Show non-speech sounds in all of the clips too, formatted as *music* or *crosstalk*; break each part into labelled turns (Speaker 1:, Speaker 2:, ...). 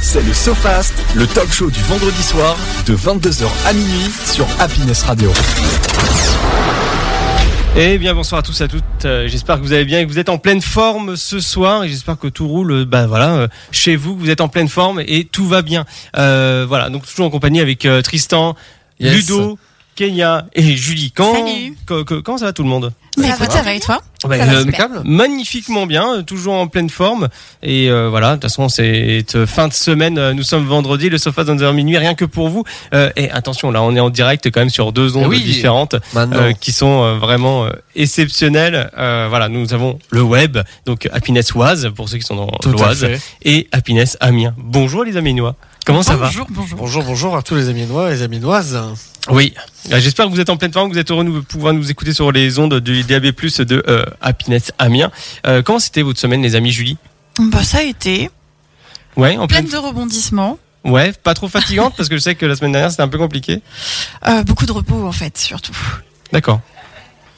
Speaker 1: C'est le SoFast, le talk show du vendredi soir de 22h à minuit sur Happiness Radio.
Speaker 2: Eh bien bonsoir à tous et à toutes, Euh, j'espère que vous allez bien et que vous êtes en pleine forme ce soir et j'espère que tout roule euh, bah voilà euh, chez vous, que vous êtes en pleine forme et tout va bien. Euh, voilà, donc toujours en compagnie avec euh, Tristan,
Speaker 3: Yes.
Speaker 2: Ludo, Kenya et Julie. Quand,
Speaker 4: Salut.
Speaker 2: co- co- comment ça va tout le monde
Speaker 4: Mais
Speaker 3: Ça
Speaker 4: écoute,
Speaker 3: va
Speaker 4: ça va et toi
Speaker 2: Bah,
Speaker 4: va
Speaker 2: euh,
Speaker 4: super.
Speaker 3: Impeccable.
Speaker 2: Magnifiquement bien, euh, toujours en pleine forme et euh, voilà, de toute façon c'est euh, fin de semaine, euh, nous sommes vendredi, le sofa dans heure minuit rien que pour vous. Euh, et attention là, on est en direct quand même sur deux ondes
Speaker 3: oui.
Speaker 2: différentes.
Speaker 3: Maintenant.
Speaker 2: euh, qui sont euh, vraiment euh, exceptionnels. Euh, voilà, nous avons le web, donc Happiness Oise pour ceux qui sont dans l'Oise, et Happiness Amiens. Bonjour les Aminois. Comment ça
Speaker 4: Bonjour, bonjour.
Speaker 3: Bonjour, bonjour à tous les Amiénois et les Amiénoises.
Speaker 2: va Oui. Euh, J'espère que vous êtes en pleine forme, que vous êtes heureux de nous- pouvoir nous écouter sur les ondes du DAB+ de euh, Happiness Amiens. Euh, comment c'était votre semaine, les amis, Julie
Speaker 4: Bah ça a été
Speaker 2: Ouais, en
Speaker 4: pleine
Speaker 2: pleine.
Speaker 4: de rebondissements,
Speaker 2: Ouais, pas trop fatigante parce que je sais que la semaine dernière c'était un peu compliqué.
Speaker 4: Euh, beaucoup de repos en fait surtout.
Speaker 2: D'accord.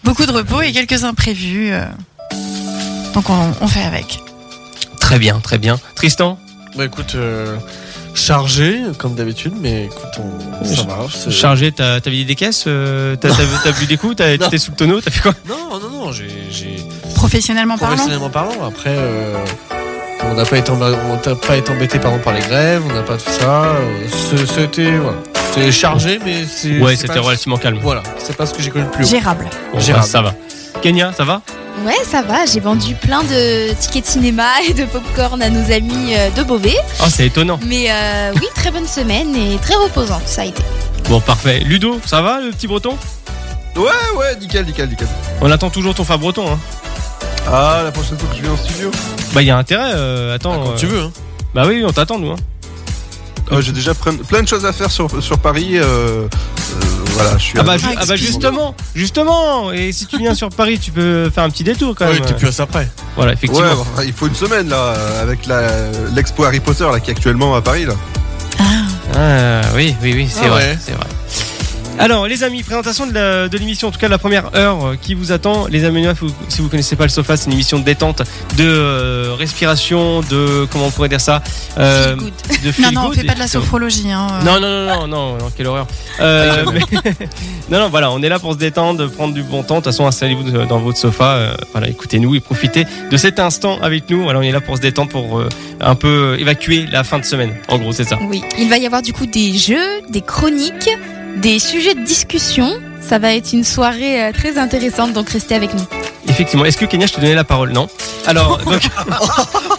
Speaker 4: Beaucoup de repos et quelques imprévus. euh. Donc on, on fait avec.
Speaker 2: Très bien, très bien. Tristan,
Speaker 3: Bah écoute, euh, chargé comme d'habitude, mais écoute, on- ça
Speaker 2: Ch-
Speaker 3: va. c'est-
Speaker 2: chargé, t'as t'as vidé des caisses, euh, t'as t'as- t'as bu des coups, *laughs* t'as-
Speaker 3: Non.
Speaker 2: t'es sous le tonneau, t'as fait quoi
Speaker 3: Non, non, non, j'ai, j'ai
Speaker 4: Professionnellement parlant,
Speaker 3: professionnellement parlant. Après, euh, on n'a pas été, emba- on n'a pas été embêté pardon, par les grèves, on n'a pas tout ça. euh, c'est- c'était, voilà, c'était chargé, mais c'est.
Speaker 2: Ouais,
Speaker 3: c'est
Speaker 2: c'était
Speaker 3: pas-
Speaker 2: relativement calme.
Speaker 3: Voilà, c'est pas ce que j'ai connu le plus. haut.
Speaker 4: gérable.
Speaker 2: Bon,
Speaker 3: Gérard.
Speaker 2: bah, ça va. Kenya, ça va
Speaker 5: Ouais, ça va, j'ai vendu plein de tickets de cinéma *laughs* et de popcorn à nos amis euh, de Beauvais.
Speaker 2: Ah, c'est étonnant.
Speaker 5: Mais euh, oui, très bonne semaine et très reposante, ça a été.
Speaker 2: Bon, parfait. Ludo, ça va, le petit breton
Speaker 6: Ouais, ouais, nickel, nickel, nickel.
Speaker 2: On attend toujours ton phare breton. Hein.
Speaker 6: Ah, la prochaine fois que je viens en studio.
Speaker 2: Bah, il y a intérêt. euh, attends.
Speaker 3: Ah, quand
Speaker 2: euh,
Speaker 3: tu veux. hein.
Speaker 2: Bah oui, on t'attend, nous. Hein.
Speaker 6: Euh, J'ai déjà plein, plein de choses à faire sur, sur Paris. euh, euh, voilà, je suis.
Speaker 2: Ah,
Speaker 6: à-
Speaker 2: bah, ju-
Speaker 4: Ah,
Speaker 2: ah bah, justement, justement. Et si tu viens sur Paris, tu peux faire un petit détour quand
Speaker 3: Oui,
Speaker 2: même.
Speaker 3: t'es plus à ça
Speaker 4: *laughs*
Speaker 3: près.
Speaker 2: Voilà,
Speaker 6: Ouais,
Speaker 2: effectivement.
Speaker 6: bah, il faut une semaine là, euh, avec la- l'expo Harry Potter là qui est actuellement à Paris là.
Speaker 4: Ah,
Speaker 2: Ah, oui, oui, oui, c'est
Speaker 3: Ah
Speaker 2: vrai.
Speaker 3: ouais.
Speaker 2: C'est vrai. Alors les amis, présentation de la- de l'émission, en tout cas de la première heure euh, qui vous attend. Les amis, si vous- si vous connaissez pas le sofa, c'est une émission de détente, de euh, respiration, de comment on pourrait dire ça, Euh,
Speaker 5: Feel good. *laughs*
Speaker 2: de
Speaker 4: *laughs*
Speaker 2: feel
Speaker 4: non, non, on
Speaker 2: good,
Speaker 4: fait pas de la
Speaker 2: exactement.
Speaker 4: sophrologie. Hein.
Speaker 2: Non, non, non, non, non, non, quelle horreur. Euh, mais- *laughs* non, non, voilà, on est là pour se détendre, prendre du bon temps. De toute façon, installez-vous dans votre sofa. euh, voilà, écoutez-nous et profitez de cet instant avec nous. Voilà, on est là pour se détendre, pour euh, un peu évacuer la fin de semaine. En gros, c'est ça.
Speaker 5: Oui, il va y avoir du coup des jeux, des chroniques, des sujets de discussion. Ça va être une soirée euh, très intéressante, donc restez avec nous.
Speaker 2: Effectivement. Est-ce que Kenya, je t'ai donné la parole Non. Alors, donc, *laughs*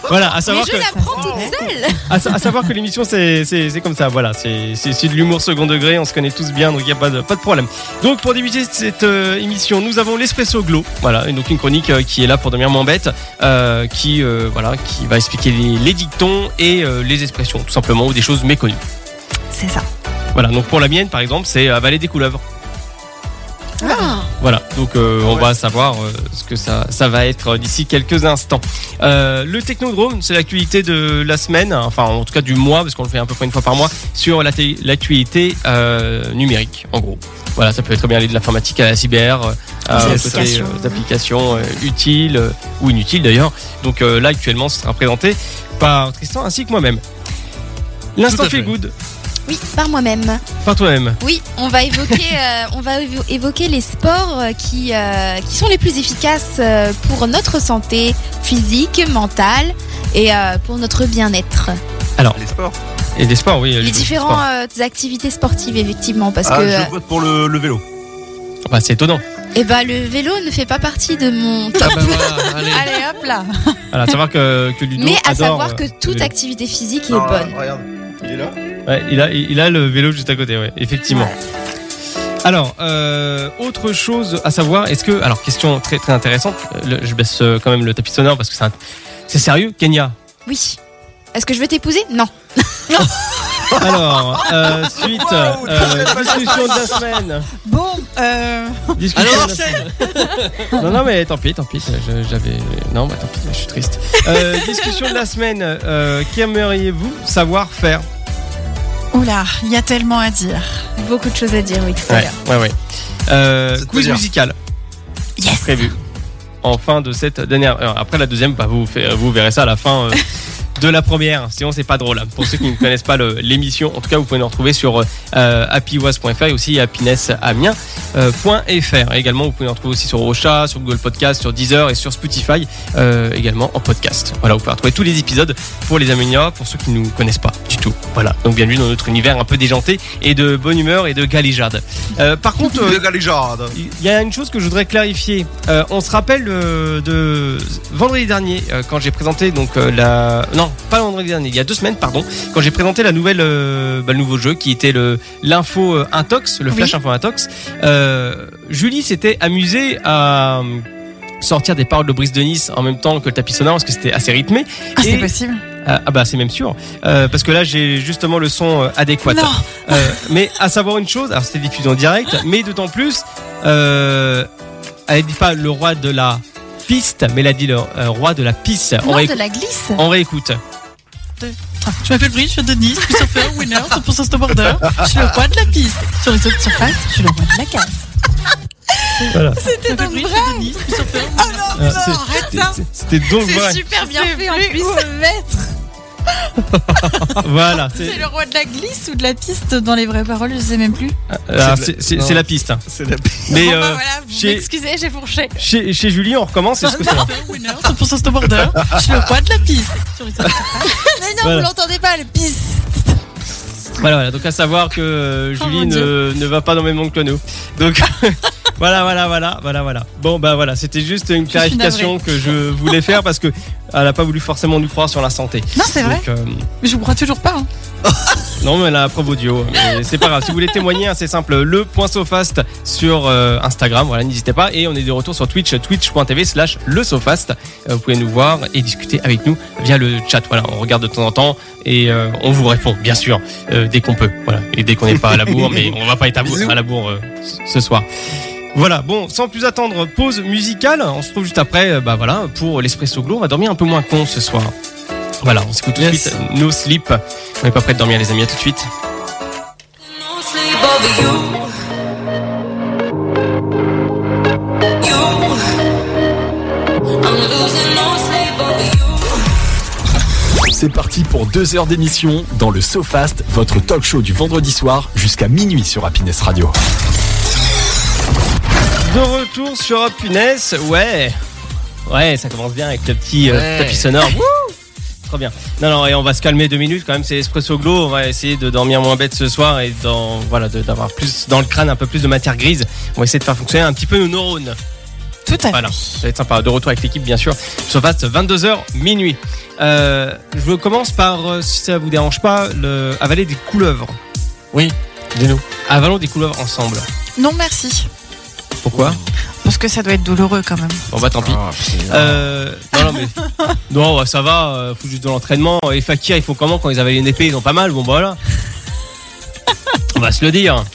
Speaker 2: voilà, à
Speaker 5: Mais
Speaker 2: savoir
Speaker 5: je
Speaker 2: que.
Speaker 5: la prends toute
Speaker 4: Ouais.
Speaker 5: seule
Speaker 2: À, sa- à savoir que l'émission c'est c'est- c'est comme ça, voilà, c'est c'est- c'est de l'humour second degré, on se connaît tous bien, donc il n'y a pas de, pas de problème. Donc pour débuter cette euh, émission, nous avons l'espresso glow, voilà, et donc une chronique euh, qui est là pour devenir moins bête, euh, qui euh, voilà, qui va expliquer les, les dictons et euh, les expressions, tout simplement, ou des choses méconnues.
Speaker 4: C'est ça.
Speaker 2: Voilà, donc pour la mienne par exemple, c'est avaler des couleuvres.
Speaker 5: Ah.
Speaker 2: Voilà, donc euh, on va savoir euh, ce que ça, ça va être euh, d'ici quelques instants. Euh, le Technodrome, c'est l'actualité de la semaine, hein, enfin en tout cas du mois, parce qu'on le fait à peu près une fois par mois, sur la té- l'actualité euh, numérique, en gros. Voilà, ça peut être bien aller de l'informatique à la cyber, euh,
Speaker 4: Des
Speaker 2: à- au côté,
Speaker 4: applications.
Speaker 2: euh, d'applications euh, utiles euh, ou inutiles d'ailleurs. Donc euh, là, actuellement, ce sera présenté par Tristan ainsi que moi-même. L'instant
Speaker 3: Tout à
Speaker 2: fait
Speaker 3: fait.
Speaker 2: good,
Speaker 5: Oui, par moi-même.
Speaker 2: par toi-même.
Speaker 5: Oui, on va évoquer, *laughs* euh, on va évo- évoquer les sports euh, qui, euh, qui sont les plus efficaces euh, pour notre santé physique, mentale et euh, pour notre bien-être.
Speaker 6: Les sports.
Speaker 2: Et des sports, oui.
Speaker 5: Les
Speaker 2: des
Speaker 5: différentes
Speaker 2: sports.
Speaker 5: euh, activités sportives, effectivement, parce
Speaker 6: Ah,
Speaker 5: que
Speaker 6: je vote pour le, le vélo.
Speaker 2: Bah, c'est étonnant.
Speaker 5: euh, eh ben, le vélo ne fait pas partie de mon
Speaker 3: Ah bah voilà, allez.
Speaker 4: Allez hop là.
Speaker 2: Voilà, à savoir que, que Ludo
Speaker 5: Mais à
Speaker 2: adore, euh,
Speaker 5: savoir que toute
Speaker 2: le vélo.
Speaker 5: activité physique est
Speaker 6: Ah,
Speaker 5: bonne.
Speaker 6: Regarde, il est là.
Speaker 2: Ouais, il, a, il a le vélo juste à côté, ouais, effectivement. Alors, euh, autre chose à savoir, est-ce que. Alors, question très très intéressante, euh, le- je baisse euh, quand même le tapis sonore parce que c'est un- C'est sérieux, Kenya
Speaker 5: Oui. Est-ce que je veux t'épouser Non.
Speaker 2: Alors, euh, suite,
Speaker 6: Wow,
Speaker 2: euh, discussion de la semaine.
Speaker 4: Bon, euh,
Speaker 2: Discussion
Speaker 3: Alors,
Speaker 2: de la
Speaker 3: enchaîne.
Speaker 2: Non, non, mais tant pis, tant pis. je- J'avais. Non, bah tant pis, je suis triste. Euh, discussion de la semaine. Euh, Qu'aimeriez-vous savoir faire
Speaker 4: oula, il y a tellement à dire.
Speaker 5: Beaucoup de choses à dire, oui, tout à
Speaker 2: Ouais,
Speaker 5: l'heure.
Speaker 2: ouais, ouais. Euh,
Speaker 6: C'est
Speaker 2: quiz
Speaker 6: bien.
Speaker 2: musical.
Speaker 4: Yes.
Speaker 2: prévu en fin de cette dernière heure. Après la deuxième, bah, vous, fait- vous verrez ça à la fin euh, de la première. Sinon, c'est pas drôle. Pour ceux qui ne connaissent pas le- l'émission, en tout cas, vous pouvez nous retrouver sur euh, happywas.fr et aussi euh, happinessamiens.fr. Et également, vous pouvez nous retrouver aussi sur Rocha, sur Google Podcast, sur Deezer et sur Spotify, euh, également en podcast. Voilà, vous pouvez retrouver tous les épisodes pour les Aménia, pour ceux qui ne nous connaissent pas du tout. Voilà, donc bienvenue dans notre univers un peu déjanté et de bonne humeur et de galéjade. Euh, par contre, euh,
Speaker 6: Le Galijarde.
Speaker 2: il y a une chose que je voudrais clarifier. Euh, on se rappelle euh, de vendredi dernier, euh, quand j'ai présenté donc euh, la non pas vendredi dernier, il y a deux semaines pardon, quand j'ai présenté la nouvelle euh, bah, le nouveau jeu qui était le l'info euh, intox, le
Speaker 7: Oui.
Speaker 2: flash info intox. Euh, Julie s'était amusée à euh, sortir des paroles de Brice de Nice en même temps que le tapis sonore parce que c'était assez rythmé.
Speaker 7: Ah, c'est
Speaker 2: Et-
Speaker 7: possible
Speaker 2: Ah, ah bah c'est même sûr Euh, parce que là j'ai justement le son euh, adéquat.
Speaker 7: Non
Speaker 2: Euh, mais à savoir une chose, alors c'était diffusé en direct, mais d'autant plus, euh, elle dit pas le roi de la piste, mais elle a dit le euh, roi de la piste. on,
Speaker 5: Non, de
Speaker 2: réécoute,
Speaker 5: la glisse.
Speaker 2: on réécoute.
Speaker 7: Je m'appelle Brice, je suis de Nice, je suis surfeur, winner, 100% snowboarder. Je suis le roi de la piste. Sur les autres surfaces, je suis le roi de la casse. Je m'appelle Brice, je suis de Nice, je suis surfeur. winner.
Speaker 2: Euh, c'est- c'est- C'était donc vrai.
Speaker 7: hein. super
Speaker 5: Bien fait en plus.
Speaker 2: Voilà, c'est
Speaker 7: C'est le roi de la glisse ou de la piste dans les vraies paroles, je sais même plus.
Speaker 2: euh, alors, c'est- c'est- c'est la piste.
Speaker 3: C'est la
Speaker 2: Mais
Speaker 7: Bon, bah,
Speaker 2: euh,
Speaker 7: voilà, vous
Speaker 2: chez-
Speaker 7: m'excusez, j'ai fourché.
Speaker 2: chez, chez Julie, on recommence. c'est ce que c'est.
Speaker 7: Surfeur, winner, 100% snowboarder. Je suis le roi de la piste. Sur les autres *laughs* surfaces.
Speaker 5: Mais non,
Speaker 2: Voilà.
Speaker 5: vous l'entendez pas, le pisse.
Speaker 2: Voilà, voilà, donc à savoir que euh,
Speaker 7: Oh,
Speaker 2: Julie
Speaker 7: mon
Speaker 2: ne, ne va pas dans le même monde que nous. Donc *laughs* voilà, voilà, voilà, voilà, voilà. Bon, bah voilà, c'était juste une clarification que je voulais faire parce que elle a pas voulu forcément nous croire sur la santé.
Speaker 7: Non, c'est vrai.
Speaker 2: Donc, euh,
Speaker 7: Mais je vous crois toujours pas. hein.
Speaker 2: Non, mais elle a la preuve audio. Mais c'est pas grave. Si vous voulez témoigner, hein, c'est simple. Le point Sofast sur euh, Instagram. Voilà, n'hésitez pas. Et on est de retour sur Twitch, twitch.tv slash le Sofast. Euh, vous pouvez nous voir et discuter avec nous via le chat. Voilà, on regarde de temps en temps et euh, on vous répond, bien sûr, euh, dès qu'on peut. Voilà, et dès qu'on n'est pas à la bourre, mais on va pas être à, bourre- à la bourre euh, ce soir. Voilà, bon, sans plus attendre, pause musicale. On se retrouve juste après, euh, bah voilà, pour l'espresso glow. On va dormir un peu moins con ce soir. Voilà, on s'écoute tout de
Speaker 3: Yes.
Speaker 2: suite. No sleep. On n'est pas prêts de dormir, les amis. À tout de suite.
Speaker 8: No sleep over you. You. I'm losing no sleep over you.
Speaker 1: C'est parti pour deux heures d'émission dans le SoFast, votre talk show du vendredi soir jusqu'à minuit sur Happiness Radio.
Speaker 2: De retour sur Oh, punaise, ouais. Ouais, ça commence bien avec le petit euh,
Speaker 3: Ouais.
Speaker 2: tapis sonore. Wouh Trop bien. Non, non, et on va se calmer deux minutes quand même, c'est Espresso Glow. On va essayer de dormir moins bête ce soir et dans, voilà, de- d'avoir plus dans le crâne un peu plus de matière grise. On va essayer de faire fonctionner un petit peu nos neurones.
Speaker 7: Tout à fait.
Speaker 2: Voilà, ça va être sympa. De retour avec l'équipe, bien sûr. Sur Fast, 22h, minuit. Euh, je commence par, euh, si ça vous dérange pas, le avaler des couleuvres.
Speaker 3: Oui, dis-nous.
Speaker 2: Avalons des couleuvres ensemble.
Speaker 7: Non, merci.
Speaker 2: Pourquoi
Speaker 7: Parce que ça doit être douloureux quand même.
Speaker 2: Bon, bah tant pis. Euh, non, non, mais. *laughs* non, ouais, ça va, euh, faut juste de l'entraînement. Et Fakir, ils font comment quand ils avaient une épée Ils ont pas mal, bon, bah voilà. On va se le dire.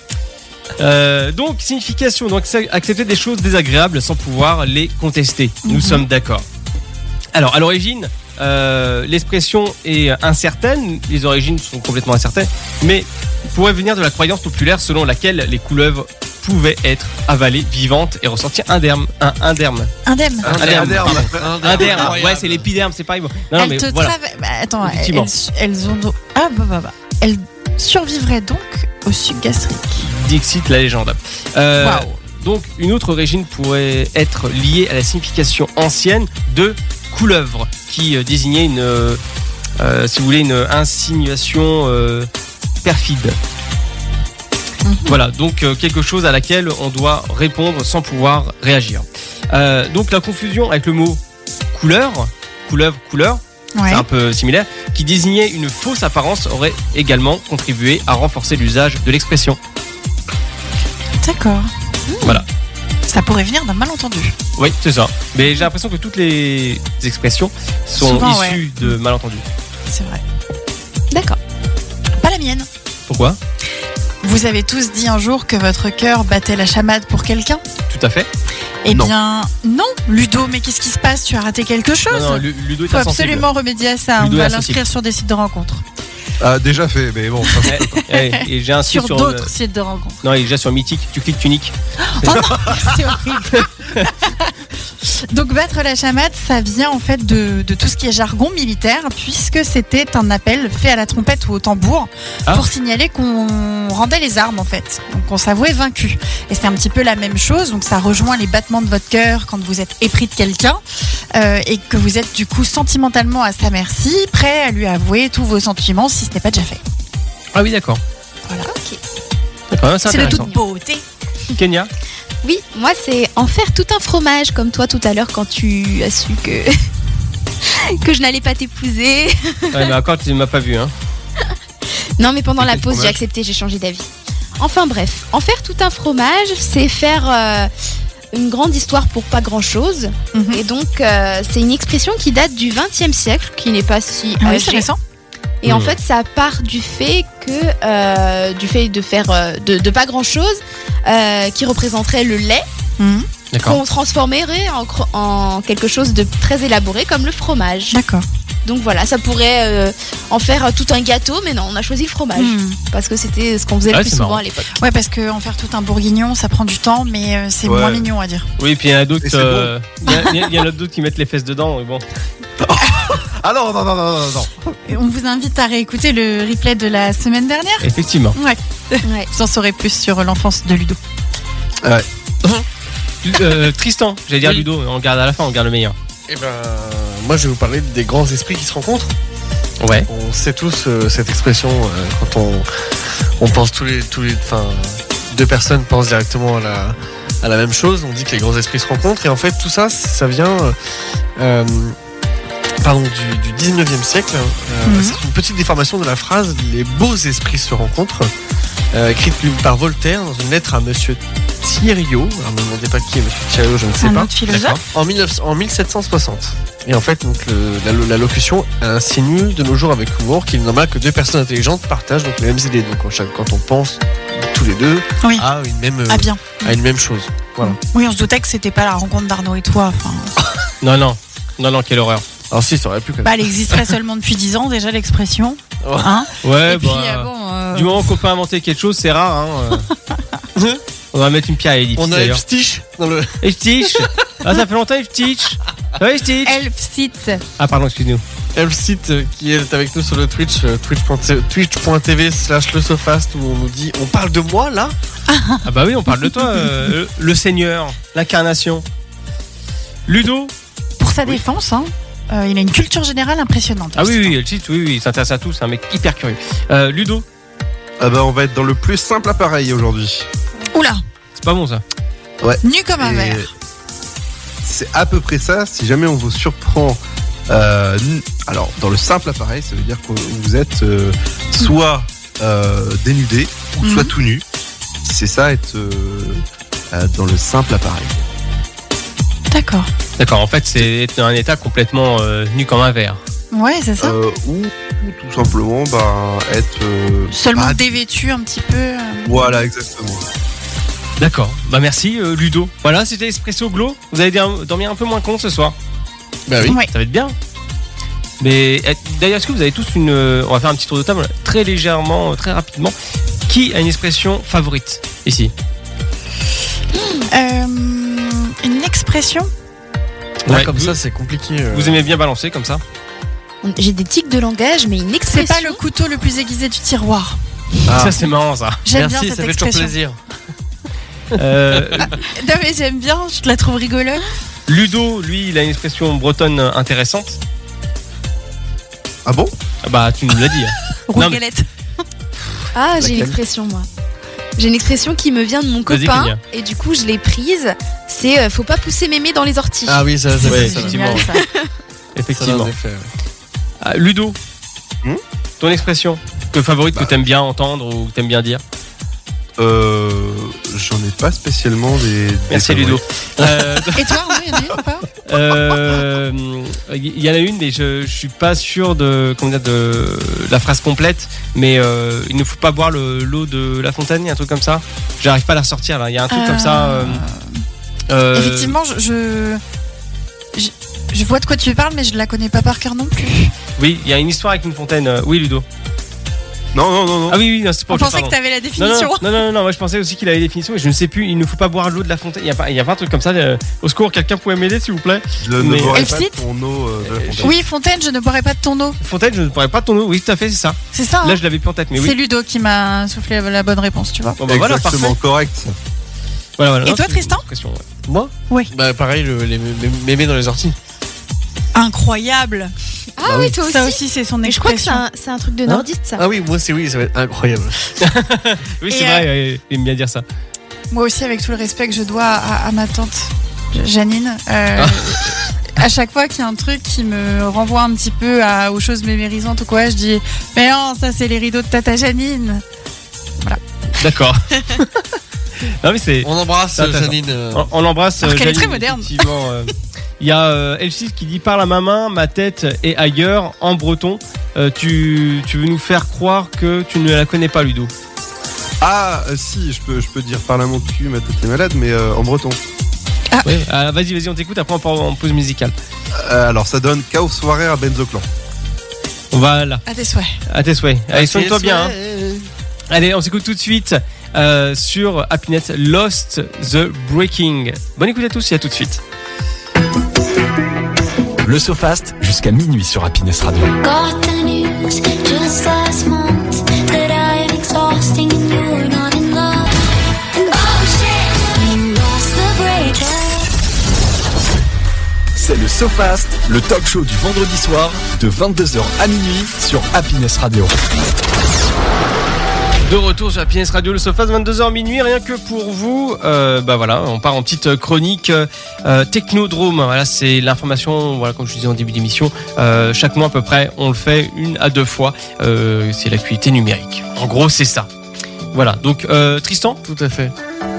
Speaker 2: Euh, donc, signification, donc c'est accepter des choses désagréables sans pouvoir les contester. Nous sommes d'accord. Alors, à l'origine, euh, l'expression est incertaine, les origines sont complètement incertaines, mais pourrait venir de la croyance populaire selon laquelle les couleuvres pouvaient être avalées vivantes et ressortir indemnes. un- Indemnes.
Speaker 7: Indemne.
Speaker 2: Adherme,
Speaker 6: Adherme.
Speaker 2: Inderne, ouais, c'est l'épiderme, c'est pas bon. Non, non,
Speaker 7: elles
Speaker 2: mais
Speaker 7: te
Speaker 2: voilà.
Speaker 7: trava- bah, attends, elles,
Speaker 2: Effectivement.
Speaker 7: elles ont donc- ah bah bah bah. Elles survivraient donc au suc gastrique.
Speaker 2: Dixit, la légende. Euh,
Speaker 7: Waouh.
Speaker 2: Donc, une autre origine pourrait être liée à la signification ancienne de couleuvre, qui euh, désignait une, euh, euh, si vous voulez, une insinuation euh, perfide.
Speaker 7: Mhm.
Speaker 2: Voilà, donc euh, quelque chose à laquelle on doit répondre sans pouvoir réagir. Euh, donc, la confusion avec le mot couleur, couleuvre, couleur,
Speaker 7: Ouais.
Speaker 2: c'est un peu similaire, qui désignait une fausse apparence aurait également contribué à renforcer l'usage de l'expression.
Speaker 7: D'accord.
Speaker 2: Voilà.
Speaker 7: Ça pourrait venir d'un malentendu.
Speaker 2: Oui, c'est ça. Mais j'ai l'impression que toutes les expressions sont
Speaker 7: Souvent,
Speaker 2: issues de malentendus.
Speaker 7: C'est vrai.
Speaker 5: D'accord.
Speaker 7: Pas la mienne.
Speaker 2: Pourquoi
Speaker 7: Vous avez tous dit un jour que votre cœur battait la chamade pour quelqu'un
Speaker 2: Tout à fait.
Speaker 7: Eh
Speaker 6: Non.
Speaker 7: bien, non, Ludo, mais qu'est-ce qui se passe Tu as raté quelque chose
Speaker 2: Non, non, Lu- Ludo est
Speaker 7: Faut
Speaker 2: insensible.
Speaker 7: absolument remédier à ça. hein.
Speaker 2: Ludo est
Speaker 7: On va
Speaker 2: insensible.
Speaker 7: l'inscrire sur des sites de rencontres.
Speaker 6: Ah, déjà fait, mais bon. ça-
Speaker 7: *laughs*
Speaker 2: Ouais, ouais, et j'ai inscrit
Speaker 7: Sur,
Speaker 2: sur,
Speaker 7: d'autres sites de rencontres.
Speaker 2: euh, Non, il est déjà sur Mythique. Tu cliques, tu niques.
Speaker 7: C'est horrible. Donc battre la chamade, ça vient en fait de, de tout ce qui est jargon militaire, puisque c'était un appel fait à la trompette ou au tambour
Speaker 2: Ah.
Speaker 7: pour signaler qu'on rendait les armes en fait, donc on s'avouait vaincu. Et c'est un petit peu la même chose, donc ça rejoint les battements de votre cœur quand vous êtes épris de quelqu'un euh, et que vous êtes du coup sentimentalement à sa merci, prêt à lui avouer tous vos sentiments si ce n'est pas déjà fait.
Speaker 2: Ah oui, d'accord.
Speaker 5: Ok.
Speaker 2: Ah, c'est
Speaker 7: C'est de
Speaker 2: intéressant.
Speaker 7: toute beauté.
Speaker 2: Kenya
Speaker 5: Oui, moi c'est en faire tout un fromage comme toi tout à l'heure quand tu as su que *laughs* que je n'allais pas t'épouser.
Speaker 2: Ouais, mais encore, tu ne m'as pas vu. Hein.
Speaker 5: Non, mais pendant
Speaker 2: Et
Speaker 5: la
Speaker 2: quel
Speaker 5: pause, j'ai
Speaker 2: fromage
Speaker 5: accepté, j'ai changé d'avis. Enfin bref, en faire tout un fromage, c'est faire euh, une grande histoire pour pas grand-chose.
Speaker 7: Mhm.
Speaker 5: Et donc, euh, c'est une expression qui date du XXe siècle, qui n'est pas si
Speaker 7: Ah oui, c'est
Speaker 5: âgée.
Speaker 7: récent.
Speaker 5: Et en
Speaker 2: Mhm.
Speaker 5: fait, ça part du fait que euh, du fait de faire euh, de, de pas grand-chose, euh, qui représenterait le lait
Speaker 7: Mhm.
Speaker 2: D'accord.
Speaker 5: qu'on transformerait en, cro- en quelque chose de très élaboré comme le fromage.
Speaker 7: D'accord.
Speaker 5: Donc voilà, ça pourrait euh, en faire euh, tout un gâteau, mais non, on a choisi le fromage
Speaker 7: Mhm.
Speaker 5: parce que c'était ce qu'on faisait
Speaker 2: Ouais,
Speaker 5: le plus
Speaker 2: c'est
Speaker 5: souvent
Speaker 2: marrant.
Speaker 5: à
Speaker 7: *laughs*
Speaker 5: l'époque.
Speaker 7: Ouais, parce que en faire tout un bourguignon, ça prend du temps, mais euh, c'est
Speaker 6: Ouais.
Speaker 7: moins mignon à dire.
Speaker 2: Oui, puis il y en a d'autres.
Speaker 6: Et c'est
Speaker 2: euh, Il y a- il y a- il y en a d'autres qui mettent les fesses dedans. mais bon.
Speaker 7: *laughs*
Speaker 6: Ah non, non, non, non, non, non.
Speaker 7: Et On vous invite à réécouter le replay de la semaine dernière.
Speaker 2: Effectivement.
Speaker 7: Ouais.
Speaker 5: Ouais.
Speaker 7: Vous en saurez plus sur l'enfance de Ludo.
Speaker 2: Euh, Tristan, j'allais dire
Speaker 3: Oui.
Speaker 2: Ludo, on garde à la fin, on garde le meilleur.
Speaker 3: Eh ben, moi je vais vous parler des grands esprits qui se rencontrent.
Speaker 2: Ouais.
Speaker 3: On sait tous euh, cette expression euh, quand on, on pense tous les, tous les, enfin, deux personnes pensent directement à la, à la même chose. On dit que les grands esprits se rencontrent et en fait tout ça, ça vient, euh, euh, pardon, du, du 19e siècle. Euh,
Speaker 7: Mhm.
Speaker 3: C'est une petite déformation de la phrase "les beaux esprits se rencontrent", euh, écrite lui- par Voltaire dans une lettre à Monsieur Thiriot. Alors ne me demandez pas qui est Monsieur Thiriot, je ne sais
Speaker 7: un
Speaker 3: pas.
Speaker 7: autre philosophe.
Speaker 3: En, 19 en 1760. Et en fait, donc, le- la, la locution insinue de nos jours avec humour qu'il est normal que deux personnes intelligentes partagent donc les mêmes idées. Donc en chaque- quand on pense tous les deux
Speaker 7: Oui.
Speaker 3: à, une même, euh,
Speaker 7: Ah bien.
Speaker 3: à une même chose. Voilà.
Speaker 7: Oui, on se doutait que c'était pas la rencontre d'Arnaud et toi. Enfin,
Speaker 2: Non, non. Non, non, quelle horreur.
Speaker 3: Alors si, ça aurait pu quand même.
Speaker 7: bah, elle existerait seulement depuis 10 ans déjà l'expression.
Speaker 3: Ouais.
Speaker 7: Hein
Speaker 2: Ouais,
Speaker 7: et puis
Speaker 2: bah,
Speaker 7: euh, bon, euh,
Speaker 2: Du moment qu'on peut inventer quelque chose, c'est rare. hein,
Speaker 7: *laughs*
Speaker 2: euh. on va mettre une pierre à Edith
Speaker 3: On a
Speaker 2: d'ailleurs.
Speaker 3: Epstich dans le.
Speaker 2: Et Stitch Ah, ça fait longtemps, Eve Stitch Ouais, Stitch
Speaker 7: Elf Sit.
Speaker 2: Ah, pardon, excuse-nous.
Speaker 3: Epsite euh, qui est avec nous sur le Twitch, euh, twitch.tv twitch.tv slash le sofast où on nous dit on parle de moi là
Speaker 2: Ah, bah oui, on parle de toi, euh, le, le Seigneur, l'incarnation. Ludo
Speaker 7: Pour sa défense, hein, euh, il a une culture générale impressionnante.
Speaker 2: Ah, oui, oui, le cheat, oui, oui, il s'intéresse à tout, c'est un mec hyper curieux. Euh, Ludo
Speaker 6: Ah bah, on va être dans le plus simple appareil aujourd'hui.
Speaker 7: Oula,
Speaker 2: C'est pas bon ça.
Speaker 7: nu comme un
Speaker 6: Et
Speaker 7: verre.
Speaker 6: C'est à peu près ça. Si jamais on vous surprend, euh, n- alors dans le simple appareil, ça veut dire que vous êtes euh, soit euh, dénudé ou soit
Speaker 7: Mhm.
Speaker 6: tout nu. C'est ça être euh, euh, dans le simple appareil.
Speaker 7: D'accord.
Speaker 2: D'accord, en fait, c'est être dans un état complètement euh, nu comme un verre.
Speaker 7: Ouais, c'est ça.
Speaker 6: Euh, ou, ou tout simplement bah, être euh,
Speaker 7: Seulement
Speaker 6: pas-
Speaker 7: dévêtu un petit peu. euh,
Speaker 6: Voilà, exactement.
Speaker 2: D'accord, bah merci euh, Ludo. Voilà, c'était Espresso Glow. Vous allez dir- dormir un peu moins con ce soir.
Speaker 3: Bah oui.
Speaker 7: Ouais.
Speaker 2: Ça va être bien. Mais euh, d'ailleurs, est-ce que vous avez tous une. euh, On va faire un petit tour de table très légèrement, euh, très rapidement. Qui a une expression favorite ici
Speaker 7: euh, une expression.
Speaker 3: Là
Speaker 2: Ouais,
Speaker 3: comme
Speaker 2: vous,
Speaker 3: ça c'est compliqué. euh.
Speaker 2: vous aimez bien balancer comme ça
Speaker 5: On- J'ai des tics de langage, mais une
Speaker 7: C'est
Speaker 5: expression.
Speaker 7: pas le couteau le plus aiguisé du tiroir.
Speaker 3: Ah.
Speaker 2: Ça, c'est marrant
Speaker 6: *laughs*
Speaker 2: ça.
Speaker 7: J'aime bien
Speaker 3: Merci,
Speaker 7: cette
Speaker 3: ça fait toujours
Speaker 7: expression.
Speaker 3: plaisir.
Speaker 2: Euh,
Speaker 7: Non mais j'aime bien, je la trouve rigolote.
Speaker 2: Ludo, lui, il a une expression bretonne intéressante.
Speaker 6: Ah bon
Speaker 2: Ah Bah, tu nous l'as dit.
Speaker 6: *laughs*
Speaker 2: hein.
Speaker 7: Roule
Speaker 2: mais-
Speaker 7: galette.
Speaker 5: Ah, j'ai une
Speaker 6: Laquelle
Speaker 5: expression, moi. J'ai une expression qui me vient de mon
Speaker 2: Vas-y,
Speaker 5: copain,
Speaker 2: Kenya.
Speaker 5: et du coup, je l'ai prise. C'est euh, faut pas pousser mémé dans les orties.
Speaker 3: Ah oui, ça, ça,
Speaker 2: Ouais,
Speaker 3: ça, ça,
Speaker 7: C'est génial, ça.
Speaker 3: ça, en
Speaker 2: Effectivement.
Speaker 3: effet, ouais.
Speaker 2: Ah, Ludo,
Speaker 6: Hmm
Speaker 2: ton expression que favorite
Speaker 6: Bah.
Speaker 2: que t'aimes bien entendre ou que t'aimes bien dire
Speaker 6: Euh, J'en ai pas spécialement des. des
Speaker 2: Merci
Speaker 6: favoris.
Speaker 2: Ludo. Euh,
Speaker 6: *laughs*
Speaker 7: Et toi, Arnaud, il y en a une ou pas
Speaker 5: Ah
Speaker 2: Euh, Il y en a une, mais je, je suis pas sûr de, comment dire, de la phrase complète. Mais euh, il ne faut pas boire le- l'eau de la fontaine, il y a un truc comme ça. J'arrive pas à la ressortir là. Il y a un truc
Speaker 7: Euh,
Speaker 2: comme ça. euh, euh,
Speaker 7: Effectivement, je, je je- je vois de quoi tu parles, mais je la connais pas par cœur non plus.
Speaker 2: Oui, il y a une histoire avec une fontaine. euh, Oui, Ludo.
Speaker 6: Non, non, non, non.
Speaker 2: Ah oui, oui, non, c'est
Speaker 7: On
Speaker 2: pour
Speaker 7: pensait
Speaker 2: pardon.
Speaker 7: que t'avais la
Speaker 2: non, non,
Speaker 7: définition.
Speaker 2: non, non, non, non, moi je pensais aussi qu'il avait des définitions et je ne sais plus, il ne faut pas boire l'eau de la fontaine. Il n'y a, pas- il y a pas un truc comme ça. euh, au secours, quelqu'un pouvait m'aider s'il vous plaît
Speaker 6: Je ne
Speaker 2: Mais-
Speaker 6: boirai pas
Speaker 7: Elfside
Speaker 6: ton eau euh, de la fontaine.
Speaker 7: Oui, Fontaine, je ne boirai pas de ton eau.
Speaker 2: Fontaine, je ne pourrais pas ton eau. Oui, tout à fait, c'est ça.
Speaker 7: C'est ça. hein
Speaker 2: Là, je l'avais plus en tête, mais
Speaker 7: C'est
Speaker 2: oui.
Speaker 7: Ludo qui m'a soufflé la bonne réponse, tu vois.
Speaker 2: Bon, bah, voilà,
Speaker 6: Exactement
Speaker 2: parfait.
Speaker 6: correct.
Speaker 2: Voilà, voilà.
Speaker 7: Et
Speaker 2: Non,
Speaker 7: toi,
Speaker 2: c'est-
Speaker 7: Tristan
Speaker 2: question, ouais.
Speaker 3: Moi
Speaker 7: Oui.
Speaker 3: Bah pareil, le- les mé- mémés dans les orties.
Speaker 7: Incroyable.
Speaker 5: Ah oui, toi aussi.
Speaker 7: Ça aussi, c'est son
Speaker 5: Mais
Speaker 7: expression.
Speaker 5: je crois que c'est un, c'est un truc de nordiste, ça.
Speaker 3: Ah oui, moi c'est oui, ça va être incroyable.
Speaker 2: Oui,
Speaker 7: Et
Speaker 2: c'est
Speaker 7: euh,
Speaker 2: vrai, euh, il aime bien dire ça.
Speaker 7: Moi aussi, avec tout le respect que je dois à, à ma tante Janine, euh,
Speaker 3: Ah.
Speaker 7: à chaque fois qu'il y a un truc qui me renvoie un petit peu à- aux choses mémérisantes ou quoi, je dis Mais non, ça c'est les rideaux de Tata Janine.
Speaker 2: *laughs* D'accord. non, mais c'est.
Speaker 3: On embrasse
Speaker 2: Ça, t'as
Speaker 3: Janine. euh,
Speaker 2: On, on l'embrasse.
Speaker 7: Alors
Speaker 2: euh,
Speaker 7: qu'elle est
Speaker 2: Janine,
Speaker 7: très moderne.
Speaker 2: effectivement, euh, Il y a euh, Elfis qui dit parle à ma main, ma tête est ailleurs, en breton. Euh, tu, tu veux nous faire croire que tu ne la connais pas, Ludo
Speaker 6: Ah, euh, si, je peux, je peux dire par la mon cul, ma tête est malade, mais euh, en breton.
Speaker 2: Oui. Ah, vas-y, vas-y, on t'écoute, après on part en pause musicale.
Speaker 6: Euh, alors, ça donne chaos soirée à Benzoclan.
Speaker 2: Voilà,
Speaker 7: À tes souhaits.
Speaker 2: à tes souhaits. Allez, soigne-toi bien. hein.
Speaker 3: Ouais.
Speaker 2: Allez, on s'écoute tout de suite euh, sur Happiness Lost the Breaking. Bonne écoute à tous et à tout de suite.
Speaker 1: Le SoFast jusqu'à minuit sur Happiness Radio.
Speaker 9: Got the news just last month that I am exhausting and you're not in love. Oh shit, you lost the breakup.
Speaker 1: C'est le SoFast, le talk show du vendredi soir de 22h à minuit sur Happiness Radio.
Speaker 2: De retour sur la Happiness Radio, le Sofas, 22h minuit, rien que pour vous. Euh, bah voilà, on part en petite chronique euh, Technodrome. Voilà, c'est l'information, voilà, comme je disais en début d'émission, euh, chaque mois à peu près, on le fait une à deux fois. Euh, c'est l'actualité numérique. En gros, c'est ça. Voilà, donc euh, Tristan,
Speaker 3: Tout à fait.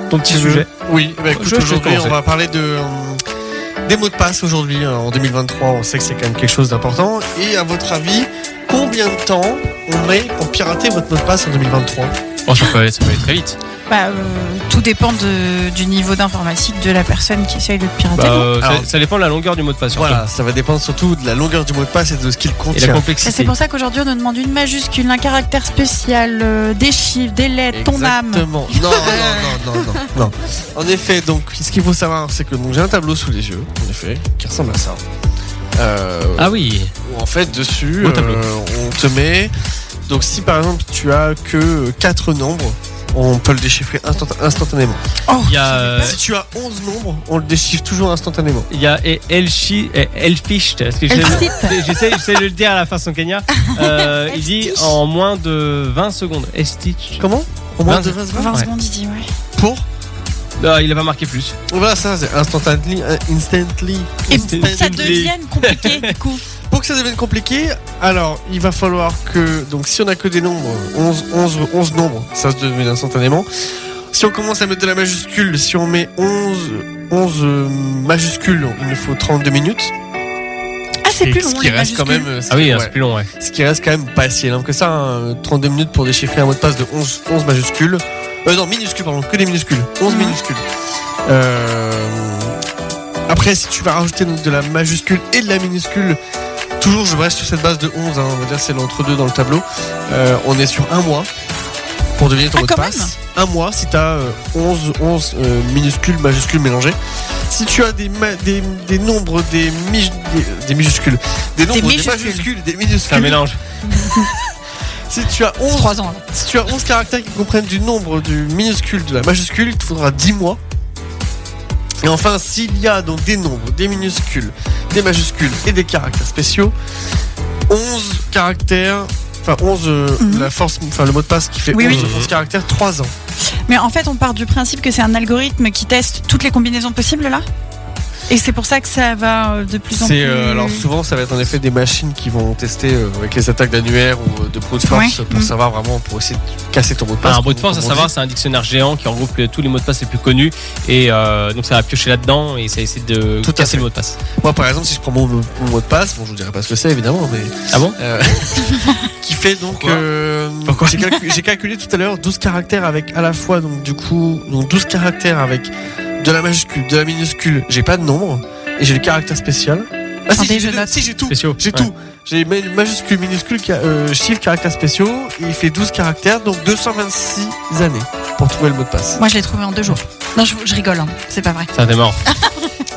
Speaker 2: ton petit
Speaker 3: Tu veux
Speaker 2: sujet.
Speaker 3: Oui, bah écoute,
Speaker 2: Je- je te
Speaker 3: aujourd'hui,
Speaker 2: conseille.
Speaker 3: on va parler de, euh, des mots de passe aujourd'hui. euh, En 2023, on sait que c'est quand même quelque chose d'important. Et à votre avis, combien de temps on met pour pirater votre mot de passe en 2023
Speaker 2: Oh, ça peut aller, ça peut aller très vite.
Speaker 7: Bah, euh, tout dépend de- du niveau d'informatique de la personne qui essaye de te pirater. Ah,
Speaker 2: Bah, euh, ça,
Speaker 3: Alors-
Speaker 2: ça dépend de la longueur du mot de passe. surtout.
Speaker 3: Voilà, ça va dépendre surtout de la longueur du mot de passe et de ce qu'il
Speaker 2: Et la
Speaker 3: contient.
Speaker 7: Et
Speaker 2: complexité.
Speaker 7: c'est pour ça qu'aujourd'hui on nous demande une majuscule, un caractère spécial, euh, des chiffres, des lettres, ton âme.
Speaker 3: Exactement. Non, non, non, non, non, non. En effet, donc, ce qu'il faut savoir, c'est que donc, j'ai un tableau sous les yeux, en effet, qui ressemble à ça. Euh,
Speaker 2: Ah oui,
Speaker 3: où en fait dessus
Speaker 2: Beau tableau.
Speaker 3: euh, on te met donc si par exemple tu as que 4 nombres on peut le déchiffrer instant- instantanément.
Speaker 7: Oh,
Speaker 2: il y a, euh,
Speaker 3: Si tu as 11 nombres, on le déchiffre toujours instantanément.
Speaker 2: il y a et- Elchi, et Elficht, est-ce que je-
Speaker 7: Elfite.
Speaker 2: Et J'essaie j'essaie de le dire à la façon kenya. Euh,
Speaker 7: *laughs*
Speaker 2: il dit en moins de 20 secondes. Estitch.
Speaker 3: Comment Au moins
Speaker 2: Vingt-
Speaker 3: de 20
Speaker 7: 20
Speaker 2: Ouais.
Speaker 7: secondes, il dit, ouais.
Speaker 3: Pour
Speaker 2: Non, Ah, il a pas marqué plus.
Speaker 3: Voilà, ça, c'est instantanément. Instantly.
Speaker 7: Et
Speaker 2: C'est-
Speaker 7: pour que ça
Speaker 2: c'est-
Speaker 7: devienne compliqué, du coup.
Speaker 3: Pour que ça devienne compliqué, alors il va falloir que. Donc si on a que des nombres, 11, 11, 11 nombres, ça se devient instantanément. Si on commence à mettre de la majuscule, si on met 11, 11 euh, majuscules, il nous faut 32 minutes.
Speaker 7: Ah, c'est
Speaker 3: Et
Speaker 7: plus
Speaker 3: ce
Speaker 7: long,
Speaker 3: qui
Speaker 7: les
Speaker 3: reste quand
Speaker 7: majuscules.
Speaker 3: même, euh, ce
Speaker 2: Ah
Speaker 3: qui-
Speaker 2: oui, hein,
Speaker 3: ouais.
Speaker 2: c'est plus long, ouais.
Speaker 3: ce qui reste quand même pas si énorme que ça. hein. 32 minutes pour déchiffrer un mot de passe de 11, 11 majuscules. Euh, non, minuscules, pardon, que des minuscules. 11
Speaker 7: Mhm.
Speaker 3: minuscules. Euh, Après, si tu vas rajouter donc de la majuscule et de la minuscule, toujours je reste sur cette base de 11, hein, on va dire c'est l'entre-deux dans le tableau. Euh, on est sur un mois pour deviner ton
Speaker 7: Ah,
Speaker 3: mot de
Speaker 7: quand
Speaker 3: passe. Un mois si tu as 11, 11 euh, minuscules, majuscules mélangées. Si tu as des, ma- des, des nombres, des, mi- des, des minuscules, des nombres, des
Speaker 7: majuscules.
Speaker 3: majuscules, des
Speaker 2: C'est un
Speaker 3: minuscules,
Speaker 2: mélange.
Speaker 3: si tu as
Speaker 7: C'est
Speaker 3: 11
Speaker 7: 3 ans.
Speaker 3: si tu as 11 caractères qui comprennent du nombre du minuscule de la majuscule, il te faudra 10 mois. Et enfin, s'il y a donc des nombres, des minuscules, des majuscules et des caractères spéciaux, 11 caractères, enfin 11, euh,
Speaker 7: Mhm.
Speaker 3: la force, enfin le mot de passe qui fait
Speaker 7: Oui,
Speaker 3: 11,
Speaker 7: oui.
Speaker 3: 11 caractères, 3 ans.
Speaker 7: Mais en fait, on part du principe que c'est un algorithme qui teste toutes les combinaisons possibles là Et c'est pour ça que ça va euh, de plus en plus.
Speaker 3: C'est euh, alors souvent ça va être en effet des machines qui vont tester euh, avec les attaques d'annuaire ou euh, de brute force
Speaker 7: Ouais.
Speaker 3: pour
Speaker 7: Mhm.
Speaker 3: savoir vraiment pour essayer de casser ton mot de passe.
Speaker 2: Enfin, un mot de
Speaker 3: comme-
Speaker 2: force, à
Speaker 3: comme on
Speaker 2: savoir, Ah, c'est un dictionnaire géant qui regroupe les- tous les mots de passe les plus connus. Et euh, donc, ça va piocher là-dedans et ça essaie de
Speaker 3: Tout à
Speaker 2: casser
Speaker 3: fait.
Speaker 2: le mot de passe.
Speaker 3: Moi, par exemple, si je prends mon, mon mot de passe, bon, je vous dirai pas ce que c'est évidemment, mais.
Speaker 2: Ah bon
Speaker 3: Euh, *laughs* Qui fait donc.
Speaker 2: Pourquoi
Speaker 3: euh,
Speaker 2: Pourquoi
Speaker 3: J'ai calcu- j'ai calculé tout à l'heure 12 caractères avec à la fois, donc du coup, donc 12 caractères avec de la majuscule, de la minuscule, j'ai pas de nombre, et j'ai le caractère spécial. Ah, si, j'ai
Speaker 7: Attendez, je
Speaker 3: deux-
Speaker 7: note.
Speaker 3: si, j'ai tout.
Speaker 2: Spéciaux.
Speaker 3: J'ai
Speaker 2: Ouais.
Speaker 3: tout. J'ai ma- majuscule, minuscule, ca- euh, chiffre, caractères spéciaux. et il fait 12 caractères, donc 226 années pour trouver le mot de passe.
Speaker 7: Moi, je l'ai trouvé en deux jours. Non, je, je rigole, hein. c'est pas vrai.
Speaker 2: Ça démarre.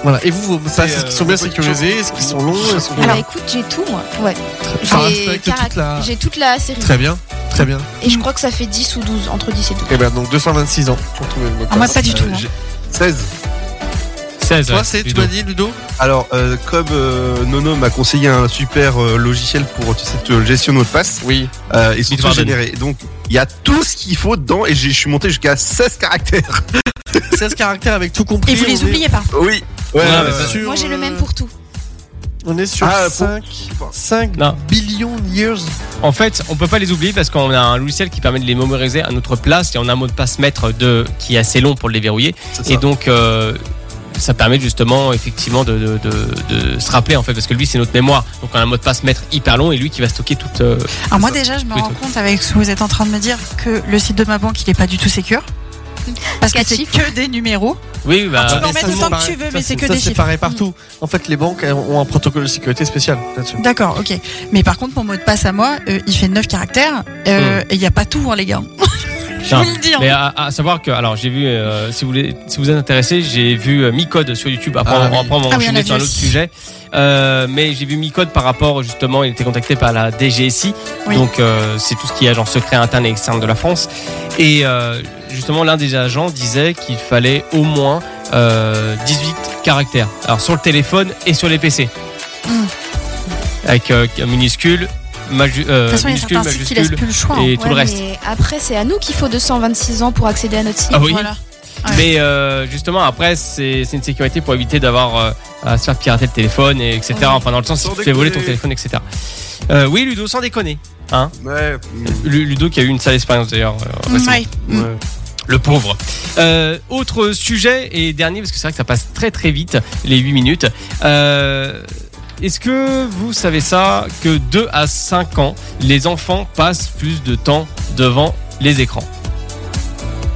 Speaker 3: Voilà. Et vous, vos mots de passe,
Speaker 2: C'est, euh,
Speaker 3: est-ce qu'ils sont bien sécurisés Est-ce qu'ils sont longs Est-ce
Speaker 5: Alors
Speaker 3: qu'on-
Speaker 5: écoute, j'ai tout moi. Ouais.
Speaker 3: Enfin,
Speaker 5: J'ai
Speaker 3: respecte toute
Speaker 5: caract-
Speaker 3: la-
Speaker 5: J'ai toute la série.
Speaker 3: Très bien, très bien.
Speaker 5: Et je crois que ça fait 10 ou 12, entre 10 et 12.
Speaker 2: Eh
Speaker 3: Et bien, Eh ben, donc 226 ans pour trouver le mot de
Speaker 7: Ah,
Speaker 3: passe.
Speaker 7: moi, pas du tout. hein.
Speaker 6: j'ai- 16.
Speaker 2: 16.
Speaker 3: Toi,
Speaker 2: Euh, ouais,
Speaker 3: c'est, tu
Speaker 2: Ludo.
Speaker 3: m'as dit, Ludo
Speaker 6: Alors, euh, comme euh, Nono m'a conseillé un super euh, logiciel pour tu sais, cette gestion de mot de passe,
Speaker 3: Oui.
Speaker 6: euh, ils sont tous
Speaker 2: Bitwarden.
Speaker 6: générés. Donc, il y a tout ce qu'il faut dedans et j'ai- je suis monté jusqu'à 16
Speaker 3: *laughs*
Speaker 6: caractères.
Speaker 3: 16 caractères avec tout compris.
Speaker 7: Et vous
Speaker 3: on
Speaker 7: les
Speaker 3: est
Speaker 7: oubliez pas.
Speaker 6: Oui. Ouais,
Speaker 2: Ouais,
Speaker 6: euh,
Speaker 2: mais ça-
Speaker 3: sur,
Speaker 5: Moi j'ai le même
Speaker 3: euh,
Speaker 5: pour tout.
Speaker 3: On est sur
Speaker 6: Ah, pour-
Speaker 3: 5,
Speaker 6: pour-
Speaker 3: 5
Speaker 2: Non.
Speaker 3: billions years.
Speaker 2: En fait, on peut pas les oublier parce qu'on a un logiciel qui permet de les mémoriser à notre place et on a un mot de passe maître de, qui est assez long pour les verrouiller.
Speaker 6: c'est
Speaker 2: Et
Speaker 6: ça.
Speaker 2: donc, euh, ça permet justement, effectivement, de, de- de- de se rappeler en fait parce que lui, c'est notre mémoire. Donc, on a un mot de passe maître hyper long et lui qui va stocker toute. euh,
Speaker 7: Alors Ah, moi déjà, je me rends
Speaker 2: plutôt.
Speaker 7: compte avec ce que vous êtes en train de me dire que le site de ma banque, il est pas du tout sécure. Parce que
Speaker 5: Quatre
Speaker 7: c'est
Speaker 5: chiffres.
Speaker 7: que des numéros.
Speaker 2: Oui, oui, bah.
Speaker 7: tu peux en
Speaker 3: Ah, mais
Speaker 7: mettre
Speaker 3: ça,
Speaker 7: autant que
Speaker 3: c'est
Speaker 7: tu veux, mais
Speaker 3: ça,
Speaker 7: c'est que
Speaker 3: ça,
Speaker 7: des
Speaker 3: c'est
Speaker 7: chiffres. Mm.
Speaker 3: pareil partout. En fait, les banques elles, ont un protocole de sécurité spécial là-dessus.
Speaker 7: D'accord, ok. Mais par contre, mon mot de passe à moi, euh, il fait 9 caractères. euh, Et il n'y a pas tout, hein, les gars. *laughs* je
Speaker 2: Non,
Speaker 7: vous le dis. hein.
Speaker 2: Mais à, à savoir que, alors j'ai vu, euh, si, vous voulez, si vous êtes intéressé, j'ai vu euh, Micode sur YouTube. Après,
Speaker 3: Ah
Speaker 2: on,
Speaker 3: oui.
Speaker 2: après, on va
Speaker 7: Ah oui,
Speaker 2: enchaîner
Speaker 7: on l'a
Speaker 2: sur un
Speaker 7: vu
Speaker 2: autre
Speaker 7: aussi.
Speaker 2: sujet. Euh, mais j'ai vu Micode par rapport, justement, il était contacté par la DGSI.
Speaker 7: Oui.
Speaker 2: Donc, euh, c'est tout ce qui est agent secret interne et externe de la France. Et euh, justement, l'un des agents disait qu'il fallait au moins euh, 18 caractères. Alors, sur le téléphone et sur les PC.
Speaker 7: Mm.
Speaker 2: Avec euh, minuscule, maju- euh,
Speaker 7: De toute façon, il y a
Speaker 2: minuscule,
Speaker 7: certains sites qui laissent
Speaker 2: majuscule
Speaker 7: plus le choix. hein.
Speaker 2: et tout
Speaker 5: Ouais,
Speaker 2: le reste.
Speaker 5: mais après, c'est à nous qu'il faut 226 ans pour accéder à notre site.
Speaker 2: Ah oui.
Speaker 7: Voilà. Ouais.
Speaker 2: Mais euh, justement, après, c'est c'est une sécurité pour éviter d'avoir euh, à se faire pirater le téléphone, et etc.
Speaker 5: Ouais.
Speaker 2: Enfin, dans le sens, si
Speaker 6: Sans
Speaker 2: tu te fais voler ton
Speaker 6: déconner.
Speaker 2: téléphone, etc. Euh, oui, Ludo, sans déconner. hein.
Speaker 6: Ouais, mm,
Speaker 2: Lu- Ludo qui a eu une sale expérience d'ailleurs. euh, récemment.
Speaker 7: Ouais. Mm.
Speaker 6: ouais.
Speaker 2: Le pauvre. Euh, autre sujet et dernier, parce que c'est vrai que ça passe très très vite, les 8 minutes. Euh, Est-ce que vous savez ça, que 2 à 5 ans, les enfants passent plus de temps devant les écrans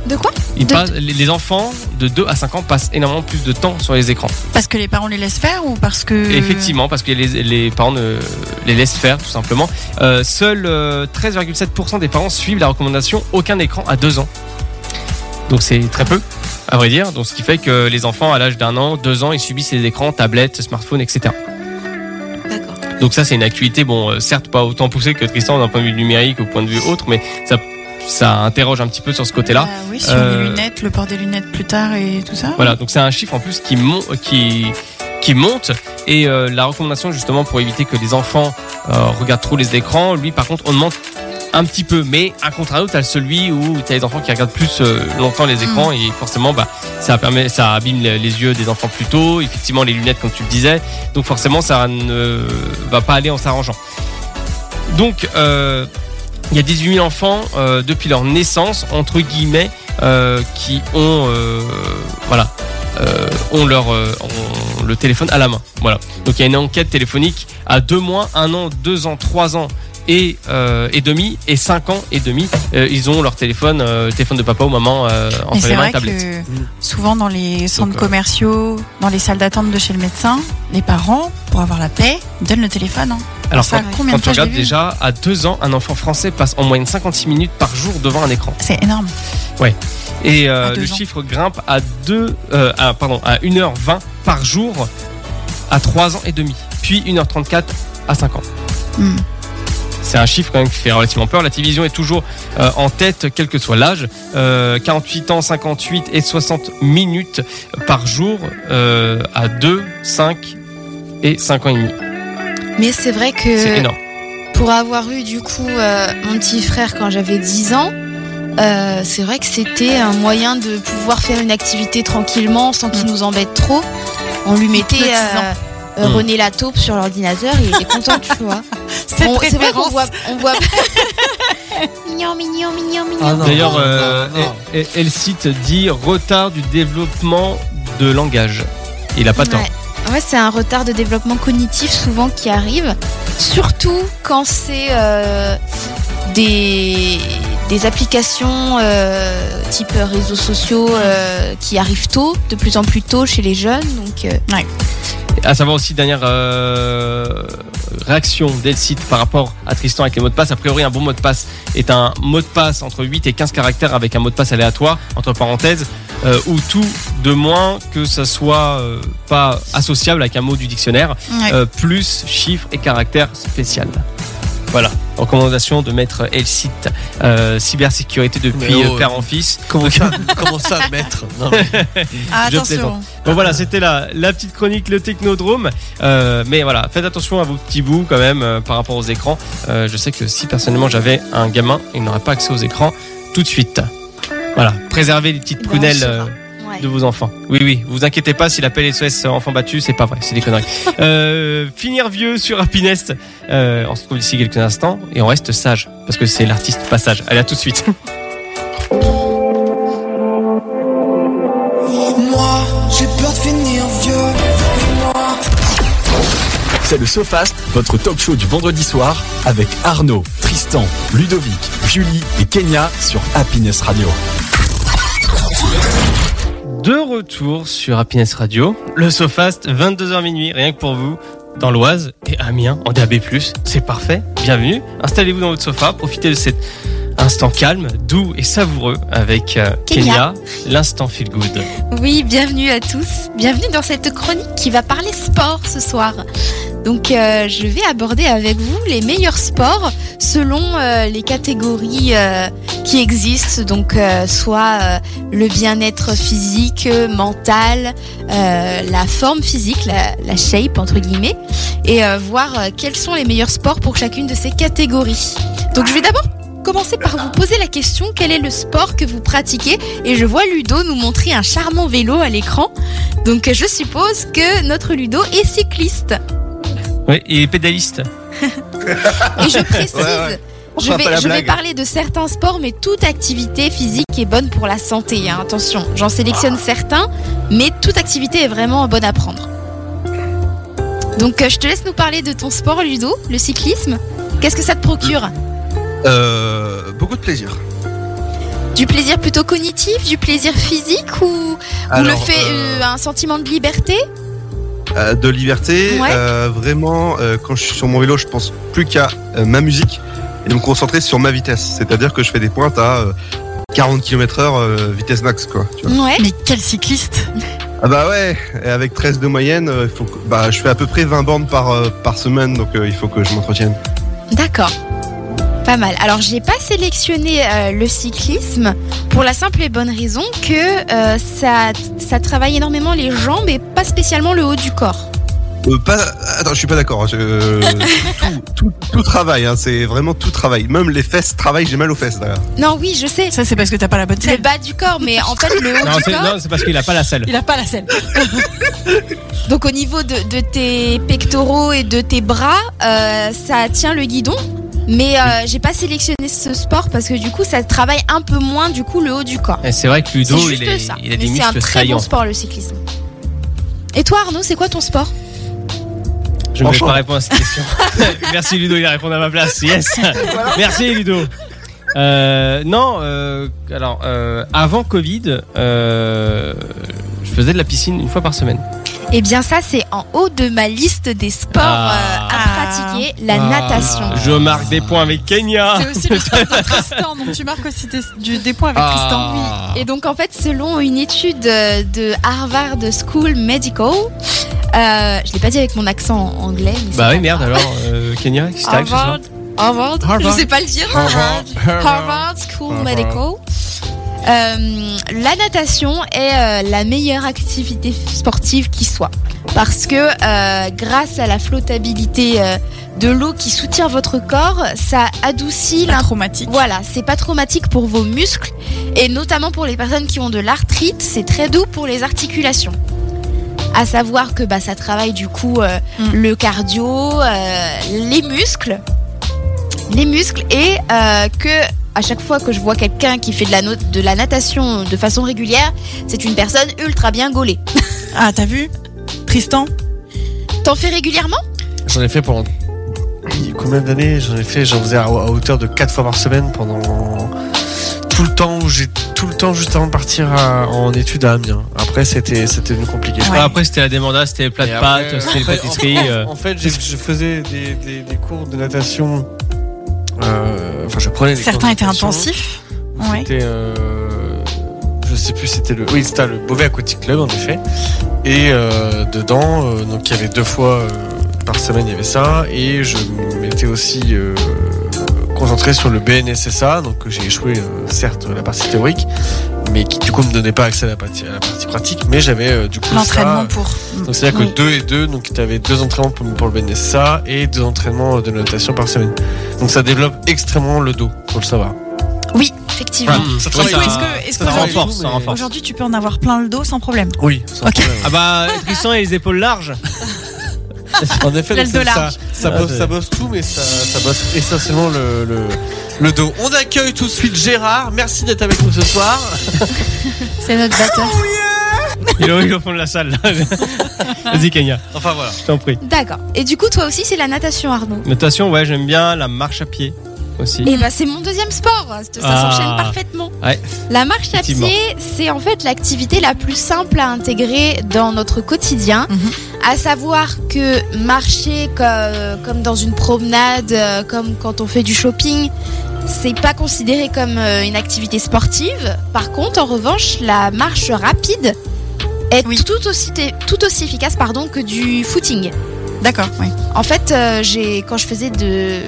Speaker 5: De quoi
Speaker 2: Ils
Speaker 5: De-
Speaker 2: passent- les- Les enfants de 2 à 5 ans passent énormément plus de temps sur les écrans.
Speaker 7: Parce que les parents les laissent faire ou parce que.
Speaker 2: Effectivement, parce que les, les parents ne les laissent faire, tout simplement. Euh, Seuls euh, 13,7% des parents suivent la recommandation aucun écran à 2 ans. Donc c'est très peu, à vrai dire. Donc ce qui fait que les enfants, à l'âge d'un an, 2 ans, ils subissent les écrans, tablettes, smartphones, etc.
Speaker 4: D'accord.
Speaker 2: Donc ça, c'est une activité, bon, euh, certes pas autant poussée que Tristan d'un point de vue numérique ou point de vue autre, mais ça, ça interroge un petit peu sur ce côté-là.
Speaker 7: Bah oui, sur
Speaker 2: Euh,
Speaker 7: les lunettes, le port des lunettes plus tard et tout ça.
Speaker 2: Voilà, donc c'est un chiffre en plus qui, mon- qui, qui monte. Et euh, la recommandation, justement, pour éviter que les enfants euh, regardent trop les écrans, lui, par contre, on demande un petit peu. Mais à contrario, tu as celui où tu as les enfants qui regardent plus euh, longtemps les écrans. Et forcément, bah, ça, permet, ça abîme les les yeux des enfants plus tôt. Effectivement, les lunettes, comme tu le disais. Donc forcément, ça ne va pas aller en s'arrangeant. Donc, euh, il y a 18 000 enfants euh, depuis leur naissance, entre guillemets, euh, qui ont, euh, voilà, euh, ont leur, euh, ont le téléphone à la main. Voilà. Donc il y a une enquête téléphonique à deux mois, un an, deux ans, trois ans. Et, euh, et demi et cinq ans et demi euh, ils ont leur téléphone euh, téléphone de papa ou maman euh,
Speaker 7: Mais
Speaker 2: entre
Speaker 7: c'est
Speaker 2: les mains et
Speaker 7: vrai
Speaker 2: tablette
Speaker 7: que souvent dans les centres
Speaker 2: Donc, euh,
Speaker 7: commerciaux, dans les salles d'attente de chez le médecin, les parents, pour avoir la paix, donnent le téléphone. hein.
Speaker 2: alors
Speaker 7: ça,
Speaker 2: quand,
Speaker 7: combien
Speaker 2: quand
Speaker 7: de
Speaker 2: tu
Speaker 7: fois je l'ai
Speaker 2: regardes
Speaker 7: vu
Speaker 2: déjà à deux ans un enfant français passe en moyenne 56 minutes par jour devant un écran
Speaker 7: C'est énorme.
Speaker 2: Et euh,
Speaker 7: À deux
Speaker 2: le
Speaker 7: ans.
Speaker 2: chiffre grimpe à 2 euh, à, pardon, à 1h20 par jour à 3 ans et demi, puis 1h34 à 5 ans.
Speaker 7: Hmm.
Speaker 2: C'est un chiffre quand même qui fait relativement peur. La télévision est toujours euh, en tête, quel que soit l'âge. Euh, 48 ans, 58 et 60 minutes par jour euh, à 2, 5 et 5 ans et demi.
Speaker 5: Mais c'est vrai
Speaker 2: C'est
Speaker 7: Euh,
Speaker 5: que
Speaker 2: énorme.
Speaker 5: pour avoir eu du coup euh, mon petit frère quand j'avais 10 ans, euh, c'est vrai que c'était un moyen de pouvoir faire une activité tranquillement sans qu'il nous embête trop. On lui mettait euh, euh,
Speaker 2: Mm.
Speaker 5: René la taupe sur l'ordinateur et il était content, tu vois.
Speaker 7: Cette
Speaker 5: On- *laughs* C'est vrai
Speaker 7: préférence.
Speaker 5: qu'on voit, on *laughs* voit. mignon, mignon, mignon,
Speaker 3: Ah,
Speaker 5: mignon.
Speaker 2: D'ailleurs, euh, El- El- Elsite dit retard du développement de langage. Il a pas tort.
Speaker 5: Ouais. Ouais, c'est un retard de développement cognitif souvent qui arrive, surtout quand c'est euh, des, des applications euh, type réseaux sociaux euh, qui arrivent tôt, de plus en plus tôt chez les jeunes. Donc, euh,
Speaker 7: Ouais.
Speaker 2: À savoir aussi, dernière euh, réaction d'Elsite par rapport à Tristan avec les mots de passe. A priori, un bon mot de passe est un mot de passe entre 8 et 15 caractères avec un mot de passe aléatoire, entre parenthèses, euh, ou tout de moins que ça soit euh, pas associable avec un mot du dictionnaire,
Speaker 7: Ouais.
Speaker 2: euh, plus chiffres et caractères spécial. Voilà, recommandation de maître Elsite, euh, cybersécurité depuis
Speaker 3: Mais oh,
Speaker 2: euh, père en fils. *laughs*
Speaker 3: Comment ça, *laughs* comment ça maître *laughs* Non, mais
Speaker 7: Ah,
Speaker 2: je
Speaker 7: attention.
Speaker 2: plaisante. Bon voilà, c'était la, la petite chronique, le technodrome. Euh, mais voilà, faites attention à vos petits bouts quand même euh, par rapport aux écrans. Euh, je sais que si personnellement j'avais un gamin, il n'aurait pas accès aux écrans tout de suite. Voilà, préservez les petites
Speaker 5: Bon,
Speaker 2: prunelles.
Speaker 5: ça va.
Speaker 2: euh,
Speaker 5: Ouais.
Speaker 2: de vos enfants. Oui, oui, vous inquiétez pas si l'appel SOS euh, enfant battu, c'est pas vrai, c'est des conneries. Euh, finir vieux sur Happiness. Euh, on se retrouve d'ici quelques instants et on reste sage parce que c'est l'artiste passage. Allez, à tout de suite.
Speaker 8: Moi, j'ai peur de finir vieux.
Speaker 1: C'est le SoFast, votre talk show du vendredi soir avec Arnaud, Tristan, Ludovic, Julie et Kenya sur Happiness Radio.
Speaker 2: De retour sur Happiness Radio, le Sofast, 22h minuit, rien que pour vous, dans l'Oise et Amiens, en DAB+. C'est parfait, bienvenue. Installez-vous dans votre sofa, profitez de cet instant calme, doux et savoureux avec euh, Kenya,
Speaker 5: Kenya.
Speaker 2: l'instant feel good.
Speaker 5: Oui, bienvenue à tous. Bienvenue dans cette chronique qui va parler sport ce soir. Donc, euh, je vais aborder avec vous les meilleurs sports selon euh, les catégories euh, qui existent. Donc, euh, soit euh, le bien-être physique, euh, mental, euh, la forme physique, la, la shape entre guillemets, et euh, voir euh, quels sont les meilleurs sports pour chacune de ces catégories. Donc, je vais d'abord commencer par vous poser la question quel est le sport que vous pratiquez et je vois Ludo nous montrer un charmant vélo à l'écran. Donc je suppose que notre Ludo est cycliste.
Speaker 2: Oui, et pédaliste.
Speaker 5: Et
Speaker 6: *laughs*
Speaker 5: je précise,
Speaker 6: Ouais, ouais.
Speaker 5: je,
Speaker 6: fera pas
Speaker 5: vais,
Speaker 6: la
Speaker 5: je vais
Speaker 6: blague.
Speaker 5: parler de certains sports, mais toute activité physique est bonne pour la santé. hein, attention, j'en sélectionne
Speaker 6: Ah.
Speaker 5: certains, mais toute activité est vraiment bonne à prendre. Donc euh, je te laisse nous parler de ton sport Ludo, le cyclisme. Qu'est-ce que ça te procure
Speaker 6: Euh, beaucoup de plaisir.
Speaker 5: Du plaisir plutôt cognitif, du plaisir physique ou, ou le
Speaker 6: Alors,
Speaker 5: fait
Speaker 6: euh,
Speaker 5: euh, un sentiment de liberté
Speaker 6: euh, de liberté.
Speaker 5: Ouais.
Speaker 6: euh, vraiment, euh, quand je suis sur mon vélo, je pense plus qu'à euh, ma musique et de me concentrer sur ma vitesse. C'est-à-dire que je fais des pointes à euh, 40 km/h euh, vitesse max, quoi. Tu vois.
Speaker 5: Ouais.
Speaker 7: Mais quel cycliste
Speaker 6: Ah bah ouais, et avec 13 de moyenne, euh, il faut que- bah, je fais à peu près 20 bornes par, euh, par semaine, donc euh, il faut que je m'entretienne.
Speaker 5: D'accord. Pas mal. Alors, j'ai pas sélectionné euh, le cyclisme pour la simple et bonne raison que euh, ça, ça travaille énormément les jambes et pas spécialement le haut du corps.
Speaker 6: Euh, pas, attends, je suis pas d'accord. je- euh, tout, tout, tout travail, hein, c'est vraiment tout travail. Même les fesses travaillent, j'ai mal aux fesses d'ailleurs.
Speaker 5: Non, oui, je sais.
Speaker 7: Ça, c'est parce que t'as pas la bonne
Speaker 5: Le
Speaker 7: selle.
Speaker 5: bas du corps, mais en fait, le haut
Speaker 2: Non,
Speaker 5: du
Speaker 2: c'est
Speaker 5: corps.
Speaker 2: non, c'est parce qu'il a pas la selle.
Speaker 7: Il a pas la selle.
Speaker 5: Donc, au niveau de, de tes pectoraux et de tes bras, euh, ça tient le guidon. Mais euh, j'ai pas sélectionné ce sport parce que du coup, ça travaille un peu moins du coup le haut du corps.
Speaker 2: Et Eh, C'est vrai que
Speaker 5: C'est
Speaker 2: Ludo, il,
Speaker 5: juste
Speaker 2: est-
Speaker 5: ça.
Speaker 2: il a
Speaker 5: Mais
Speaker 2: des
Speaker 5: c'est un
Speaker 2: muscles
Speaker 5: très
Speaker 2: saillants.
Speaker 5: bon sport le cyclisme. Et toi, Arnaud, c'est quoi ton sport
Speaker 2: Je ne vais
Speaker 6: Franchement.
Speaker 2: pas répondre à cette question. *laughs* Merci Ludo, il a répondu à ma place. Yes. Merci Ludo. Euh, non, euh, alors euh, avant Covid, euh, je faisais de la piscine une fois par semaine.
Speaker 5: Eh bien, ça, c'est en haut de ma liste des sports
Speaker 2: Ah.
Speaker 5: euh, à pratiquer, la
Speaker 2: Ah,
Speaker 5: natation.
Speaker 2: Je marque des points avec Kenya.
Speaker 7: C'est aussi le sport de Tristan, donc tu marques aussi tes- du, des points avec Tristan.
Speaker 2: Ah.
Speaker 5: Et donc, en fait, selon une étude euh, de Harvard School Medical, euh, je l'ai pas dit avec mon accent anglais, mais
Speaker 2: Bah
Speaker 5: c'est
Speaker 2: oui, merde alors, euh, Kenya, qu'est-ce qui
Speaker 5: pas-
Speaker 2: t'arrive ce soir
Speaker 5: Harvard, Harvard,
Speaker 2: Harvard.
Speaker 5: je sais pas le dire. Harvard School
Speaker 6: Harvard.
Speaker 5: Medical. Euh, la natation est euh, la meilleure activité sportive qui soit parce que euh, grâce à la flottabilité euh, de l'eau qui soutient votre corps, ça adoucit
Speaker 7: La
Speaker 5: l'impression
Speaker 7: traumatique.
Speaker 5: Voilà, c'est pas traumatique pour vos muscles et notamment pour les personnes qui ont de l'arthrite, c'est très doux pour les articulations. À savoir que bah, ça travaille du coup euh,
Speaker 7: Mm.
Speaker 5: le cardio, euh, les muscles, les muscles et euh, que à chaque fois que je vois quelqu'un qui fait de la, no- de la natation de façon régulière, c'est une personne ultra bien gaulée.
Speaker 7: Ah, t'as vu Tristan
Speaker 5: T'en fais régulièrement
Speaker 3: J'en ai fait pendant combien d'années J'en ai fait, j'en faisais à, à hauteur de 4 fois par semaine pendant tout le temps où j'ai tout le temps juste avant de partir à- en études à Amiens. Après, c'était c'était devenu compliqué.
Speaker 7: Ouais.
Speaker 2: Après, c'était la demanda, c'était les plats
Speaker 3: Et
Speaker 2: de
Speaker 3: après,
Speaker 2: pâtes, c'était les
Speaker 3: en fait,
Speaker 2: pâtisseries.
Speaker 3: En,
Speaker 2: euh,
Speaker 3: en fait, j'ai- je faisais des, des- des cours de natation. euh, Enfin, je prenais des cours
Speaker 7: Certains
Speaker 3: de
Speaker 7: étaient
Speaker 3: natation.
Speaker 7: intensifs. Ouais.
Speaker 3: C'était, euh, je sais plus, c'était le, oui, c'était le Beauvais Aquatic Club en effet. Et euh, dedans, euh, donc il y avait deux fois euh, par semaine, il y avait ça. Et je m'étais aussi euh, concentré sur le BNSSA, donc que j'ai échoué euh, certes la partie théorique, mais qui du coup me donnait pas accès à la partie, à la partie pratique. Mais j'avais euh, du coup ça,
Speaker 7: L'entraînement pour.
Speaker 3: donc c'est-à-dire
Speaker 5: Oui.
Speaker 3: que 2 et 2, donc tu avais deux entraînements pour, pour le BNSA et deux entraînements de natation par semaine. Donc ça développe extrêmement le dos, faut le savoir.
Speaker 5: Effectivement.
Speaker 3: Ça
Speaker 2: travaille
Speaker 7: Du coup,
Speaker 2: ça-
Speaker 7: est-ce que- est-ce
Speaker 2: ça
Speaker 7: qu'aujourd'hui-
Speaker 2: renforce, ça renforce.
Speaker 7: Aujourd'hui, tu peux en avoir plein le dos sans problème.
Speaker 3: Oui, sans
Speaker 7: Ok.
Speaker 3: problème.
Speaker 2: Ah bah, Tristan et les épaules
Speaker 3: *laughs*
Speaker 2: larges.
Speaker 3: En effet,
Speaker 7: L'aile
Speaker 3: donc,
Speaker 7: de
Speaker 3: ça, ça,
Speaker 7: large.
Speaker 3: ça
Speaker 2: Ah,
Speaker 3: bosse,
Speaker 2: c'est-
Speaker 3: ça bosse tout, mais ça, ça bosse essentiellement le, le, le dos. On accueille tout de suite Gérard. Merci d'être avec nous ce soir.
Speaker 7: C'est notre batteur.
Speaker 2: Il est au- il est au fond de la
Speaker 5: *laughs*
Speaker 2: salle. là. Vas-y, Kenya,
Speaker 3: Enfin voilà.
Speaker 2: je t'en prie.
Speaker 5: D'accord. Et du coup, toi aussi, c'est la natation, Arnaud.
Speaker 2: Notation, ouais, j'aime bien la marche à pied aussi.
Speaker 5: Et bah, c'est mon deuxième sport. Ça
Speaker 2: Ah.
Speaker 5: s'enchaîne parfaitement.
Speaker 2: Ouais.
Speaker 5: La marche à
Speaker 2: Effectivement.
Speaker 5: pied, c'est en fait l'activité la plus simple à intégrer dans notre quotidien.
Speaker 7: Mhm.
Speaker 5: À savoir que marcher co- euh, comme dans une promenade, euh, comme quand on fait du shopping, c'est pas considéré comme euh, une activité sportive. Par contre, en revanche, la marche rapide est
Speaker 7: Oui.
Speaker 5: tout, aussi, tout aussi efficace pardon, que du footing.
Speaker 7: D'accord, oui.
Speaker 5: En fait, euh, j'ai quand je faisais de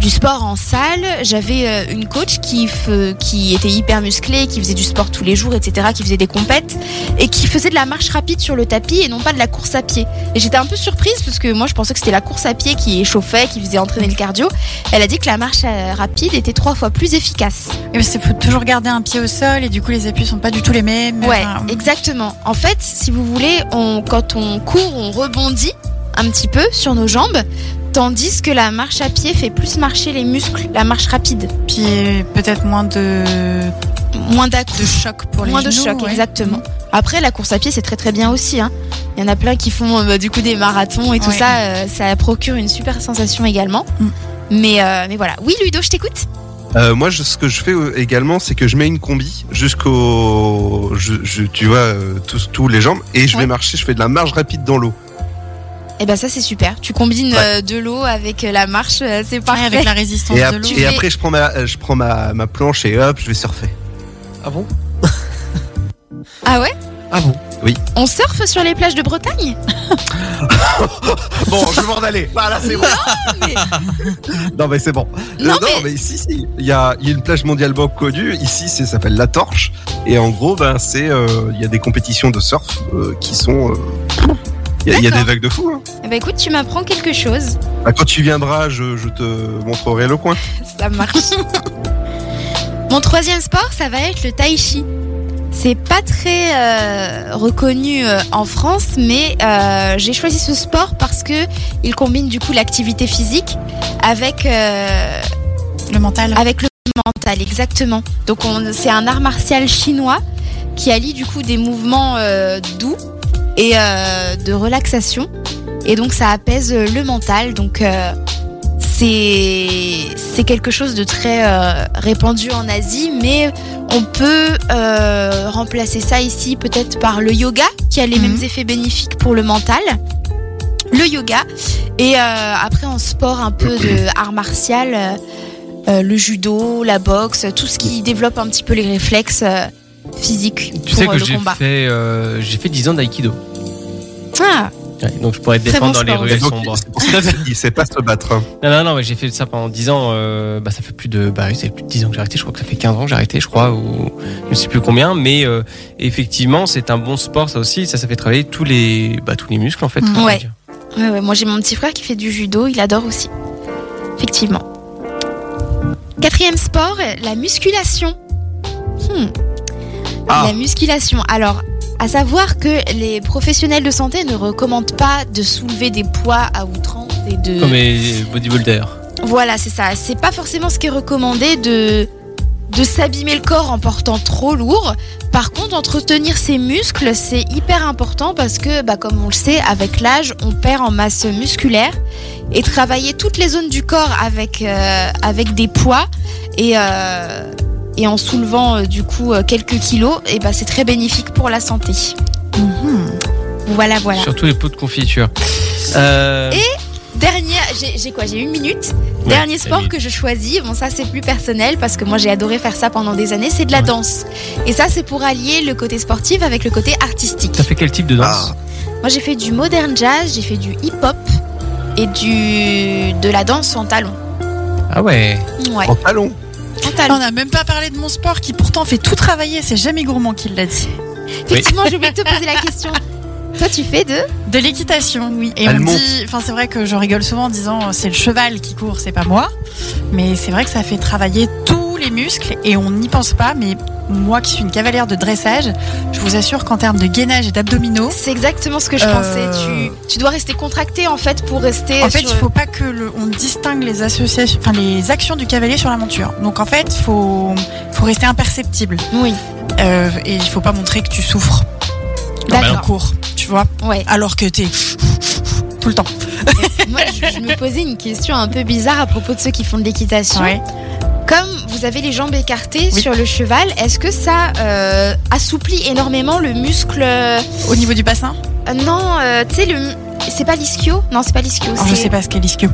Speaker 5: du sport en salle, j'avais euh, une coach qui, fe- qui était hyper musclée, qui faisait du sport tous les jours, etc., qui faisait des compètes et qui faisait de la marche rapide sur le tapis et non pas de la course à pied. Et j'étais un peu surprise parce que moi je pensais que c'était la course à pied qui échauffait, qui faisait entraîner le cardio. Elle a dit que la marche euh, rapide était trois fois plus efficace.
Speaker 7: Il faut toujours garder un pied au sol et du coup, les appuis sont pas du tout les mêmes.
Speaker 5: Ouais,
Speaker 7: Enfin,
Speaker 5: exactement. En fait, si vous voulez, on, quand on court, on rebondit un petit peu sur nos jambes, tandis que la marche à pied fait plus marcher les muscles, la marche rapide.
Speaker 7: Puis peut-être moins de,
Speaker 5: Moins dà
Speaker 7: de choc pour les
Speaker 5: Moins de
Speaker 7: genoux,
Speaker 5: choc,
Speaker 7: ouais. Mm.
Speaker 5: exactement. Après, la course à pied, c'est très très bien aussi. hein. Il y en a plein qui font euh, bah, du coup des marathons et tout
Speaker 7: Ouais.
Speaker 5: ça. euh, ça procure une super sensation également.
Speaker 7: Mm.
Speaker 5: Mais, euh, mais voilà. Oui, Ludo, je t'écoute.
Speaker 6: Euh, moi, je- ce que je fais euh, également, c'est que je mets une combi jusqu'au, je- je- tu vois, euh, tous, tous les jambes, et je
Speaker 7: Ouais.
Speaker 6: vais marcher. Je fais de la marche rapide dans l'eau.
Speaker 5: Et ben ça, c'est super. Tu combines euh, de l'eau avec euh, la marche, euh, c'est
Speaker 7: Ouais,
Speaker 5: parfait.
Speaker 7: avec la résistance
Speaker 6: Et,
Speaker 7: de
Speaker 6: ap-
Speaker 7: l'eau.
Speaker 6: et après, je prends ma, euh, je prends ma, ma planche et hop, je vais surfer.
Speaker 3: Ah bon
Speaker 5: Ah ouais
Speaker 3: Ah bon
Speaker 5: On surfe sur les plages de Bretagne
Speaker 6: Bon, je vais m'en aller. Voilà, c'est bon.
Speaker 5: mais-
Speaker 6: non, mais c'est bon. Euh,
Speaker 5: Non, mais-
Speaker 6: ici, si. il y a, il y a une plage mondialement connue. Ici, c'est ça s'appelle la Torche. Et en gros, ben, c'est, euh, il y a des compétitions de surf euh, qui sont. euh, il y a- il y, a des
Speaker 5: D'accord.
Speaker 6: vagues de fou. hein.
Speaker 5: Eh ben, écoute, tu m'apprends quelque chose.
Speaker 6: Bah, quand tu viendras, je, je te montrerai le coin.
Speaker 5: Ça marche. Mon troisième sport, ça va être le tai chi. C'est pas très euh, reconnu euh, en France, mais euh, j'ai choisi ce sport parce que il combine du coup l'activité physique avec euh,
Speaker 7: Le mental.
Speaker 5: avec le mental, exactement. Donc on- c'est un art martial chinois qui allie du coup des mouvements euh, doux et euh, de relaxation. Et donc ça apaise le mental. Donc euh, c'est c'est quelque chose de très euh, répandu en Asie, mais on peut euh, remplacer ça ici peut-être par le yoga qui a les
Speaker 7: Mhm.
Speaker 5: mêmes effets bénéfiques pour le mental. Le yoga et euh, après en sport un peu de art martial, euh, euh, le judo, la boxe, tout ce qui développe un petit peu les réflexes euh, physiques
Speaker 2: Tu sais
Speaker 5: pour
Speaker 2: que
Speaker 5: euh,
Speaker 2: j'ai
Speaker 5: le combat.
Speaker 2: fait, euh, j'ai fait 10 ans d'aïkido.
Speaker 5: Ah,
Speaker 2: Ouais, donc je pourrais te
Speaker 5: Très
Speaker 2: défendre
Speaker 5: bon
Speaker 2: dans les
Speaker 5: sport.
Speaker 2: rues elles
Speaker 6: Donc,
Speaker 2: sombres.
Speaker 6: c'est pour ça qu'il sait pas se
Speaker 2: *laughs*
Speaker 6: battre. hein.
Speaker 2: Non, non, non, ouais, j'ai fait ça pendant 10 ans. euh, bah, ça fait plus de, bah, oui, ça fait plus de 10 ans que j'ai arrêté. Je crois que ça fait 15 ans que j'ai arrêté, je crois, ou je ne sais plus combien. Mais euh, effectivement, c'est un bon sport, ça aussi. Ça, ça fait travailler tous les, bah, tous les muscles, en fait.
Speaker 7: Mm.
Speaker 2: on va
Speaker 5: Ouais.
Speaker 2: dire.
Speaker 5: ouais, ouais, moi j'ai mon petit frère qui fait du judo, il adore aussi. Effectivement. Quatrième sport, euh, la musculation. Hmm.
Speaker 6: Ah.
Speaker 5: La musculation. Alors, à savoir que les professionnels de santé ne recommandent pas de soulever des poids à outrance et de.
Speaker 2: Comme les bodybuilders.
Speaker 5: Voilà, c'est ça. C'est pas forcément ce qui est recommandé de de s'abîmer le corps en portant trop lourd. Par contre, entretenir ses muscles, c'est hyper important parce que, bah, comme on le sait, avec l'âge, on perd en masse musculaire. Et travailler toutes les zones du corps avec, euh, avec des poids et, euh, et en soulevant euh, du coup euh, quelques kilos, et ben c'est très bénéfique pour la santé. Voilà, voilà.
Speaker 2: Surtout les pots de confiture. Euh,
Speaker 5: Dernier, j'ai j'ai quoi J'ai une minute.
Speaker 2: Ouais,
Speaker 5: Dernier
Speaker 2: t'as
Speaker 5: sport
Speaker 2: dit.
Speaker 5: que je choisis, bon ça c'est plus personnel parce que moi j'ai adoré faire ça pendant des années, c'est de la
Speaker 2: Ouais.
Speaker 5: danse. Et ça c'est pour allier le côté sportif avec le côté artistique.
Speaker 2: T'as fait quel type de danse
Speaker 5: Moi j'ai fait du modern jazz, j'ai fait du hip-hop et du de la danse en talons.
Speaker 2: ah. ouais.
Speaker 5: Ouais,
Speaker 6: En talon.
Speaker 5: en talons.
Speaker 7: On n'a même pas parlé de mon sport qui pourtant fait tout travailler. C'est jamais gourmand qui l'a dit.
Speaker 5: Effectivement, j'ai oublié de te poser la question. Toi tu fais de
Speaker 7: De l'équitation, oui. Et
Speaker 6: Elle
Speaker 7: on me
Speaker 6: monte.
Speaker 7: dit, enfin c'est vrai que je rigole souvent en disant euh, c'est le cheval qui court, c'est pas moi. Mais c'est vrai que ça fait travailler tous les muscles et on n'y pense pas. Mais moi qui suis une cavalière de dressage, je vous assure qu'en termes de gainage et d'abdominaux,
Speaker 5: C'est exactement ce que je
Speaker 7: Oh. Euh.
Speaker 5: pensais. Tu, tu dois rester contracté en fait pour rester.
Speaker 7: en fait
Speaker 5: sur-
Speaker 7: il faut pas que le, on distingue les associations, enfin les actions du cavalier sur la monture. Donc en fait faut faut rester imperceptible
Speaker 5: Oui.
Speaker 7: Euh, et il faut pas montrer que tu souffres dans le
Speaker 5: D'accord.
Speaker 7: cours, tu vois.
Speaker 5: Ouais.
Speaker 7: Alors que t'es *laughs* tout le temps.
Speaker 5: Moi je, je me posais une question un peu bizarre à propos de ceux qui font de l'équitation. Comme vous avez les jambes écartées
Speaker 7: Oui.
Speaker 5: sur le cheval, est-ce que ça euh, assouplit énormément le muscle euh,
Speaker 7: Au niveau du bassin,
Speaker 5: Non, euh, tu sais le. C'est pas l'ischio Non, c'est pas l'ischio.
Speaker 7: Alors, je
Speaker 5: c'est-
Speaker 7: sais pas ce qu'est l'ischio.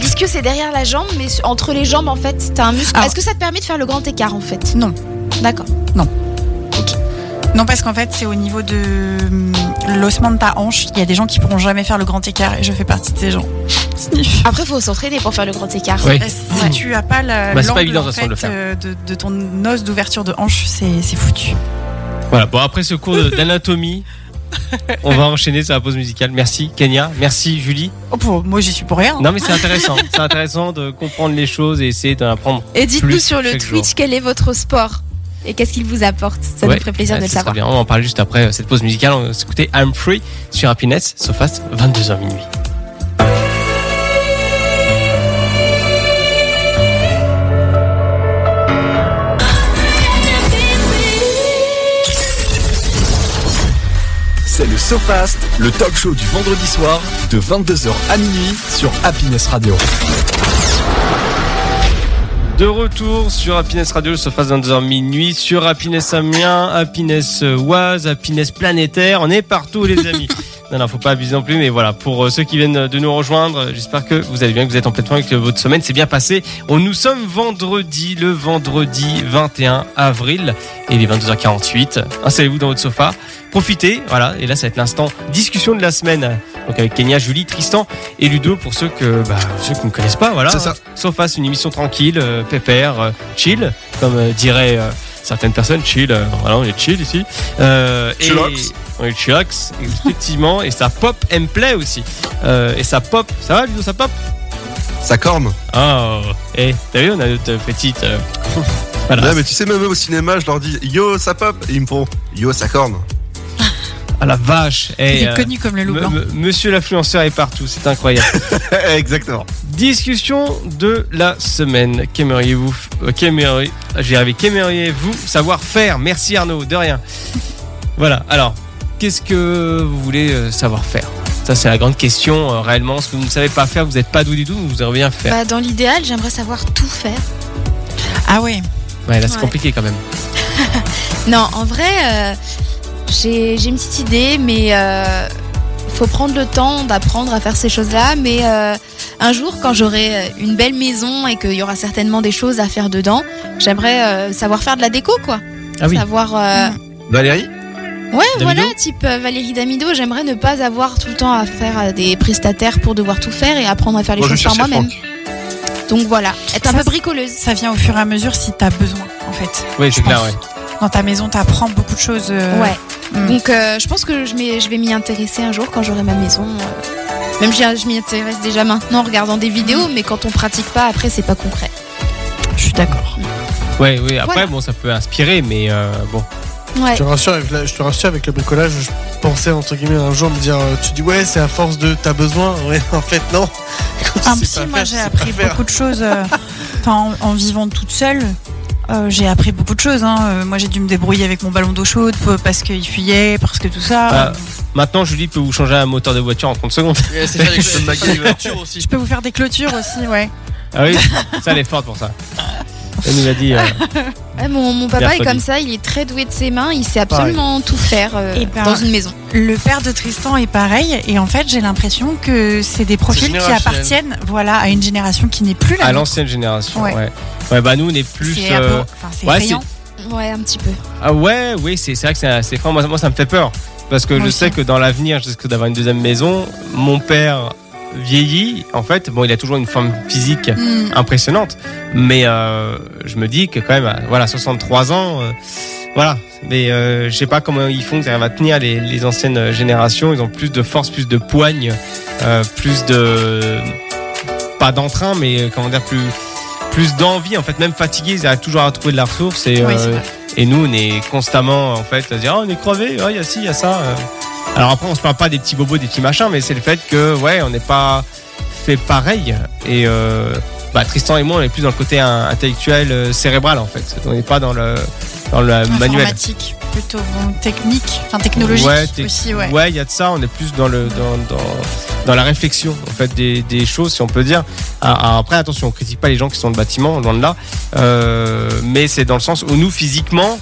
Speaker 5: L'ischio, c'est derrière la jambe, mais su- entre les jambes, en fait, t'as un muscle.
Speaker 7: Alors-
Speaker 5: Est-ce que ça te permet de faire le grand écart, en fait
Speaker 7: Non.
Speaker 5: D'accord.
Speaker 7: Non, parce qu'en fait, c'est au niveau de hum, l'ossement de ta hanche. Il y a des gens qui pourront jamais faire le grand écart et je fais partie de ces gens. Sniff.
Speaker 5: Après, faut s'entraîner pour faire le grand écart.
Speaker 2: Ouais.
Speaker 7: Si tu as pas la-
Speaker 2: Bah, c'est pas
Speaker 7: l'angle,
Speaker 2: évident, de
Speaker 7: en
Speaker 2: toute façon, de le
Speaker 7: fait,
Speaker 2: faire.
Speaker 7: euh, de, de ton os d'ouverture de hanche, c'est c'est foutu.
Speaker 2: Voilà, bon, après ce cours de- d'anatomie, on va enchaîner sur la pause musicale. Merci Kenya, merci Julie.
Speaker 7: Oh, pour- moi, j'y suis pour rien.
Speaker 2: Non, mais c'est intéressant. c'est intéressant de comprendre les choses et essayer d'en apprendre.
Speaker 5: Et dites-nous
Speaker 2: Plus
Speaker 5: sur le
Speaker 2: chaque
Speaker 5: Twitch
Speaker 2: jour.
Speaker 5: quel est votre sport et qu'est-ce qu'il vous apporte. Ça
Speaker 2: Ouais,
Speaker 5: nous ferait plaisir
Speaker 2: Ah,
Speaker 5: de le
Speaker 2: ça sera
Speaker 5: savoir.
Speaker 2: bien. On en parle juste après euh, cette pause musicale. On va s'écouter I'm Free sur Happiness, Sofast, 22h minuit.
Speaker 1: C'est le SoFast, le talk show du vendredi soir de 22h à minuit sur Happiness Radio.
Speaker 2: De retour sur Happiness Radio, se fasse 22h minuit, sur Happiness Amiens, Happiness euh, Oise, Happiness Planétaire, on est partout les
Speaker 6: *laughs*
Speaker 2: amis. Non, non, faut pas abuser non plus, mais voilà, pour euh, ceux qui viennent de nous rejoindre, euh, j'espère que vous allez bien, que vous êtes en pleine forme et que votre semaine s'est bien passée. On nous sommes vendredi, le vendredi 21 avril, et les 22h48. Installez-vous dans votre sofa, profitez, voilà, et là ça va être l'instant discussion de la semaine. Donc avec Kenya, Julie, Tristan et Ludo pour ceux que bah, ceux qui ne connaissent pas, voilà.
Speaker 6: C'est ça.
Speaker 2: Sofast, une émission tranquille, euh, pépère, euh, chill, comme euh, diraient euh, certaines personnes, chill. euh, voilà, on est chill ici. Euh, et-
Speaker 6: Chillax.
Speaker 2: on est chillax, effectivement, et ça pop and play aussi. Euh, et ça pop, ça va Ludo, ça pop
Speaker 6: Ça corne.
Speaker 2: Oh, eh, t'as vu, on a notre petite. euh, *laughs* voilà.
Speaker 6: Ouais, mais tu sais, même eux, au cinéma, je leur dis yo, ça pop. Et ils me font yo, ça corne. *laughs*
Speaker 2: Ah la vache. eh,
Speaker 7: Il est
Speaker 2: euh,
Speaker 7: connu comme le loup
Speaker 2: me-
Speaker 7: blanc.
Speaker 2: me- Monsieur l'influenceur est partout, c'est incroyable.
Speaker 6: Exactement.
Speaker 2: Discussion de la semaine. Qu'aimeriez-vous euh, qu'aimeriez- j'ai rêvé. Qu'aimeriez-vous savoir faire Merci Arnaud, de rien. Voilà, alors, qu'est-ce que vous voulez euh, savoir faire Ça, c'est la grande question, euh, réellement. Ce que vous ne savez pas faire, vous n'êtes pas doux du tout, vous aimeriez bien faire.
Speaker 5: Bah, dans l'idéal, j'aimerais savoir tout faire.
Speaker 7: Ah ouais.
Speaker 2: Ouais, là, c'est
Speaker 5: ouais.
Speaker 2: compliqué quand même.
Speaker 5: Non, en vrai, euh, j'ai j'ai une petite idée, mais euh, faut prendre le temps d'apprendre à faire ces choses-là. Mais euh, un jour, quand j'aurai euh, une belle maison et qu'il y aura certainement des choses à faire dedans, j'aimerais euh, savoir faire de la déco, quoi.
Speaker 2: Ah oui.
Speaker 5: Savoir. euh,
Speaker 6: Valérie
Speaker 5: Ouais,
Speaker 2: Damido
Speaker 5: voilà, type euh, Valérie Damido, j'aimerais ne pas avoir tout le temps à faire euh, des prestataires pour devoir tout faire et apprendre à faire les
Speaker 6: Moi, je
Speaker 5: choses par
Speaker 6: cherchais
Speaker 5: moi-même. Donc voilà, être un
Speaker 7: Ça,
Speaker 5: peu
Speaker 7: c'est-
Speaker 5: bricoleuse.
Speaker 7: Ça vient au fur et à mesure si t'as besoin, en fait.
Speaker 2: Oui, c'est
Speaker 7: Je
Speaker 2: clair,
Speaker 7: pense.
Speaker 2: ouais.
Speaker 7: Dans ta maison, t'apprends beaucoup de choses. euh,
Speaker 5: Ouais.
Speaker 7: Hmm.
Speaker 5: Donc euh, je pense que je, m'y- je vais m'y intéresser un jour quand j'aurai ma maison. euh. Même j'y- je m'y intéresse déjà maintenant en regardant des vidéos, mais quand on pratique pas, après c'est pas concret.
Speaker 7: Je suis d'accord.
Speaker 2: Ouais, oui, après,
Speaker 5: Voilà.
Speaker 2: bon, ça peut inspirer, mais euh, bon.
Speaker 5: Ouais.
Speaker 3: Je te rassure avec, la- je te rassure avec le bricolage. Je pensais entre guillemets un jour me dire euh, tu dis ouais c'est à force de t'as besoin ouais en fait non. Quand tu
Speaker 7: Ah,
Speaker 3: sais
Speaker 7: si,
Speaker 3: pas
Speaker 7: moi
Speaker 3: faire,
Speaker 7: j'ai
Speaker 3: tu sais
Speaker 7: appris
Speaker 3: pas faire.
Speaker 7: beaucoup de choses euh, enfin, en, en vivant toute seule. euh, j'ai appris beaucoup de choses. hein. Euh, Moi, j'ai dû me débrouiller avec mon ballon d'eau chaude p- parce qu'il fuyait, parce que tout ça. Euh,
Speaker 2: Ah. Maintenant, Julie peut vous changer un moteur de voiture en 30 secondes.
Speaker 3: C'est faire des *laughs* choses de MacGyver.
Speaker 2: *laughs*
Speaker 3: aussi.
Speaker 7: Je peux vous faire des clôtures aussi, ouais.
Speaker 2: Ah oui, ça, elle est forte pour ça. Elle nous l'a dit. euh,
Speaker 5: Ouais, mon, mon papa
Speaker 2: Mercredi.
Speaker 5: est comme ça, il est très doué de ses mains, il sait absolument tout faire euh,
Speaker 7: Eh ben,
Speaker 5: dans une maison.
Speaker 7: Le père de Tristan est pareil, et en fait, j'ai l'impression que c'est des profils qui
Speaker 3: générationnel.
Speaker 7: appartiennent, voilà, à une génération qui n'est plus la
Speaker 2: à
Speaker 7: nôtre.
Speaker 2: l'ancienne génération. Ouais.
Speaker 7: Ouais.
Speaker 2: ouais. bah nous on est plus.
Speaker 7: C'est un peu-
Speaker 2: euh,
Speaker 7: enfin, c'est
Speaker 2: ouais,
Speaker 7: effrayant.
Speaker 5: Ouais, un petit peu.
Speaker 2: Ah ouais, oui, c'est c'est vrai que c'est assez franc. Moi, moi, ça me fait peur. Parce que
Speaker 7: Moi
Speaker 2: je
Speaker 7: aussi.
Speaker 2: sais que dans l'avenir, je risque d'avoir une deuxième maison. Mon père vieillit. En fait, bon, il a toujours une forme physique
Speaker 7: Hmm.
Speaker 2: impressionnante. Mais euh, je me dis que quand même, à- voilà, 63 ans, euh, voilà. Mais euh, je sais pas comment ils font, ils arrivent à tenir les, les anciennes générations. Ils ont plus de force, plus de poigne, euh, plus de pas d'entrain, mais euh, comment dire plus plus d'envie. En fait, même fatigués, ils arrivent toujours à trouver de la ressource. Et,
Speaker 7: Oui, c'est
Speaker 2: euh,
Speaker 7: vrai.
Speaker 2: et nous, on est constamment en fait à se dire, Ah, on est crevé, il y a ci, il y a ça. euh. Alors après, on se parle pas des petits bobos, des petits machins, mais c'est le fait que ouais, on n'est pas fait pareil. Et euh, bah, Tristan et moi, on est plus dans le côté hein, intellectuel, euh, cérébral en fait. On n'est pas dans le dans le euh, manuel.
Speaker 7: Informatique, plutôt bon, technique, enfin technologique
Speaker 2: Ouais, t'es-
Speaker 7: aussi, ouais.
Speaker 2: Ouais, il y a de ça. On est plus dans le dans, dans, dans la réflexion en fait des, des choses, si on peut dire. Ah, ah, Après, attention, on critique pas les gens qui sont dans le bâtiment, loin de là. Euh, mais c'est dans le sens où nous physiquement,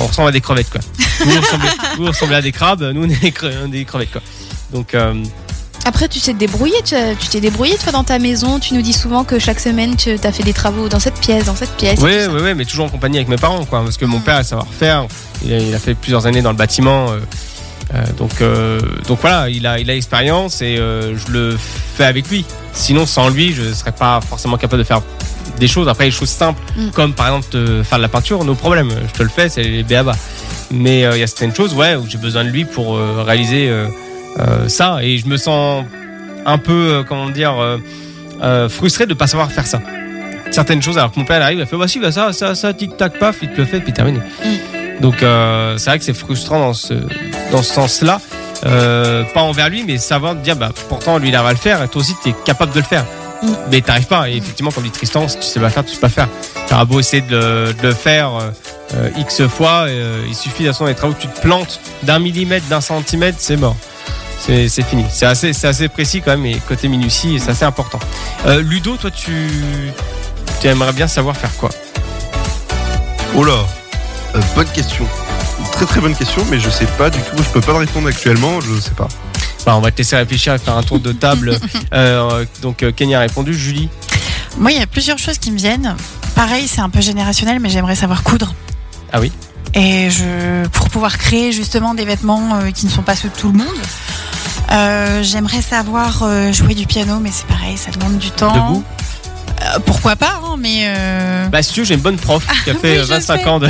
Speaker 2: on ressemble à des crevettes quoi. Vous vous *laughs* ressemblez, vous ressemblez à des crabes, nous on est des cre- des crevettes quoi. Donc euh,
Speaker 5: Après, tu sais te débrouiller, tu as- tu t'es débrouillé toi dans ta maison. Tu nous dis souvent que chaque semaine tu as fait des travaux dans cette pièce, dans cette pièce. et
Speaker 2: Oui,
Speaker 5: tout ça.
Speaker 2: oui, oui, mais toujours en compagnie avec mes parents, quoi. Parce que mon père, a savoir-faire, il, a- il a fait plusieurs années dans le bâtiment. euh, euh, donc, euh, donc voilà, il a, il a expérience et euh, je le fais avec lui. Sinon, sans lui, je serais pas forcément capable de faire des choses. Après, les choses simples,
Speaker 5: Mm.
Speaker 2: comme par exemple te faire de la peinture, nos problèmes, je te le fais, c'est les BABA. Mais euh, il y a certaines choses, ouais, où j'ai besoin de lui pour euh, réaliser euh, euh, ça. Et je me sens un peu, euh, comment dire, euh, euh, frustré de pas savoir faire ça certaines choses alors que mon père il arrive il a fait bah si bah ça ça ça tic tac paf il te le fait puis terminé donc euh, c'est vrai que c'est frustrant dans ce dans ce sens là pas envers lui mais savoir dire bah pourtant lui il arrive à le faire et toi aussi t'es capable de le faire
Speaker 5: Mm.
Speaker 2: mais t'arrives pas et effectivement comme dit Tristan si tu sais pas faire tu sais pas faire t'auras beau essayer de le, de le faire euh, euh, x fois euh, il suffit façon des travaux que tu te plantes d'un millimètre d'un centimètre c'est mort c'est c'est fini c'est assez c'est assez précis quand même et côté minutie c'est assez important Euh, Ludo toi tu tu aimerais bien savoir faire quoi
Speaker 6: Oh là Euh, Bonne question. Très très bonne question, mais je sais pas du tout. Je peux pas te répondre actuellement, je sais pas.
Speaker 2: Bah, On va te laisser réfléchir et faire un tour de
Speaker 7: *laughs*
Speaker 2: table. Euh, donc, euh, Kenny a répondu, Julie.
Speaker 7: Moi, il y a plusieurs choses qui me viennent. Pareil, c'est un peu générationnel, mais j'aimerais savoir coudre.
Speaker 2: Ah oui.
Speaker 7: Et je, pour pouvoir créer justement des vêtements euh, qui ne sont pas ceux de tout le monde. Euh, j'aimerais savoir euh, jouer du piano, mais c'est pareil, ça demande du temps.
Speaker 2: Debout
Speaker 7: Euh, Pourquoi pas, hein, mais euh,
Speaker 2: Bah, si tu veux, j'ai une bonne prof qui
Speaker 7: *laughs*
Speaker 2: a fait
Speaker 7: oui,
Speaker 2: euh,
Speaker 7: je
Speaker 2: 25
Speaker 7: sais.
Speaker 2: ans de.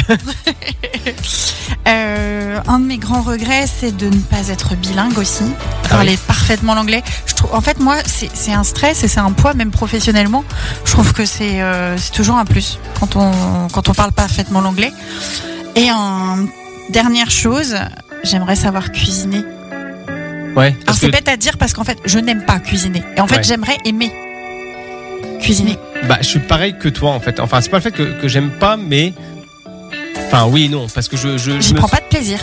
Speaker 7: euh, un de mes grands regrets, c'est de ne pas être bilingue aussi,
Speaker 2: Ah
Speaker 7: parler parfaitement l'anglais. Je trouve, en fait, moi, c'est c'est un stress et c'est un poids, même professionnellement. Je trouve que c'est euh, c'est toujours un plus quand on quand on parle parfaitement l'anglais. Et en dernière chose, j'aimerais savoir cuisiner.
Speaker 2: Ouais.
Speaker 7: Alors
Speaker 2: parce
Speaker 7: Ah, c'est
Speaker 2: que,
Speaker 7: bête à dire parce qu'en fait, je n'aime pas cuisiner. Et en fait,
Speaker 2: Ouais.
Speaker 7: j'aimerais aimer cuisiner.
Speaker 2: bah, je suis pareil que toi, en fait. Enfin, c'est pas le fait que, que j'aime pas, mais. Enfin, oui, et non. Parce que je. je, je
Speaker 7: J'y
Speaker 2: me-
Speaker 7: prends pas de plaisir.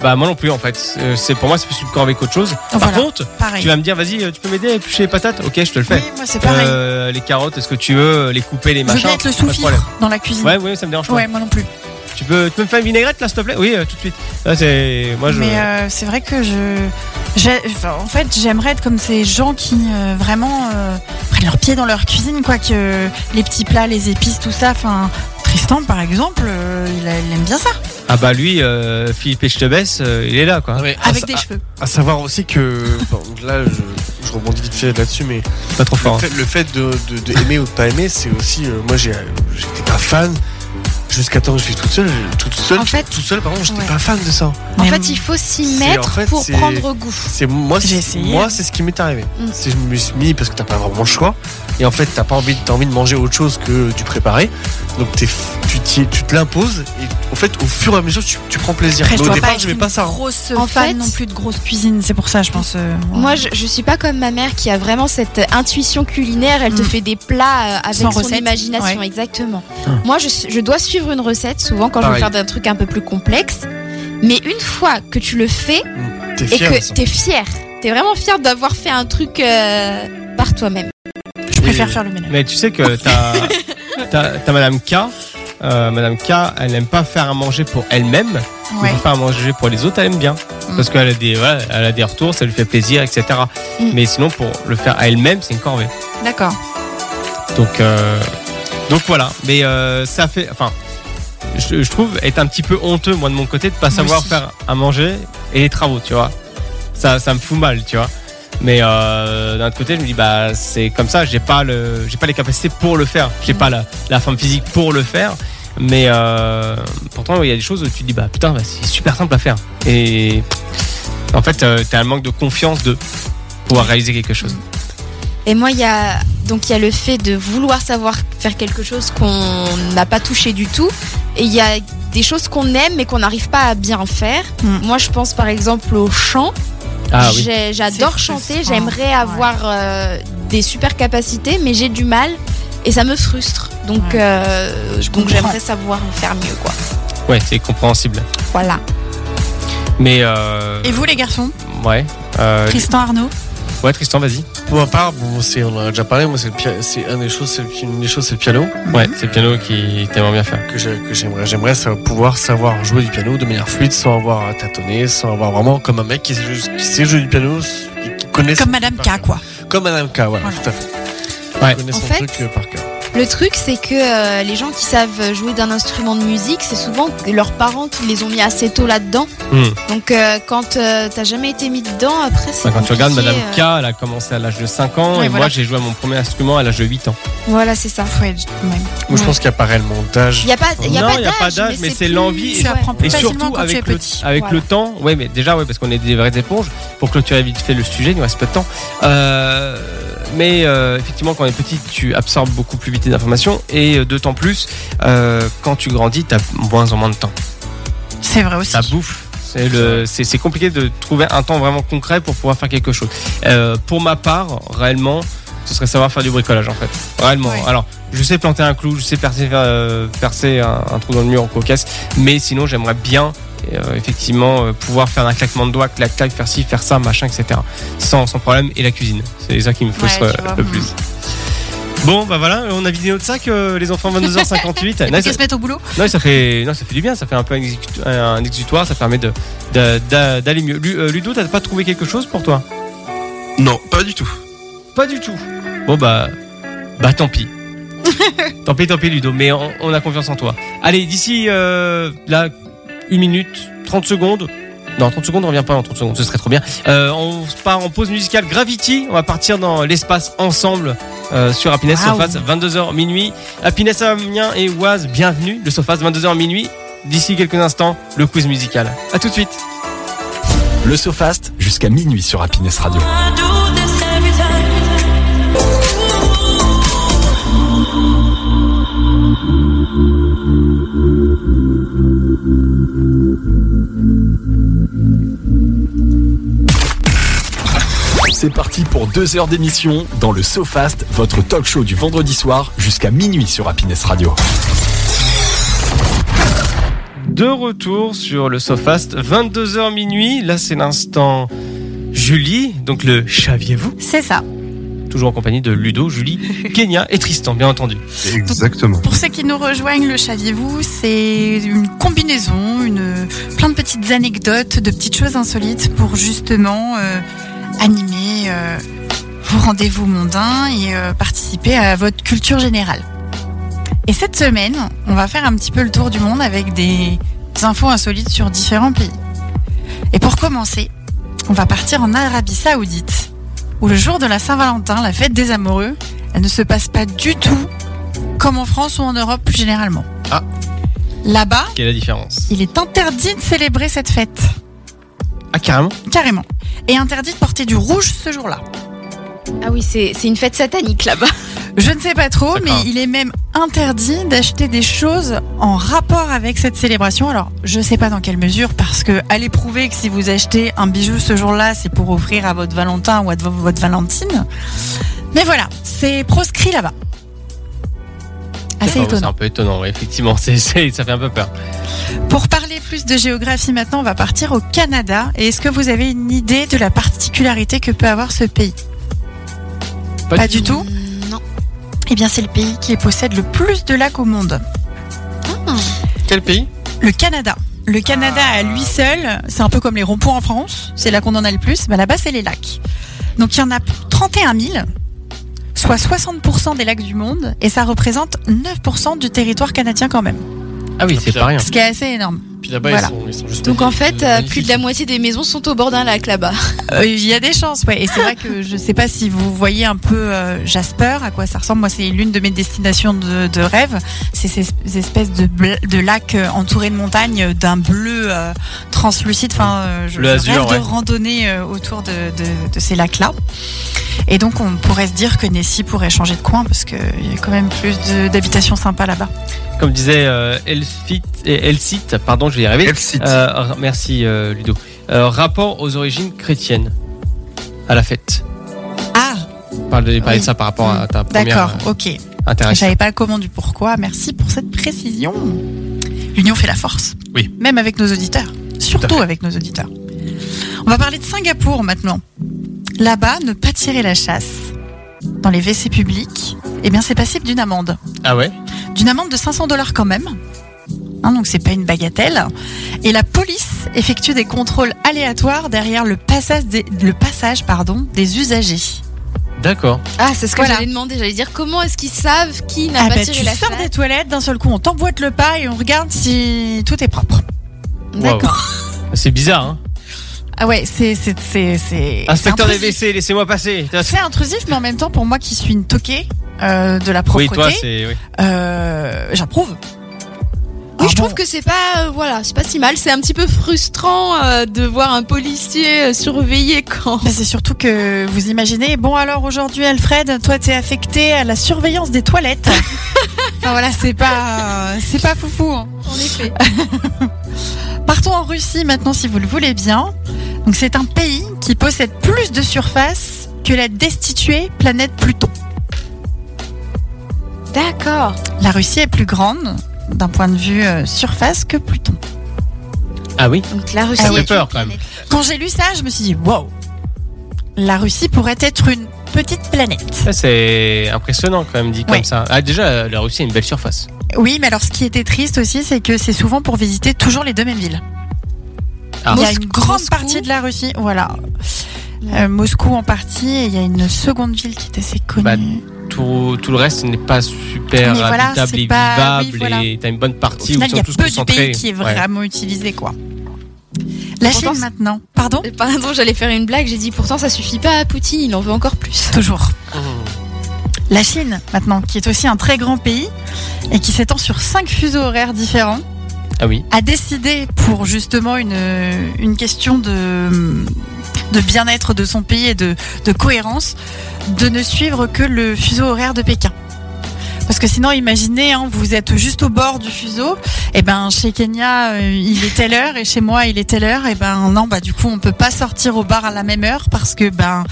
Speaker 2: Bah, moi non plus, en fait. Euh, C'est, pour moi, c'est plus le corps avec autre chose. Par
Speaker 7: Voilà.
Speaker 2: contre,
Speaker 7: Pareil.
Speaker 2: tu vas me dire, vas-y, euh, tu peux m'aider à éplucher les patates Ok, je te le fais.
Speaker 7: Oui, moi c'est pareil.
Speaker 2: Euh, les carottes, est-ce que tu veux euh, les couper, les
Speaker 7: je veux
Speaker 2: machins
Speaker 7: bien être le
Speaker 2: Pas de problème.
Speaker 7: sous-fifre dans la cuisine.
Speaker 2: Ouais, ouais, ça me dérange pas.
Speaker 7: Ouais, moi non plus.
Speaker 2: Tu, peux, tu peux me faire une vinaigrette là, s'il te plaît Oui, euh, tout de suite. Là, c'est. Moi, je.
Speaker 7: Mais euh, c'est vrai que je. j'ai- enfin, en fait, j'aimerais être comme ces gens qui euh, vraiment euh, prennent leurs pieds dans leur cuisine, quoi. Que les petits plats, les épices, tout ça. Enfin, Tristan, par exemple, euh, il, a- il aime bien ça.
Speaker 2: Ah bah lui, euh, Philippe Echtebès, euh, il est là
Speaker 3: Ah
Speaker 2: quoi.
Speaker 7: Avec des cheveux.
Speaker 3: À savoir aussi que bon, là, je, je rebondis vite fait là-dessus, mais
Speaker 2: Pas trop
Speaker 3: le
Speaker 2: fort. hein.
Speaker 3: fait, le fait de, de- de aimer ou de pas aimer, c'est aussi. euh, moi, j'ai, euh, j'étais pas fan jusqu'à temps que je suis toute seule. Toute seule,
Speaker 5: En fait-
Speaker 3: tout seul, pardon, j'étais
Speaker 5: Ouais.
Speaker 3: pas fan de ça.
Speaker 5: En
Speaker 7: Mais-
Speaker 5: fait, il faut s'y
Speaker 3: C'est-
Speaker 5: mettre
Speaker 3: en fait,
Speaker 5: pour
Speaker 3: c'est-
Speaker 5: prendre goût.
Speaker 3: C'est moi,
Speaker 7: J'ai
Speaker 3: c'est,
Speaker 7: essayé.
Speaker 3: moi, c'est ce qui m'est arrivé.
Speaker 5: Mm.
Speaker 3: C'est je me suis mis parce que t'as pas vraiment le choix. Et en fait, t'as pas envie, t'as envie de manger autre chose que du préparé. Donc t'es, f- tu, t'y- tu te l'imposes. Et en fait, au fur et à mesure, tu, tu prends plaisir.
Speaker 7: Après,
Speaker 3: Mais
Speaker 7: je
Speaker 3: au
Speaker 7: dois
Speaker 3: départ,
Speaker 7: pas être
Speaker 3: j'aimais
Speaker 7: une
Speaker 3: pas ça. hein.
Speaker 7: grosse
Speaker 5: En
Speaker 7: fan
Speaker 5: fait-
Speaker 7: non plus de grosse cuisine. C'est pour ça, je pense. euh,
Speaker 5: Moi, je, je suis pas comme ma mère qui a vraiment cette intuition culinaire. Elle te
Speaker 7: Mm.
Speaker 5: fait des plats euh, avec
Speaker 7: Sans
Speaker 5: son
Speaker 7: recette,
Speaker 5: imagination,
Speaker 7: ouais. Ah.
Speaker 5: exactement. Moi, je, suis- je dois suivre une recette souvent quand
Speaker 3: Pareil.
Speaker 5: je veux faire un truc un peu plus complexe. Mais une fois que tu le fais
Speaker 3: T'es
Speaker 5: et
Speaker 3: fier. de
Speaker 5: que
Speaker 3: ça.
Speaker 5: t'es fier, t'es vraiment fier d'avoir fait un truc euh, par toi-même.
Speaker 7: je préfère faire le ménage. *laughs*
Speaker 2: Mais tu sais que t'as t'as t'as Madame K. Euh, Madame K, elle n'aime pas faire à manger pour elle-même, mais
Speaker 7: Ouais.
Speaker 2: pour faire à manger pour les autres, elle aime bien.
Speaker 7: Mm.
Speaker 2: Parce qu'elle a, des- voilà, elle a des retours, ça lui fait plaisir, etc.
Speaker 5: Mm.
Speaker 2: Mais sinon, pour le faire à elle-même, c'est une corvée.
Speaker 7: D'accord.
Speaker 2: Donc, euh, donc voilà. Mais euh, ça fait. Enfin, je, je trouve être un petit peu honteux, moi, de mon côté, de pas savoir
Speaker 7: aussi.
Speaker 2: faire à manger et les travaux, tu vois. Ça, ça me fout mal, tu vois. Mais euh, d'un autre côté, je me dis, bah, c'est comme ça, j'ai pas, le, j'ai pas les capacités pour le faire. J'ai pas la, la forme physique pour le faire. Mais euh, pourtant, il y a des choses où tu te dis, bah putain, bah, c'est super simple à faire. Et en fait, euh, t'as un manque de confiance de pouvoir réaliser quelque chose.
Speaker 5: Et moi, il y a donc il y a le fait de vouloir savoir faire quelque chose qu'on n'a pas touché du tout, et il y a des choses qu'on aime mais qu'on n'arrive pas à bien faire.
Speaker 7: Mm.
Speaker 5: Moi, je pense par exemple au chant.
Speaker 2: Ah oui.
Speaker 5: J'ai- J'adore
Speaker 7: C'est
Speaker 5: chanter,
Speaker 7: frustrant.
Speaker 5: j'aimerais avoir euh, des super capacités, mais j'ai du mal et ça me frustre. Donc,
Speaker 7: Ouais.
Speaker 5: euh, donc
Speaker 7: comprends.
Speaker 5: j'aimerais savoir en faire mieux, quoi.
Speaker 2: Ouais, c'est compréhensible.
Speaker 5: Voilà.
Speaker 2: Mais euh,
Speaker 7: Et vous les garçons
Speaker 2: ouais. Euh,
Speaker 7: Tristan Arnaud
Speaker 2: ouais, Tristan, vas-y.
Speaker 3: Pour ma part, bon, c'est- on en a déjà parlé, moi, c'est le pia- c'est un des choses, c'est le- une des choses, c'est le piano.
Speaker 2: Ouais, c'est le piano qui t'aimerait bien faire.
Speaker 3: que j'ai- que j'aimerais j'aimerais ça- pouvoir savoir jouer du piano de manière fluide sans avoir à tâtonner sans avoir vraiment comme un mec qui sait, jouer- qui sait jouer du piano et qui connaît
Speaker 7: Comme Madame K, quoi.
Speaker 3: comme Madame K voilà,
Speaker 7: Voilà.
Speaker 3: tout à fait
Speaker 2: Ouais.
Speaker 3: qui connaît
Speaker 5: En
Speaker 3: son
Speaker 5: fait-
Speaker 3: truc euh, par cœur
Speaker 5: Le truc, c'est que euh, les gens qui savent jouer d'un instrument de musique, c'est souvent leurs parents qui les ont mis assez tôt là-dedans.
Speaker 2: Hmm.
Speaker 5: Donc, euh, quand euh, t'as jamais été mis dedans, après,
Speaker 2: Enfin,
Speaker 5: c'est.
Speaker 2: Bah, quand tu regardes Madame
Speaker 5: compliqué,
Speaker 2: K, elle a commencé à l'âge de 5 ans
Speaker 7: euh, Ouais,
Speaker 2: et
Speaker 7: voilà.
Speaker 2: moi j'ai joué à mon premier instrument à l'âge de 8 ans.
Speaker 5: euh, Voilà, c'est ça.
Speaker 7: Faut être- ouais.
Speaker 3: moi je pense qu'il n'y a pas réellement d'âge
Speaker 5: Il n'y a pas, y a
Speaker 2: Non,
Speaker 5: pas
Speaker 2: y a pas d'âge,
Speaker 5: d'âge,
Speaker 2: mais c'est
Speaker 5: plus-
Speaker 2: l'envie et-
Speaker 7: Tu
Speaker 5: Ouais.
Speaker 7: apprends plus
Speaker 2: Et
Speaker 7: facilement
Speaker 2: surtout
Speaker 7: quand tu es
Speaker 2: avec, le,
Speaker 7: petit.
Speaker 2: avec
Speaker 5: Voilà.
Speaker 2: le temps, ouais, mais déjà, ouais, parce qu'on est des vraies éponges, pour clôturer vite fait le sujet, il nous reste peu de temps. Euh, mais euh, effectivement, quand on est petit, tu absorbes beaucoup plus vite les informations, et euh, d'autant plus, euh, quand tu grandis, tu as moins en moins de temps.
Speaker 7: C'est vrai aussi.
Speaker 2: Ça bouffe. C'est le- c'est- c'est compliqué de trouver un temps vraiment concret pour pouvoir faire quelque chose. Euh, pour ma part, réellement, ce serait savoir faire du bricolage en fait. Réellement.
Speaker 7: Ouais.
Speaker 2: Alors, je sais planter un clou, je sais percer, euh, percer un, un trou dans le mur en cocasse, mais sinon, j'aimerais bien. euh, effectivement euh, pouvoir faire un claquement de doigts clac clac faire ci faire ça machin etc sans, sans problème et la cuisine c'est ça qui me frustre
Speaker 7: Ouais,
Speaker 2: euh,
Speaker 7: tu vois. Mm.
Speaker 2: le plus bon bah voilà on a vidé notre sac euh, les enfants 22h58
Speaker 7: *laughs* Et
Speaker 2: Non,
Speaker 7: puis
Speaker 2: c'est-
Speaker 7: qu'elles se mettent au boulot.
Speaker 2: non, ça fait, non, ça fait du bien, ça fait un peu un exécut- un exutoire, ça permet de- de- d'a- d'aller mieux. Lu- euh, Ludo, t'as pas trouvé quelque chose pour toi
Speaker 6: Non, pas du tout.
Speaker 2: Pas du tout. Bon, bah, bah tant pis. tant pis, tant pis, Ludo, mais on, on a confiance en toi. Allez, d'ici euh, là, une minute, 30 secondes. Non, 30 secondes, on revient pas en 30 secondes, ce serait trop bien. Euh, on part en pause musicale Gravity, on va partir dans l'espace ensemble euh, sur Happiness
Speaker 7: Waouh.
Speaker 2: Sofas, 22h minuit. Happiness Amiens et Oise, bienvenue, le Sofas, 22h minuit. D'ici quelques instants, le quiz musical. À tout de suite.
Speaker 1: Le SoFast jusqu'à minuit sur Happiness Radio. C'est parti pour deux heures d'émission dans le SoFast, votre talk show du vendredi soir jusqu'à minuit sur Happiness Radio.
Speaker 2: De retour sur le Sofast, 22h minuit. Là, c'est l'instant Julie, donc le Chaviez-vous,
Speaker 7: C'est ça.
Speaker 2: toujours en compagnie de Ludo,
Speaker 7: *laughs*
Speaker 2: Julie, Kenya et Tristan, bien entendu.
Speaker 6: Exactement.
Speaker 7: Pour ceux qui nous rejoignent, le saviez-vous C'est une combinaison, une, plein de petites anecdotes, de petites choses insolites pour justement euh, animer euh, vos rendez-vous mondains et euh, participer à votre culture générale. Et cette semaine, on va faire un petit peu le tour du monde avec des infos insolites sur différents pays. Et pour commencer, on va partir en Arabie Saoudite, où le jour de la Saint-Valentin, la fête des amoureux, elle ne se passe pas du tout comme en France ou en Europe plus généralement.
Speaker 2: Ah.
Speaker 7: Là-bas,
Speaker 2: Quelle est la différence
Speaker 7: il est interdit de célébrer cette fête,
Speaker 2: Ah, carrément
Speaker 7: carrément. Et interdit de porter du rouge ce jour-là.
Speaker 5: Ah oui, c'est c'est une fête satanique là-bas.
Speaker 7: Je ne sais pas trop, mais
Speaker 2: D'accord.
Speaker 7: il est même interdit d'acheter des choses en rapport avec cette célébration. Alors, je ne sais pas dans quelle mesure, parce que allez prouver que si vous achetez un bijou ce jour-là, c'est pour offrir à votre Valentin ou à vo- votre Valentine. Mais voilà, c'est proscrit là-bas.
Speaker 2: Enfin,
Speaker 7: Assez
Speaker 2: C'est
Speaker 7: étonnant.
Speaker 2: un peu étonnant, Ah, ouais, effectivement, c'est c'est- ça fait un peu peur.
Speaker 7: Pour parler plus de géographie maintenant, on va partir au Canada. Et est-ce que vous avez une idée de la particularité que peut avoir ce pays Pas du tout.
Speaker 5: Non.
Speaker 7: Eh bien, c'est le pays qui possède le plus de lacs au monde.
Speaker 2: Quel pays
Speaker 7: Le Canada. Le Canada à lui seul, c'est un peu comme les ronds-points en France, c'est là qu'on en a le plus, bah là-bas c'est les lacs. Donc il y en a 31 000, soit 60% des lacs du monde, et ça représente 9% du territoire canadien quand même,
Speaker 2: Ah oui, c'est pas rien.
Speaker 7: ce qui est assez énorme.
Speaker 2: Puis là-bas,
Speaker 7: Voilà.
Speaker 2: ils, sont, ils sont juste.
Speaker 5: Donc en fait, euh, plus de la
Speaker 2: magnifiques.
Speaker 5: moitié des maisons sont au bord d'un lac là-bas.
Speaker 7: Euh, Il y a des chances, ouais. Et c'est vrai que je sais pas si vous voyez un peu euh, Jasper, à quoi ça ressemble. Moi, c'est l'une de mes destinations de, de rêve. C'est ces ces espèces de, bl- de lacs euh, entourés de montagnes euh, d'un bleu euh, translucide. Enfin, euh, je,
Speaker 2: Bleu
Speaker 7: je
Speaker 2: azur,
Speaker 7: rêve
Speaker 2: ouais.
Speaker 7: de randonner euh, autour de, de- de ces lacs-là. Et donc, on pourrait se dire que Nessie pourrait changer de coin parce qu'il y a quand même plus de- d'habitations sympas là-bas.
Speaker 2: Comme disait euh, Elfit, et Elsite, pardon, je vais y arriver.
Speaker 3: Elfsite.
Speaker 2: Euh, ra- merci euh, Ludo. Euh, rapport aux origines chrétiennes à la fête.
Speaker 7: Ah,
Speaker 2: On parle de, parler de ça par rapport à ta
Speaker 7: d'accord,
Speaker 2: première euh,
Speaker 7: ok. Je
Speaker 2: interaction.
Speaker 7: savais pas comment du pourquoi. Merci pour cette précision. L'union fait la force.
Speaker 2: Oui.
Speaker 7: Même avec nos auditeurs. Surtout avec nos auditeurs. On va parler de Singapour maintenant. Là-bas, ne pas tirer la chasse dans les WC publics, eh bien c'est passible d'une amende.
Speaker 2: Ah ouais
Speaker 7: D'une amende de 500 dollars quand même. Hein, donc c'est pas une bagatelle. Et la police effectue des contrôles aléatoires derrière le passage des, le passage, pardon, des usagers.
Speaker 2: D'accord.
Speaker 5: Ah, c'est ce que
Speaker 7: Voilà.
Speaker 5: j'allais demander. J'allais dire comment est-ce qu'ils savent qui n'a
Speaker 7: Ah
Speaker 5: pas
Speaker 7: bah,
Speaker 5: tiré
Speaker 7: tu
Speaker 5: la
Speaker 7: sors
Speaker 5: chasse
Speaker 7: des toilettes, d'un seul coup on t'emboîte le pas et on regarde si tout est propre.
Speaker 5: D'accord.
Speaker 2: C'est bizarre, hein
Speaker 7: Ah ouais, c'est c'est c'est c'est.
Speaker 2: Inspecteur
Speaker 7: c'est
Speaker 2: des
Speaker 7: intrusif.
Speaker 2: WC, laissez-moi passer.
Speaker 7: C'est intrusif, mais en même temps pour moi qui suis une toquée euh, de la
Speaker 2: Oui,
Speaker 7: propreté,
Speaker 2: toi, c'est. oui.
Speaker 7: euh, j'approuve. Ah
Speaker 5: Oui, je
Speaker 7: bon.
Speaker 5: trouve que c'est pas, euh, voilà, c'est pas si mal. C'est un petit peu frustrant euh, de voir un policier euh, surveiller quand.
Speaker 7: Bah, c'est surtout que vous imaginez. Bon alors aujourd'hui, Alfred, toi t'es affecté à la surveillance
Speaker 2: *laughs*
Speaker 7: des toilettes. enfin voilà, c'est pas euh, c'est pas foufou. hein.
Speaker 5: En *laughs* effet.
Speaker 7: Partons en Russie maintenant si vous le voulez bien. Donc c'est un pays qui possède plus de surface que la destituée planète Pluton.
Speaker 5: D'accord.
Speaker 7: La Russie est plus grande d'un point de vue euh, surface que Pluton.
Speaker 2: Ah oui
Speaker 5: Donc la Russie.
Speaker 2: Ça
Speaker 5: est
Speaker 2: fait
Speaker 5: une
Speaker 2: peur, quand même.
Speaker 5: planète.
Speaker 7: Quand j'ai lu ça, je me suis dit wow. La Russie pourrait être une petite planète.
Speaker 2: Ça, C'est impressionnant, quand même, dit comme
Speaker 7: Oui.
Speaker 2: ça. Ah, déjà, la Russie a une belle surface.
Speaker 7: Oui, mais alors ce qui était triste aussi, c'est que c'est souvent pour visiter toujours les deux mêmes villes.
Speaker 2: Ah.
Speaker 7: Il y a une
Speaker 5: Moscou.
Speaker 7: grande partie de la Russie, voilà. Euh, Moscou en partie, et il y a une seconde ville qui est assez connue.
Speaker 2: Bah, Tout, tout le reste n'est pas super
Speaker 7: Mais voilà,
Speaker 2: habitable
Speaker 7: c'est
Speaker 2: et
Speaker 7: pas- oui,
Speaker 2: vivable.
Speaker 7: voilà.
Speaker 2: Et t'as une bonne
Speaker 7: Au
Speaker 2: partie
Speaker 7: final,
Speaker 2: où
Speaker 7: il
Speaker 2: ils
Speaker 7: y a
Speaker 2: sont tous
Speaker 7: peu du
Speaker 2: concentrés.
Speaker 7: pays qui est
Speaker 2: Ouais.
Speaker 7: vraiment utilisé, quoi. La
Speaker 5: Pourtant,
Speaker 7: Chine
Speaker 5: c'est-
Speaker 7: maintenant, pardon
Speaker 5: Euh, Pardon, j'allais faire une blague. J'ai dit pourtant ça suffit pas à Poutine. Il en veut encore plus.
Speaker 7: Toujours. La Chine, maintenant, qui est aussi un très grand pays et qui s'étend sur cinq fuseaux horaires différents,
Speaker 2: Ah oui.
Speaker 7: a décidé pour justement une, une question de, de bien-être de son pays et de, de cohérence de ne suivre que le fuseau horaire de Pékin. Parce que sinon, imaginez, hein, vous êtes juste au bord du fuseau. Et ben, chez Kenya, euh, il est telle heure, et chez moi, il est telle heure. Et ben, non, bah du coup, on peut pas sortir au bar à la même heure parce que ben,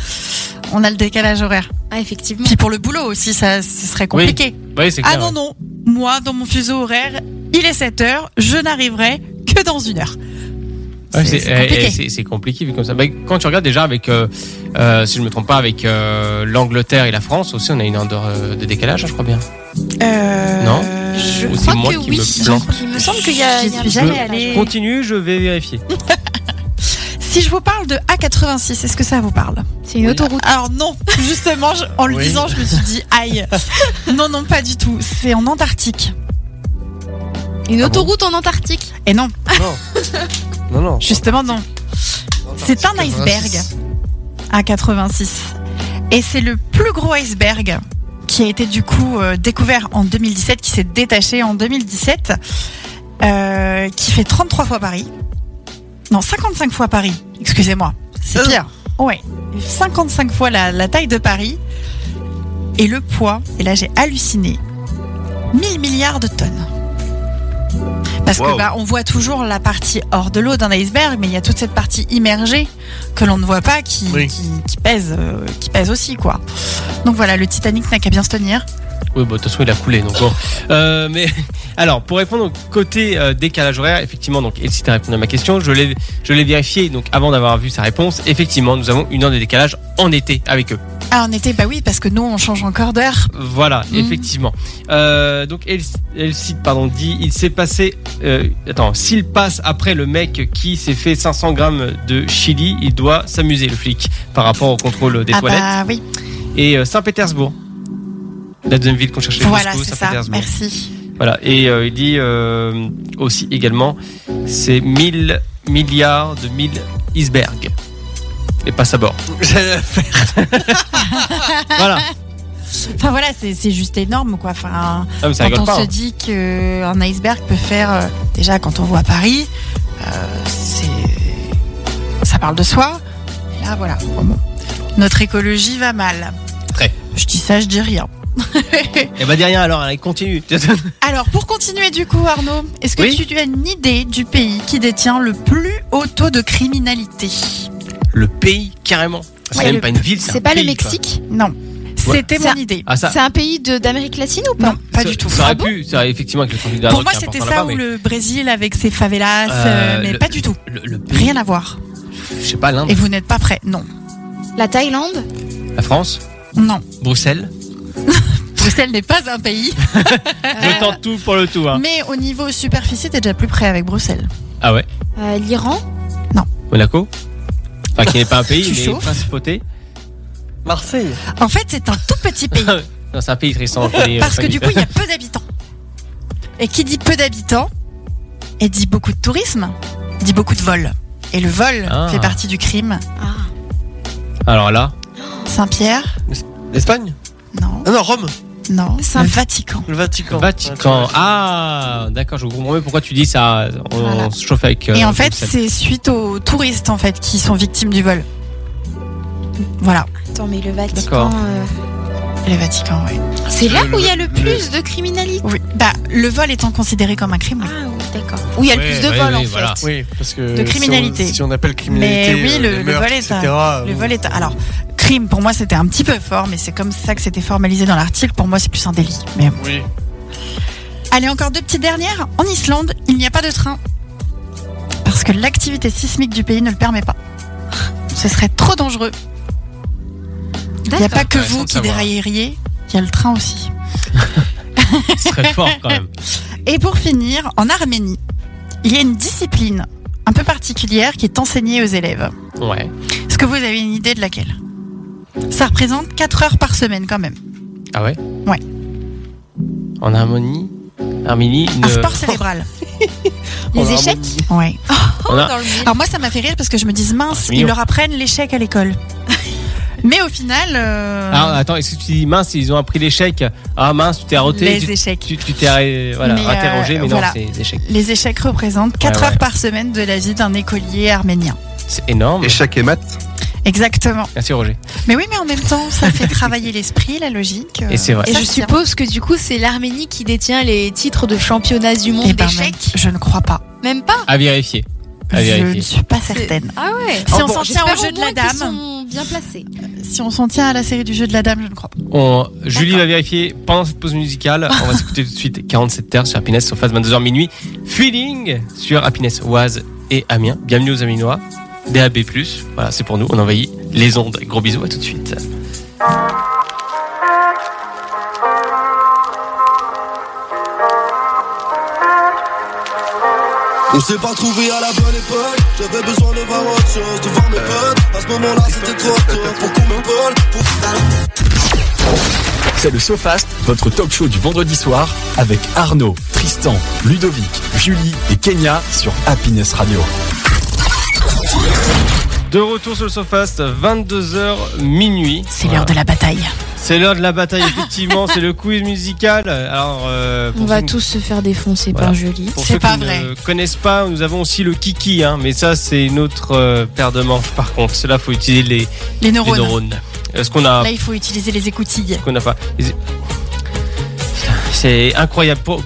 Speaker 7: on a le décalage horaire.
Speaker 5: Ah effectivement.
Speaker 7: Puis pour le boulot aussi, ça, ce serait compliqué.
Speaker 2: Oui, c'est
Speaker 7: ah
Speaker 2: clair.
Speaker 7: non,
Speaker 2: ouais.
Speaker 7: non, moi, dans mon fuseau horaire, il est 7 heures, je n'arriverai que dans une heure.
Speaker 2: Ouais, c'est-
Speaker 7: c'est c'est
Speaker 2: eh,
Speaker 7: compliqué.
Speaker 2: eh, c'est- c'est compliqué vu comme ça. Bah, quand tu regardes déjà avec, euh, euh, si je me trompe pas, avec euh, l'Angleterre et la France aussi, on a une heure de, euh, de décalage, hein, je crois bien.
Speaker 7: Euh,
Speaker 2: Non.
Speaker 5: Je
Speaker 2: Ou c'est
Speaker 5: crois
Speaker 2: moi
Speaker 5: que
Speaker 2: qui
Speaker 5: oui.
Speaker 2: me plante.
Speaker 5: Il me semble qu'il y a.
Speaker 7: J'y
Speaker 5: il y a
Speaker 7: suis
Speaker 5: un petit
Speaker 7: jamais
Speaker 5: décalage.
Speaker 7: allée. Et-
Speaker 2: Continue, je vais vérifier.
Speaker 7: Si je vous parle de A86, est-ce que ça vous parle
Speaker 5: C'est une autoroute.
Speaker 7: Alors non, justement, je- en le
Speaker 3: Oui.
Speaker 7: disant, je me suis dit,
Speaker 2: *laughs*
Speaker 7: aïe. non, non, pas du tout. C'est en Antarctique.
Speaker 2: Ah
Speaker 5: Une autoroute en Antarctique.
Speaker 7: Et non,
Speaker 3: Non. non, non.
Speaker 7: justement, non. C'est un iceberg. A86. Et c'est le plus gros iceberg qui a été du coup euh, découvert en 2017, qui s'est détaché en 2017, euh, qui fait 33 fois Paris. Non, 55 fois Paris, excusez-moi. C'est pire. Ouais, 55 fois la, la taille de Paris. Et le poids, et là j'ai halluciné, 1000 milliards de tonnes. Parce que
Speaker 6: Wow.
Speaker 7: bah, on voit toujours la partie hors de l'eau d'un iceberg, mais il y a toute cette partie immergée que l'on ne voit pas qui,
Speaker 3: Oui.
Speaker 7: qui, qui pèse, euh, qui pèse aussi quoi. Donc voilà, le Titanic n'a qu'à bien se tenir.
Speaker 2: Oui, bah, de toute façon, il a coulé. Donc bon. Euh, mais *laughs* alors, pour répondre au côté euh, décalage horaire, effectivement, donc Elsie t'a répondu à ma question. Je l'ai, je l'ai vérifié. Donc, avant d'avoir vu sa réponse, effectivement, nous avons une heure de décalage en été avec eux.
Speaker 7: Ah, en été, bah oui, parce que nous, on change encore d'heure.
Speaker 2: Voilà,
Speaker 7: Mmh.
Speaker 2: effectivement. Euh, donc elle, elle cite, pardon, dit il s'est passé. euh, attends, s'il passe après le mec qui s'est fait 500 grammes de chili, il doit s'amuser le flic par rapport au contrôle des
Speaker 7: ah
Speaker 2: toilettes.
Speaker 7: bah oui,
Speaker 2: Et euh, Saint-Pétersbourg, la deuxième ville qu'on cherchait.
Speaker 7: voilà,
Speaker 2: Moscou,
Speaker 7: c'est ça.
Speaker 2: Saint-Pétersbourg.
Speaker 7: Merci.
Speaker 2: Voilà. Et euh, il dit euh, aussi également c'est 1000 milliards de 1000 icebergs. Et passe à *laughs* bord. *laughs* Voilà.
Speaker 7: Enfin voilà, c'est c'est juste énorme, quoi. Enfin,
Speaker 2: Ah, mais ça
Speaker 7: quand
Speaker 2: rigole
Speaker 7: on
Speaker 2: pas.
Speaker 7: se
Speaker 2: hein.
Speaker 7: dit qu'un iceberg peut faire, euh, déjà quand on voit Paris, euh, c'est- ça parle de soi. Et là, voilà, Bon, bon. notre écologie va mal.
Speaker 2: Très.
Speaker 7: Je dis ça, je dis rien.
Speaker 2: Et bah derrière alors, elle continue. *laughs*
Speaker 7: Alors, pour continuer du coup, Arnaud, est-ce que
Speaker 2: Oui.
Speaker 7: tu as une idée du pays qui détient le plus haut taux de criminalité
Speaker 2: le pays carrément. C'est
Speaker 5: Ouais,
Speaker 2: même
Speaker 5: le-
Speaker 2: pas une ville, c'est
Speaker 5: C'est
Speaker 2: un
Speaker 5: pas le
Speaker 2: pays, quoi.
Speaker 5: Mexique
Speaker 7: Non. C'était
Speaker 5: Ça-
Speaker 7: mon idée.
Speaker 2: Ah ça.
Speaker 5: C'est un pays de- d'Amérique latine ou pas
Speaker 7: Non, pas du tout.
Speaker 2: Ça aurait
Speaker 7: Ah bon
Speaker 2: pu, ça, effectivement, avec le trafic de la
Speaker 7: Pour
Speaker 2: drogue
Speaker 7: moi,
Speaker 2: qui est
Speaker 7: c'était
Speaker 2: important
Speaker 7: ça ou
Speaker 2: là-bas, mais
Speaker 7: le Brésil avec ses favelas, euh,
Speaker 2: Euh,
Speaker 7: mais
Speaker 2: le-
Speaker 7: pas du tout.
Speaker 2: le, le pays,
Speaker 7: Rien à voir.
Speaker 2: Je sais pas, l'Inde,
Speaker 7: Et vous n'êtes pas prêt Non.
Speaker 5: La Thaïlande
Speaker 2: la France,
Speaker 7: Non.
Speaker 2: Bruxelles.
Speaker 7: Bruxelles n'est pas un pays. Euh,
Speaker 2: Je tente tout pour le tout. Hein.
Speaker 7: Mais au niveau superficie, t'es déjà plus près avec Bruxelles.
Speaker 2: Ah ouais.
Speaker 5: euh, L'Iran
Speaker 2: Monaco. Enfin, qui n'est
Speaker 7: *laughs*
Speaker 2: pas un pays,
Speaker 7: Tu
Speaker 2: mais
Speaker 7: chauffes
Speaker 2: principauté.
Speaker 3: Marseille.
Speaker 7: En fait, c'est un tout
Speaker 2: *laughs*
Speaker 7: petit pays.
Speaker 2: Non, c'est un pays Tristan.
Speaker 7: parce que du coup, il y a peu d'habitants. Et qui dit peu d'habitants, et dit beaucoup de tourisme, dit beaucoup de vols. Et le vol
Speaker 2: Ah.
Speaker 7: fait partie du crime.
Speaker 2: *laughs*
Speaker 5: Ah.
Speaker 2: Alors là,
Speaker 7: Saint-Pierre
Speaker 3: L'Espagne
Speaker 7: Non.
Speaker 3: Ah non, Rome.
Speaker 7: Non.
Speaker 5: Saint-
Speaker 7: Le Vatican.
Speaker 3: Le Vatican.
Speaker 2: Vatican. Ah, d'accord, je comprends mieux pourquoi tu dis ça. On
Speaker 7: Voilà.
Speaker 2: se chauffe avec. euh,
Speaker 7: Et en fait,
Speaker 2: Bruxelles.
Speaker 7: c'est suite aux touristes en fait qui sont victimes du vol. Voilà,
Speaker 5: Attends, mais le Vatican.
Speaker 2: D'accord.
Speaker 5: euh,
Speaker 7: le Vatican, oui.
Speaker 5: C'est là où il y a le
Speaker 3: le-
Speaker 5: plus de criminalité.
Speaker 7: oui. Bah, le vol étant considéré comme un crime.
Speaker 5: Ah
Speaker 7: oui.
Speaker 5: oui, d'accord. Où il y a le
Speaker 2: Ouais,
Speaker 5: plus de
Speaker 2: ouais,
Speaker 5: vols
Speaker 2: ouais,
Speaker 5: en fait.
Speaker 2: voilà.
Speaker 3: Oui, parce que.
Speaker 7: De criminalité.
Speaker 3: Si on, si on appelle criminalité.
Speaker 7: Mais oui,
Speaker 3: euh,
Speaker 7: le-
Speaker 3: les
Speaker 7: le
Speaker 3: meurtres,
Speaker 7: vol est
Speaker 3: etc.,
Speaker 7: Le
Speaker 3: euh,
Speaker 7: vol est. Alors, crime, pour moi, c'était un petit peu fort, mais c'est comme ça que c'était formalisé dans l'article. Pour moi, c'est plus un délit. Mais bon.
Speaker 3: Oui.
Speaker 7: Allez, encore deux petites dernières. En Islande, il n'y a pas de train. Parce que l'activité sismique du pays ne le permet pas. Ce serait trop dangereux. Il n'y a pas que
Speaker 2: Intéressant
Speaker 7: vous
Speaker 2: de
Speaker 7: qui
Speaker 2: savoir.
Speaker 7: dérailleriez, il y a le train aussi.
Speaker 2: c'est très fort quand même.
Speaker 7: Et pour finir, en Arménie, il y a une discipline un peu particulière qui est enseignée aux élèves.
Speaker 2: Ouais.
Speaker 7: Est-ce que vous avez une idée de laquelle Ça représente 4 heures par semaine quand même.
Speaker 2: Ah ouais
Speaker 7: Ouais.
Speaker 2: En harmonie. Arménie,
Speaker 7: Un
Speaker 2: ne-
Speaker 7: sport cérébral.
Speaker 5: Les échecs
Speaker 7: Ouais.
Speaker 2: on a-
Speaker 5: dans le monde.
Speaker 7: Alors moi, ça m'a fait rire parce que je me dis mince,
Speaker 2: c'est
Speaker 7: ils
Speaker 2: mignon.
Speaker 7: leur apprennent l'échec
Speaker 2: *laughs*
Speaker 7: à l'école. Mais au final, euh,
Speaker 2: Ah, attends, est-ce que tu dis mince, ils ont appris l'échec Ah mince, tu t'es roté,
Speaker 7: les
Speaker 2: tu-
Speaker 7: échecs.
Speaker 2: tu tu t'es arrêté- voilà,
Speaker 7: Mais, euh,
Speaker 2: interrogé, mais non,
Speaker 7: voilà.
Speaker 2: c'est des échecs.
Speaker 7: Les échecs représentent 4
Speaker 2: ouais.
Speaker 7: heures par semaine de la vie d'un écolier arménien.
Speaker 2: C'est énorme.
Speaker 6: Échec et maths.
Speaker 7: Exactement.
Speaker 2: Merci Roger.
Speaker 7: Mais oui, mais en même temps,
Speaker 2: *laughs*
Speaker 7: ça fait travailler l'esprit, la logique. euh,
Speaker 2: Et c'est vrai.
Speaker 5: Et
Speaker 7: ça
Speaker 5: Ah, je
Speaker 7: se tient.
Speaker 5: suppose que du coup, c'est l'Arménie qui détient les titres de championnat du monde
Speaker 7: Eh ben,
Speaker 5: d'échecs.
Speaker 7: même- je ne crois pas.
Speaker 5: Même pas.
Speaker 2: À vérifier. À
Speaker 7: Je ne
Speaker 2: vérifier.
Speaker 7: suis pas
Speaker 5: C'est-
Speaker 7: certaine.
Speaker 5: Ah ouais.
Speaker 7: Si on s'en tient
Speaker 5: J'espère
Speaker 7: Oh au jeu de la
Speaker 5: moins qu'ils
Speaker 7: dame.
Speaker 5: sont bien placés.
Speaker 7: Si on s'en tient à la série du jeu de la dame, je ne crois pas.
Speaker 2: On- Julie va vérifier pendant cette pause musicale. On va s'écouter tout de suite *laughs* 47 terres sur Happiness, sauf à 22h minuit. Feeling sur Happiness Oise et Amiens. Bienvenue aux Aminois. DAB. Voilà, c'est pour nous. On envahit les ondes. Gros bisous, à tout de suite.
Speaker 8: On s'est pas trouvé à la bonne époque. J'avais besoin de voir autre chose, de voir mes potes. À ce moment-là, c'était trop tôt pour qu'on m'épaule. Pour...
Speaker 1: C'est le SoFast, votre talk show du vendredi soir avec Arnaud, Tristan, Ludovic, Julie et Kenya sur Happiness Radio.
Speaker 2: De retour sur le Sofast, 22h minuit.
Speaker 7: C'est l'heure de la bataille.
Speaker 2: C'est l'heure de la bataille, effectivement. c'est le quiz musical. Alors, euh, pour
Speaker 5: On va
Speaker 2: ceux-
Speaker 5: tous se faire défoncer
Speaker 2: Voilà.
Speaker 5: par Jolie.
Speaker 2: Pour
Speaker 7: C'est
Speaker 2: ceux
Speaker 7: pas
Speaker 2: qui
Speaker 7: vrai.
Speaker 2: ne connaissent pas, nous avons aussi le kiki, hein, mais ça c'est une autre euh, paire de manches. Par contre, cela faut utiliser les, les
Speaker 7: Les neurones.
Speaker 2: neurones. Est-ce qu'on a,
Speaker 7: Là, il faut utiliser les écoutilles.
Speaker 2: qu'on a pas les- Putain, C'est incroyable. Pour-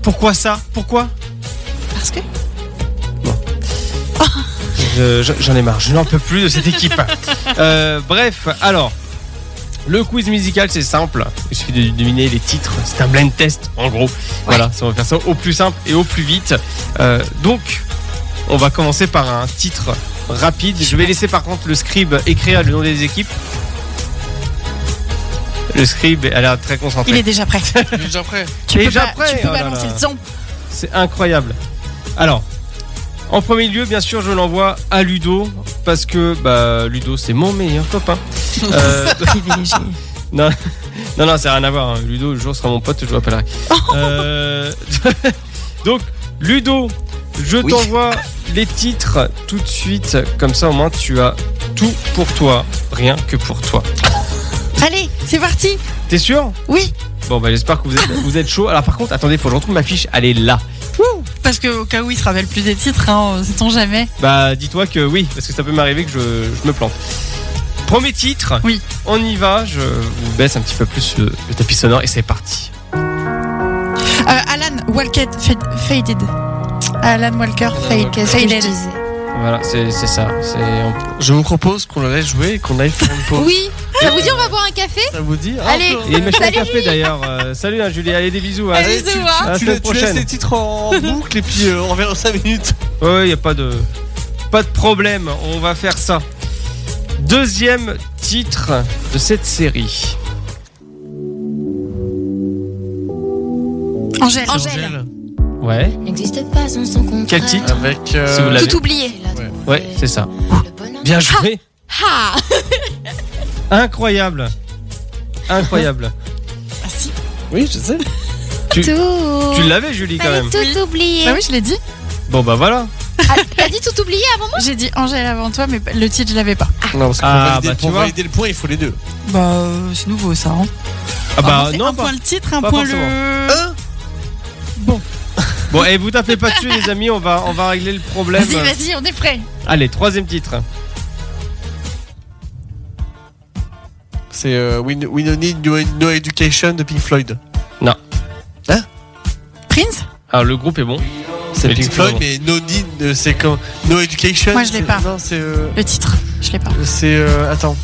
Speaker 2: Pourquoi ça Pourquoi
Speaker 7: Parce que
Speaker 2: Je- je- J'en ai marre. Je n'en peux plus de cette
Speaker 7: *laughs*
Speaker 2: équipe. Euh, bref, alors. Le quiz musical, c'est simple. Il suffit de deviner les titres. C'est un blind test, en gros. Voilà, ça, on va faire ça au plus simple et au plus vite. Euh, donc, on va commencer par un titre rapide. Je vais laisser par contre le scribe écrire le nom des équipes. Le scribe elle a l'air très concentré.
Speaker 7: Il est déjà
Speaker 2: *laughs*
Speaker 7: prêt.
Speaker 3: Déjà prêt.
Speaker 7: Tu peux,
Speaker 2: Déjà
Speaker 7: pas-
Speaker 2: prêt
Speaker 7: tu peux
Speaker 2: Oh là
Speaker 7: balancer
Speaker 2: là.
Speaker 7: le son.
Speaker 2: C'est incroyable. Alors, en premier lieu, bien sûr, je l'envoie à Ludo parce que bah, Ludo, c'est mon meilleur copain. Euh,
Speaker 7: *laughs* Privilégié.
Speaker 2: non, non, ça n'a rien à voir. hein. Ludo, le jour sera mon pote, je l'appellerai. Euh, *laughs* Donc, Ludo, je
Speaker 6: Oui.
Speaker 2: t'envoie les titres tout de suite. Comme ça, au moins, tu as tout pour toi, rien que pour toi.
Speaker 7: Allez, c'est parti.
Speaker 2: T'es sûr
Speaker 7: Oui,
Speaker 2: Bon, bah, j'espère que vous êtes, vous êtes chaud. Alors, par contre, attendez, faut que je retrouve ma fiche. Elle est là.
Speaker 7: parce qu'au cas où il se rappelle plus des titres, hein, sait-on jamais.
Speaker 2: Bah dis-toi que oui, parce que ça peut m'arriver que je, je me plante. Premier titre,
Speaker 7: Oui.
Speaker 2: on y va, je vous baisse un petit peu plus le, le tapis sonore et c'est parti.
Speaker 7: Euh, Alan Walker Fade- Faded. Alan Walker Faded.
Speaker 5: Qu'est-ce que je
Speaker 7: Faded.
Speaker 5: disais
Speaker 2: Voilà, c'est c'est ça. c'est- on-
Speaker 3: Je vous propose qu'on la laisse jouer et qu'on aille faire une pause.
Speaker 5: Oui, ça vous dit on va boire un café
Speaker 3: Ça vous dit Ah,
Speaker 5: Allez.
Speaker 3: on
Speaker 2: Il y a une machine à
Speaker 5: Salut,
Speaker 2: café d'ailleurs. Euh, salut hein, Julie, allez des bisous. hein.
Speaker 5: Allez,
Speaker 3: tu, tu,
Speaker 5: bisous, hein.
Speaker 2: À la
Speaker 3: tu,
Speaker 2: semaine
Speaker 3: la- tu laisses
Speaker 2: prochaine.
Speaker 3: les titres en *laughs* en boucle et puis euh, on revient dans 5 minutes.
Speaker 2: Ouais, il n'y a pas de, pas de problème, on va faire ça. Deuxième titre de cette série.
Speaker 7: Angèle.
Speaker 5: Angèle.
Speaker 2: Ouais,
Speaker 9: N'existe pas sans son contraire.
Speaker 2: Quel titre
Speaker 3: Avec. euh,
Speaker 2: Si vous l'avez.
Speaker 5: Tout oublié.
Speaker 2: ouais, c'est ça. Bien joué.
Speaker 5: Ah
Speaker 2: Incroyable. Incroyable.
Speaker 7: Ah, si.
Speaker 3: Oui, je sais.
Speaker 5: Tout
Speaker 2: tu l'avais Julie quand même.
Speaker 5: Oh. tout oublié.
Speaker 7: Bah oui, je l'ai dit.
Speaker 2: Bon bah voilà.
Speaker 5: T'as dit tout oublié avant moi
Speaker 7: J'ai dit Angèle avant toi, mais le titre, je l'avais pas.
Speaker 3: Non, parce que
Speaker 2: Ah,
Speaker 3: pour, valider,
Speaker 2: bah, tu
Speaker 3: pour
Speaker 2: vois.
Speaker 3: valider le point, il faut les deux.
Speaker 7: Bah, euh, c'est nouveau ça. hein.
Speaker 2: Ah bah
Speaker 7: Vraiment, c'est
Speaker 2: non,
Speaker 7: un
Speaker 2: pas-
Speaker 7: point le titre, un
Speaker 2: pas
Speaker 7: point
Speaker 2: forcément.
Speaker 7: le.
Speaker 2: Bon, et vous tapez pas dessus, les amis, on va, on va régler le problème.
Speaker 7: Vas-y, vas-y, on est prêt.
Speaker 2: Allez, troisième titre.
Speaker 3: C'est euh, we, we No Need no, No Education de Pink Floyd.
Speaker 7: Prince
Speaker 2: Alors, le groupe est bon.
Speaker 3: C'est
Speaker 2: Mais
Speaker 3: Pink
Speaker 2: tu-
Speaker 3: Floyd, mais No Need, euh, c'est quand No Education.
Speaker 7: Moi, je l'ai
Speaker 3: c'est-
Speaker 7: pas.
Speaker 3: Non, c'est. euh,
Speaker 7: Le titre, je l'ai pas.
Speaker 3: c'est. euh, attends.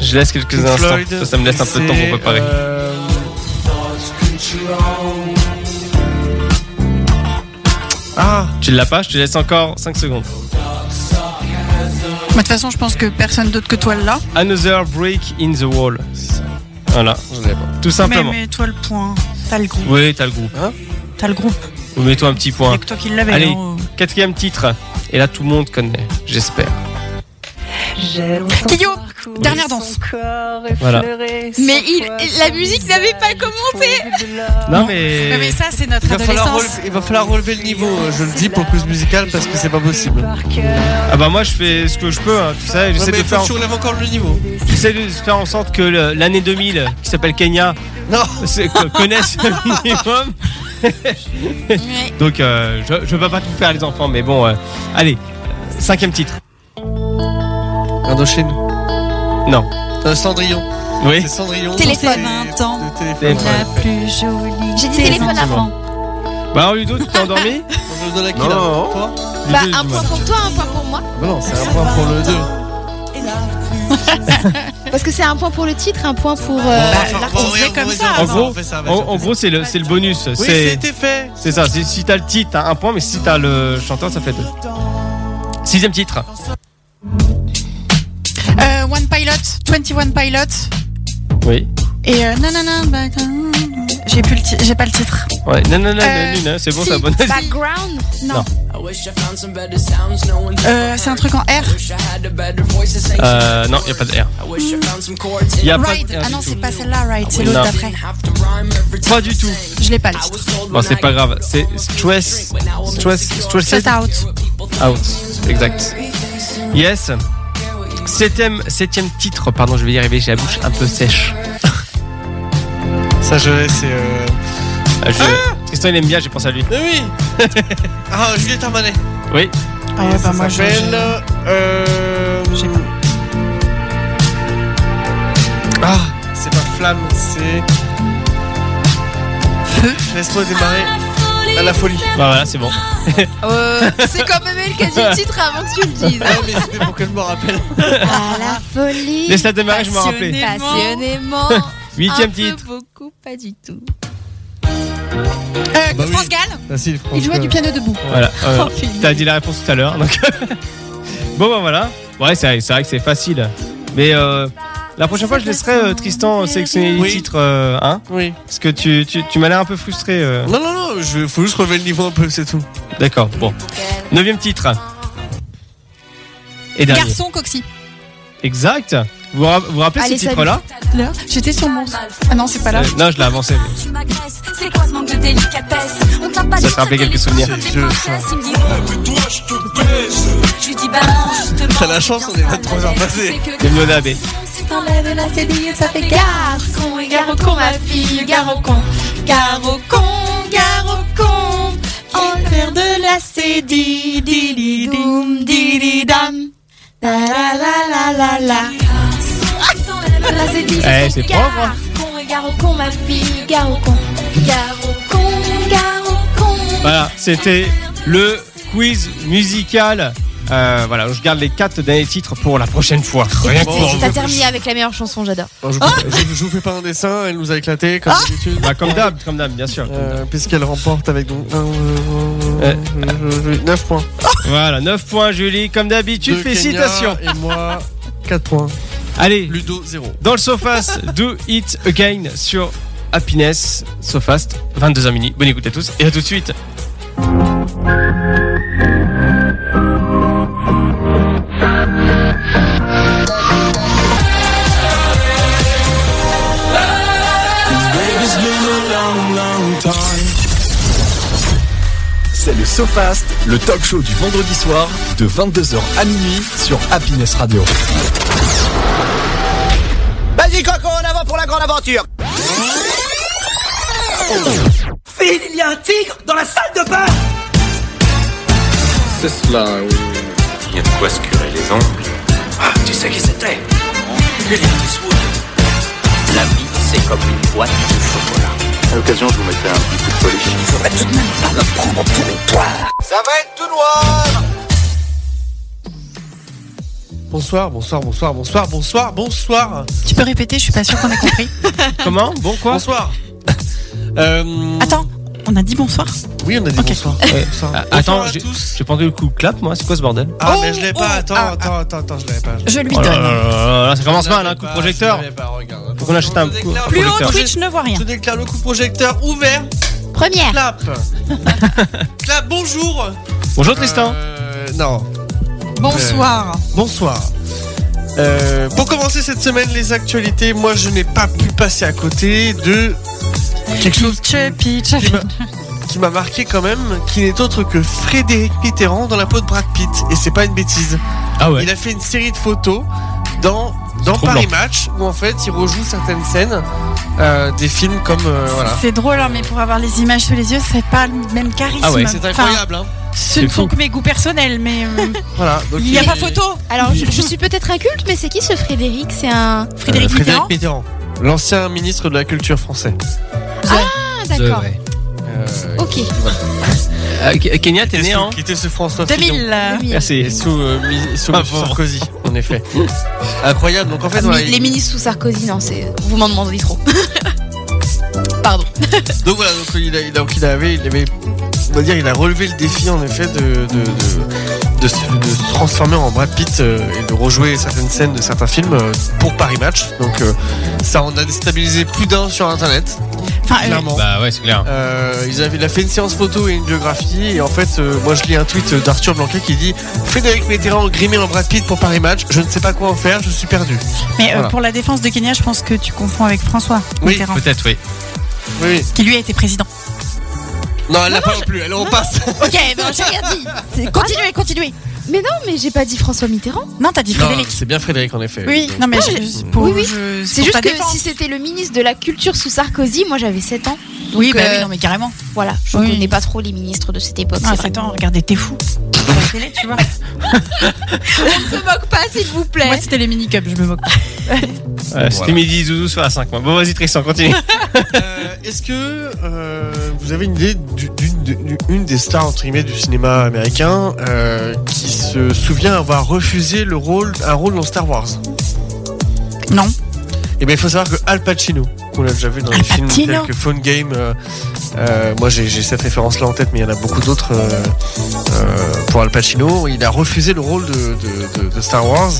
Speaker 2: Je laisse quelques
Speaker 3: Pink
Speaker 2: instants.
Speaker 3: Floyd,
Speaker 2: ça, ça me laisse un peu de temps
Speaker 3: c'est,
Speaker 2: pour préparer.
Speaker 3: euh, Ah,
Speaker 2: Tu l'as pas Je te laisse encore 5 secondes.
Speaker 7: Mais De toute façon, je pense que personne d'autre que toi l'a.
Speaker 2: Another Break in the Wall. Voilà,
Speaker 3: je l'ai pas.
Speaker 2: tout
Speaker 7: Mais,
Speaker 2: simplement.
Speaker 7: mais toi le point. T'as le groupe.
Speaker 2: Oui, t'as le groupe.
Speaker 7: T'as le groupe.
Speaker 2: Vous mettez un petit
Speaker 7: Y'a
Speaker 2: point.
Speaker 7: que toi qui l'avais.
Speaker 2: Allez.
Speaker 7: hein.
Speaker 2: Quatrième titre. Et là, tout le monde connaît, j'espère.
Speaker 7: Kyo, dernière danse.
Speaker 2: Voilà.
Speaker 5: Mais il- la musique n'avait pas commencé.
Speaker 2: Non, mais.
Speaker 7: Mais, mais ça, c'est notre
Speaker 3: Il va, falloir
Speaker 7: adolescence.
Speaker 3: relever, il va falloir relever le niveau, euh, je le dis, pour plus musical parce que c'est pas possible.
Speaker 2: Ah bah, moi, je fais ce que je peux, hein, tu sais.
Speaker 3: Ouais,
Speaker 2: J'essaie
Speaker 3: mais
Speaker 2: de,
Speaker 3: il faut
Speaker 2: faire
Speaker 3: que tu relèves encore le niveau.
Speaker 2: j'essaie de faire en sorte que le- l'année 2000, qui s'appelle Kenya,
Speaker 3: Non,
Speaker 2: c'est- que-
Speaker 3: *laughs*
Speaker 2: connaissent le minimum. Donc euh, je ne peux pas tout faire les enfants, mais bon, euh, allez, euh, cinquième titre.
Speaker 3: Indochine.
Speaker 2: Non.
Speaker 3: Euh, Cendrillon.
Speaker 2: Oui.
Speaker 3: C'est Cendrillon.
Speaker 7: Téléphone.
Speaker 3: C'est-
Speaker 7: 20 ans.
Speaker 3: le Eh. téléphone,
Speaker 2: Téléphone.
Speaker 3: ouais.
Speaker 7: plus jolie.
Speaker 5: J'ai dit téléphone avant.
Speaker 2: Bah alors, Ludo, tu t'es endormi
Speaker 3: Je le donne à qui
Speaker 6: Non,
Speaker 3: là
Speaker 6: non.
Speaker 3: Toi
Speaker 5: Bah
Speaker 2: Ludo,
Speaker 5: un
Speaker 2: dis-moi.
Speaker 5: point pour toi, un point pour moi.
Speaker 3: Bah non, c'est un point pour le 2.
Speaker 7: Bah,
Speaker 5: Parce que c'est un point pour le titre, un point pour. euh,
Speaker 2: Bah,
Speaker 7: on faisait comme ça
Speaker 2: En
Speaker 7: avant.
Speaker 2: gros, en, en gros, c'est le, c'est le bonus.
Speaker 3: oui,
Speaker 2: c'est
Speaker 3: c'était fait.
Speaker 2: c'est ça. c'est- Si t'as le titre, t'as un point, mais si t'as le chanteur, ça fait deux. Sixième titre.
Speaker 7: Euh, One Pilot, 21 Pilot.
Speaker 2: Oui.
Speaker 7: Et euh, non, non, non, bah, j'ai plus le ti- j'ai pas le titre.
Speaker 2: Ouais. Non, non, non,
Speaker 7: Euh,
Speaker 2: non, non, c'est bon,
Speaker 7: si.
Speaker 2: c'est la bonne.
Speaker 5: bah. Background
Speaker 7: Non.
Speaker 8: Uh.
Speaker 7: Euh, c'est un truc en R.
Speaker 2: *laughs* Euh, non, y a pas de R. Y a pas de
Speaker 7: Ride.
Speaker 2: R
Speaker 7: Ah
Speaker 2: du
Speaker 7: non,
Speaker 2: tout.
Speaker 7: c'est pas celle-là, Ride. C'est
Speaker 2: Non.
Speaker 7: l'autre d'après.
Speaker 2: Pas du tout.
Speaker 7: Je l'ai pas le titre.
Speaker 2: Bon, c'est pas grave. C'est stress, stress, stressed
Speaker 7: Stress out.
Speaker 2: Out, exact. Yes. Septième, septième titre, pardon, je vais y arriver, j'ai la bouche un peu sèche.
Speaker 3: Ça, je l'ai, c'est. Euh...
Speaker 2: Euh, je-
Speaker 5: Ah
Speaker 2: Tristan, il aime bien, j'ai pensé à lui.
Speaker 3: Mais oui Ah, Juliette Armanet.
Speaker 2: Oui,
Speaker 7: Ah ouais, bah,
Speaker 3: ça
Speaker 7: moi, je-
Speaker 3: s'appelle.
Speaker 7: je-
Speaker 3: Euh...
Speaker 7: j'ai pas.
Speaker 3: Ah, c'est pas flamme, c'est.
Speaker 7: Feu.
Speaker 3: Laisse-moi démarrer. À la folie.
Speaker 2: bah voilà, c'est bon.
Speaker 5: Ah, Euh, C'est quand même elle qui a dit le titre avant que tu le dises.
Speaker 3: Non, Ah, mais c'était pour que je me rappelle.
Speaker 5: À la folie.
Speaker 2: Laisse-la démarrer, je m'en rappelais.
Speaker 7: Passionné.
Speaker 5: Passionnément.
Speaker 2: *laughs* Huitième
Speaker 5: un
Speaker 2: titre.
Speaker 5: Peu, beaucoup, pas du tout.
Speaker 7: Euh,
Speaker 3: Bah oui.
Speaker 7: France Gall,
Speaker 3: Ah, si,
Speaker 7: il jouait du piano debout.
Speaker 2: Voilà, euh,
Speaker 5: Oh, Philippe.
Speaker 2: t'as dit la réponse tout à *laughs* ben, l'heure. Donc... bon, bah voilà. Ouais, c'est vrai, c'est vrai que c'est facile. Mais euh, La prochaine fois, je laisserai euh, Tristan sélectionner les
Speaker 3: Oui.
Speaker 2: titres, euh, hein,
Speaker 3: Oui.
Speaker 2: parce que tu, tu, tu m'as l'air un peu frustré. euh.
Speaker 3: Non, non, non, il faut juste relever le niveau un peu, c'est tout.
Speaker 2: D'accord, bon. Neuvième titre. Et dernier.
Speaker 7: Garçon Coxy.
Speaker 2: Exact. Vous ra- vous vous rappelez
Speaker 5: Allez,
Speaker 2: ce titre-là
Speaker 7: Là, j'étais sur mon. Ah non, c'est pas là.
Speaker 2: Euh, Non, je l'ai avancé.
Speaker 9: Tu m'agresses, c'est quoi ce manque de délicatesse On t'a pas
Speaker 2: Ça
Speaker 9: dit
Speaker 2: te rappelait
Speaker 9: traiter
Speaker 2: quelques
Speaker 9: les
Speaker 2: souvenirs.
Speaker 9: choses comme des
Speaker 3: C'est vieux,
Speaker 9: princesses, il me dit,
Speaker 8: Toi, je te baise.
Speaker 9: Je lui dis bah non, justement.
Speaker 3: T'as la chance, on est 23 heures passées.
Speaker 9: passées.
Speaker 2: Bienvenue au Dabé.
Speaker 9: T'enlèves la cellule, ça fait garçon et
Speaker 5: Gare au con, ma fille, gare au con. Gare au con, gare au con. Enfer de la cédille, dili doum, dili dam. La la la la la la.
Speaker 2: Eh, c'est propre.
Speaker 5: Con et gare au con, ma fille, gare au con. Gare au con, gare au con.
Speaker 2: Voilà, c'était le quiz musical. Euh, voilà, je garde les quatre derniers titres pour la prochaine fois.
Speaker 5: Et
Speaker 3: Rien
Speaker 5: puis,
Speaker 3: que pour
Speaker 5: t'as-
Speaker 3: vous.
Speaker 5: T'as terminé avec la meilleure chanson, j'adore.
Speaker 3: Alors, je, vous,
Speaker 7: Ah.
Speaker 3: je- je vous fais pas un dessin, elle nous a éclaté, comme d'habitude.
Speaker 2: Bah, comme d'hab, comme d'hab, bien sûr.
Speaker 3: Euh, Puisqu'elle remporte avec donc un, euh,
Speaker 2: Euh,
Speaker 3: je- je- 9 points.
Speaker 2: Voilà, 9 points, Julie. Comme d'habitude,
Speaker 3: De Kenya
Speaker 2: félicitations.
Speaker 3: Et moi, 4 *laughs* points.
Speaker 2: Allez,
Speaker 3: Ludo, 0.
Speaker 2: dans le Sofast, do it again sur Happiness Sofast, 22h mini. Bonne écoute à tous et à tout de suite.
Speaker 8: It's been a long, long time.
Speaker 1: C'est le SoFast, le talk show du vendredi soir de 22h à minuit sur Happiness Radio.
Speaker 10: Vas-y Coco, en avant pour la grande aventure Phil, il y a un tigre dans la salle de bain
Speaker 11: C'est cela, oui. Il y a de quoi se curer les ongles.
Speaker 10: Ah, tu sais qui c'était Clint Eastwood. La vie, c'est comme une boîte de chocolat.
Speaker 11: À l'occasion, je vous mettrai un petit coup de polish.
Speaker 10: Il faudrait tout de même pas le prendre pour une poire. Ça va être tout noir
Speaker 3: Bonsoir, bonsoir, bonsoir, bonsoir, bonsoir, bonsoir.
Speaker 7: Tu peux répéter, je suis pas sûre qu'on ait compris.
Speaker 2: Comment Bon quoi *laughs*
Speaker 3: Bonsoir. Euh,
Speaker 7: Attends, on a dit bonsoir
Speaker 3: Oui, on a dit
Speaker 7: Ok.
Speaker 3: bonsoir.
Speaker 2: Euh,
Speaker 3: Bonsoir.
Speaker 2: ah,
Speaker 3: Bonsoir
Speaker 2: attends,
Speaker 3: à
Speaker 2: j'ai-
Speaker 3: tous.
Speaker 2: j'ai pendu le coup de clap, moi. C'est quoi ce bordel
Speaker 3: Ah,
Speaker 7: Oh,
Speaker 3: mais je l'ai
Speaker 7: oh,
Speaker 3: pas. Attends,
Speaker 7: ah,
Speaker 3: attends, attends, attends, je l'avais pas.
Speaker 7: Je lui
Speaker 2: Oh là
Speaker 7: donne.
Speaker 2: là là là, Ça commence
Speaker 3: Je
Speaker 2: mal,
Speaker 3: l'avais
Speaker 2: hein, coup de
Speaker 3: pas,
Speaker 2: projecteur.
Speaker 3: je l'avais pas, regarde.
Speaker 2: Faut qu'on achète un
Speaker 3: Je
Speaker 2: coup-
Speaker 3: déclare-
Speaker 2: Plus
Speaker 7: Plus haut,
Speaker 2: projecteur.
Speaker 7: Twitch ne voit rien.
Speaker 3: Je déclare le coup de projecteur ouvert.
Speaker 5: Première.
Speaker 2: *laughs*
Speaker 3: Clap. Clap, bonjour.
Speaker 2: Bonjour Tristan.
Speaker 3: Euh, non.
Speaker 7: Bonsoir.
Speaker 3: Bonsoir. Euh, pour commencer cette semaine, les actualités, moi je n'ai pas pu passer à côté de quelque chose qui,
Speaker 7: Pitch,
Speaker 3: qui m'a- qui m'a marqué quand même, qui n'est autre que Frédéric Mitterrand dans la peau de Brad Pitt. Et c'est pas une bêtise.
Speaker 2: Ah ouais.
Speaker 3: Il a fait une série de photos dans, dans
Speaker 2: troublant.
Speaker 3: Paris Match où en fait il rejoue certaines scènes euh, des films comme. euh, voilà.
Speaker 7: C'est drôle, hein, mais pour avoir les images sous les yeux, c'est pas le même charisme.
Speaker 2: Ah ouais,
Speaker 3: C'est incroyable. hein.
Speaker 7: Enfin, ce
Speaker 2: C'est
Speaker 7: ne sont
Speaker 2: fou.
Speaker 7: que mes goûts personnels,
Speaker 3: *laughs*
Speaker 7: mais euh,
Speaker 3: Voilà. donc
Speaker 7: il n'y a pas photo.
Speaker 5: Alors, je, je suis peut-être inculte, mais c'est qui ce Frédéric C'est un.
Speaker 7: Frédéric
Speaker 3: Euh,
Speaker 7: Mitterrand.
Speaker 3: Mitterrand, l'ancien ministre de la culture français.
Speaker 5: Ah, d'accord.
Speaker 3: Euh,
Speaker 5: Ok.
Speaker 2: Euh, Ke- Kenya, t'es
Speaker 3: qui était
Speaker 2: né Ah,
Speaker 3: sous-
Speaker 2: en
Speaker 3: Qui était sous François Fillon.
Speaker 7: 2000.
Speaker 5: Ah.
Speaker 7: euh,
Speaker 3: Et
Speaker 2: Merci.
Speaker 3: sous, euh, mi- sous
Speaker 2: Ah,
Speaker 3: Monsieur
Speaker 2: bon.
Speaker 3: Sarkozy, en effet. Incroyable. Donc en fait,
Speaker 5: Ah,
Speaker 3: voilà,
Speaker 5: mais les
Speaker 3: il-
Speaker 5: ministres sous Sarkozy, non, c'est. Vous m'en demandez trop. Pardon.
Speaker 3: donc voilà, donc il a, il a- donc, il avait, il avait- on va dire, il a relevé le défi en effet de de, de- de se, de se transformer en Brad Pitt euh, et de rejouer certaines scènes de certains films euh, pour Paris Match. Donc euh, ça en a déstabilisé plus d'un sur Internet,
Speaker 7: Enfin, euh,
Speaker 3: clairement.
Speaker 2: Bah ouais, c'est clair.
Speaker 3: Euh, ils avaient, il a fait une séance photo et une biographie. Et en fait, euh, moi je lis un tweet d'Arthur Blanquet qui dit Frédéric Mitterrand grimé en Brad Pitt pour Paris Match. Je ne sais pas quoi en faire, je suis perdu.
Speaker 7: mais euh,
Speaker 3: Voilà.
Speaker 7: pour la défense de Kenya, je pense que tu confonds avec François
Speaker 3: Oui,
Speaker 7: Mitterrand,
Speaker 2: Peut-être, oui.
Speaker 3: Oui.
Speaker 7: qui lui a été président.
Speaker 3: Non, elle l'a pas non plus. Alors on passe.
Speaker 7: *laughs* Ok, ben, j'ai rien
Speaker 5: *laughs*
Speaker 7: dit. C'est- Continuez, continuez.
Speaker 5: Mais non, mais j'ai pas dit François Mitterrand.
Speaker 7: Non, t'as dit Frédéric.
Speaker 3: C'est bien Frédéric en effet.
Speaker 7: Oui, non mais
Speaker 5: Non,
Speaker 7: je-
Speaker 5: j'ai-
Speaker 7: je- pour,
Speaker 5: oui, oui.
Speaker 7: je-
Speaker 5: C'est
Speaker 7: pour
Speaker 5: juste
Speaker 7: ta
Speaker 5: que
Speaker 7: défense.
Speaker 5: si c'était le ministre de la culture sous Sarkozy, moi j'avais 7 ans.
Speaker 7: oui,
Speaker 5: donc,
Speaker 7: bah
Speaker 5: euh,
Speaker 7: oui, non mais carrément.
Speaker 5: Voilà, je
Speaker 7: Oui.
Speaker 5: connais pas trop les ministres de cette époque.
Speaker 7: Ah,
Speaker 5: c'est vrai.
Speaker 7: attends, regardez, t'es
Speaker 5: *laughs*
Speaker 7: fou. Sur la télé, tu vois.
Speaker 5: Ne me moque pas, s'il vous plaît.
Speaker 7: Moi, c'était les mini cups, je me moque.
Speaker 2: Euh, C'était midi, Zouzou, soit à 5 mois. Bon, vas-y, Tristan, *laughs* continue.
Speaker 3: Euh, Est-ce que euh, vous avez une idée du- d'une d'une- une des stars entre guillemets du cinéma américain euh, qui se souvient avoir refusé le rôle un rôle dans Star Wars
Speaker 7: Non.
Speaker 3: Et bien Eh ben, il faut savoir que Al Pacino, qu'on a déjà vu dans les films
Speaker 7: Pacino.
Speaker 3: tels que Phone Game, euh, euh, moi j'ai j'ai cette référence là en tête, mais il y en a beaucoup d'autres euh, euh, pour Al Pacino. Il a refusé le rôle de, de- de- de Star Wars,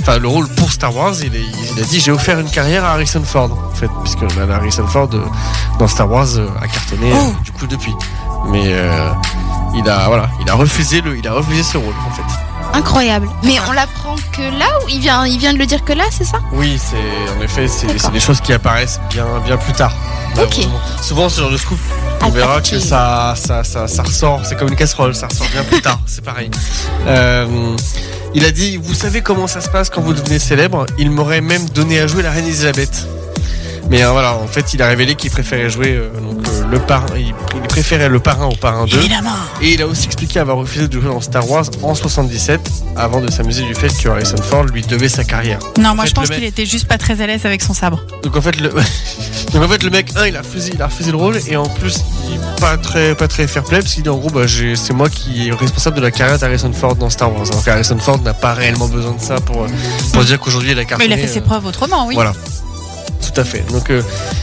Speaker 3: enfin le rôle pour Star Wars. Il, est- il a dit j'ai offert une carrière à Harrison Ford, en fait, puisque bah, Harrison Ford euh, dans Star Wars euh, a cartonné euh, du coup depuis. Mais euh, il a voilà, il a refusé le, il a refusé ce rôle en fait.
Speaker 5: Incroyable. Mais on l'apprend que là ou il vient, il vient de le dire que là, c'est ça
Speaker 3: Oui, c'est en effet, c'est
Speaker 5: D'accord.
Speaker 3: c'est des choses qui apparaissent bien, bien plus tard. malheureusement. Souvent, ce genre de scoop, on verra que ça, ça, ça, ça ressort. C'est comme une casserole, ça ressort bien plus tard. C'est pareil. Euh, il a dit Vous savez comment ça se passe quand vous devenez célèbre Il m'aurait même donné à jouer la reine Elisabeth. Mais euh, voilà, en fait, il a révélé qu'il préférait jouer euh, donc, euh, le parrain. Il, il préférait le parrain au parrain 2.
Speaker 7: Évidemment.
Speaker 3: Et il a aussi expliqué avoir refusé de jouer dans Star Wars en 77 avant de s'amuser du fait que Harrison Ford lui devait sa carrière.
Speaker 7: Non,
Speaker 3: En
Speaker 7: moi
Speaker 3: fait,
Speaker 7: je pense
Speaker 3: le mec-
Speaker 7: qu'il était juste pas très à l'aise avec son sabre.
Speaker 3: donc en fait le *laughs* donc en fait le mec un il a refusé il a refusé le rôle et en plus il est pas très pas très fair play parce qu'il dit en gros bah j'ai- c'est moi qui est responsable de la carrière d'Harrison Ford dans Star Wars alors qu'Harrison Ford n'a pas réellement besoin de ça pour pour dire qu'aujourd'hui il a
Speaker 7: Mais
Speaker 3: cartonné
Speaker 7: il a fait ses
Speaker 3: euh,
Speaker 7: preuves autrement, oui.
Speaker 3: voilà. Tout à fait. Donc, euh,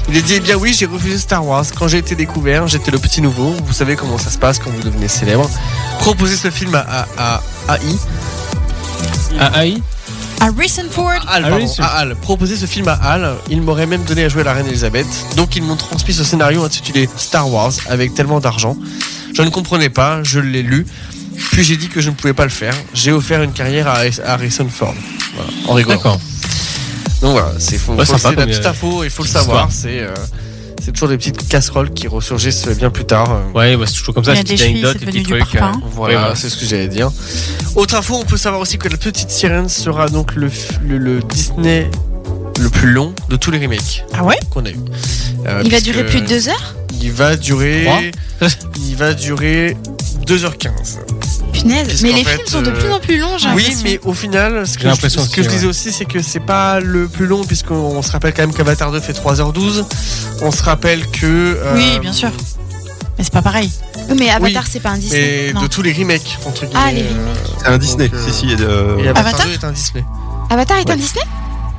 Speaker 3: il a dit Eh bien, oui, j'ai refusé Star Wars. Quand j'ai été découvert, j'étais le petit nouveau. Vous savez comment ça se passe quand vous devenez célèbre. Proposer ce film à, à, à AI.
Speaker 2: Ah,
Speaker 3: À AI
Speaker 7: Harrison Ford.
Speaker 3: à Al, pardon, à Al. Proposer ce film à Al, il m'aurait même donné à jouer la reine Elisabeth. Donc ils m'ont transmis ce scénario intitulé Star Wars avec tellement d'argent. Je ne comprenais pas, je l'ai lu. Puis j'ai dit que je ne pouvais pas le faire. J'ai offert une carrière à à Harrison Ford. Voilà, en rigolant.
Speaker 2: D'accord.
Speaker 3: Donc voilà, c'est faut,
Speaker 2: Ouais, sympa
Speaker 3: faut- c'est la
Speaker 2: comme,
Speaker 3: petite
Speaker 2: euh,
Speaker 3: info, il faut le
Speaker 2: petite
Speaker 3: savoir.
Speaker 2: histoire.
Speaker 3: C'est euh, c'est toujours des petites casseroles qui ressurgissent bien plus tard. euh.
Speaker 2: Ouais, bah, c'est toujours comme ça,
Speaker 7: Il y a
Speaker 2: c'est des
Speaker 7: des
Speaker 2: petites anecdotes,
Speaker 7: chevilles,
Speaker 2: des petits
Speaker 7: c'est devenu
Speaker 2: trucs.
Speaker 7: du parfum.
Speaker 2: euh,
Speaker 3: Voilà,
Speaker 2: ouais, voilà.
Speaker 3: c'est ce que j'allais dire. Autre info, on peut savoir aussi que La Petite Sirène sera donc le, f- le, le Disney le plus long de tous les remakes
Speaker 7: Ah ouais
Speaker 3: qu'on a eu. Euh,
Speaker 5: Il va
Speaker 3: puisque
Speaker 5: durer plus de deux heures
Speaker 3: Il va
Speaker 2: Trois.
Speaker 3: durer. *laughs* il va durer 2h15.
Speaker 5: Punaise. Mais
Speaker 3: Puisqu'en
Speaker 5: les
Speaker 3: fait,
Speaker 5: films sont de
Speaker 3: euh,
Speaker 5: plus en plus longs, j'ai
Speaker 3: Oui,
Speaker 5: l'impression.
Speaker 3: mais au final, ce
Speaker 2: J'ai
Speaker 3: que, je,
Speaker 2: l'impression
Speaker 3: ce que
Speaker 2: aussi,
Speaker 3: je
Speaker 2: ouais.
Speaker 3: disais aussi, c'est que c'est pas le plus long, puisqu'on se rappelle quand même qu'Avatar 2 fait 3h12. On se rappelle que. euh,
Speaker 7: Oui, bien sûr. Mais c'est pas pareil.
Speaker 5: Mais, Avatar,
Speaker 3: oui.
Speaker 5: c'est pas un Disney.
Speaker 3: Mais
Speaker 7: non.
Speaker 3: de tous les remakes, entre guillemets.
Speaker 5: Ah, les remakes.
Speaker 3: euh,
Speaker 6: C'est un Disney.
Speaker 3: donc, euh,
Speaker 6: Si, si. il y a de-
Speaker 3: et Avatar,
Speaker 7: Avatar
Speaker 3: 2 est un Disney.
Speaker 5: Avatar est un Disney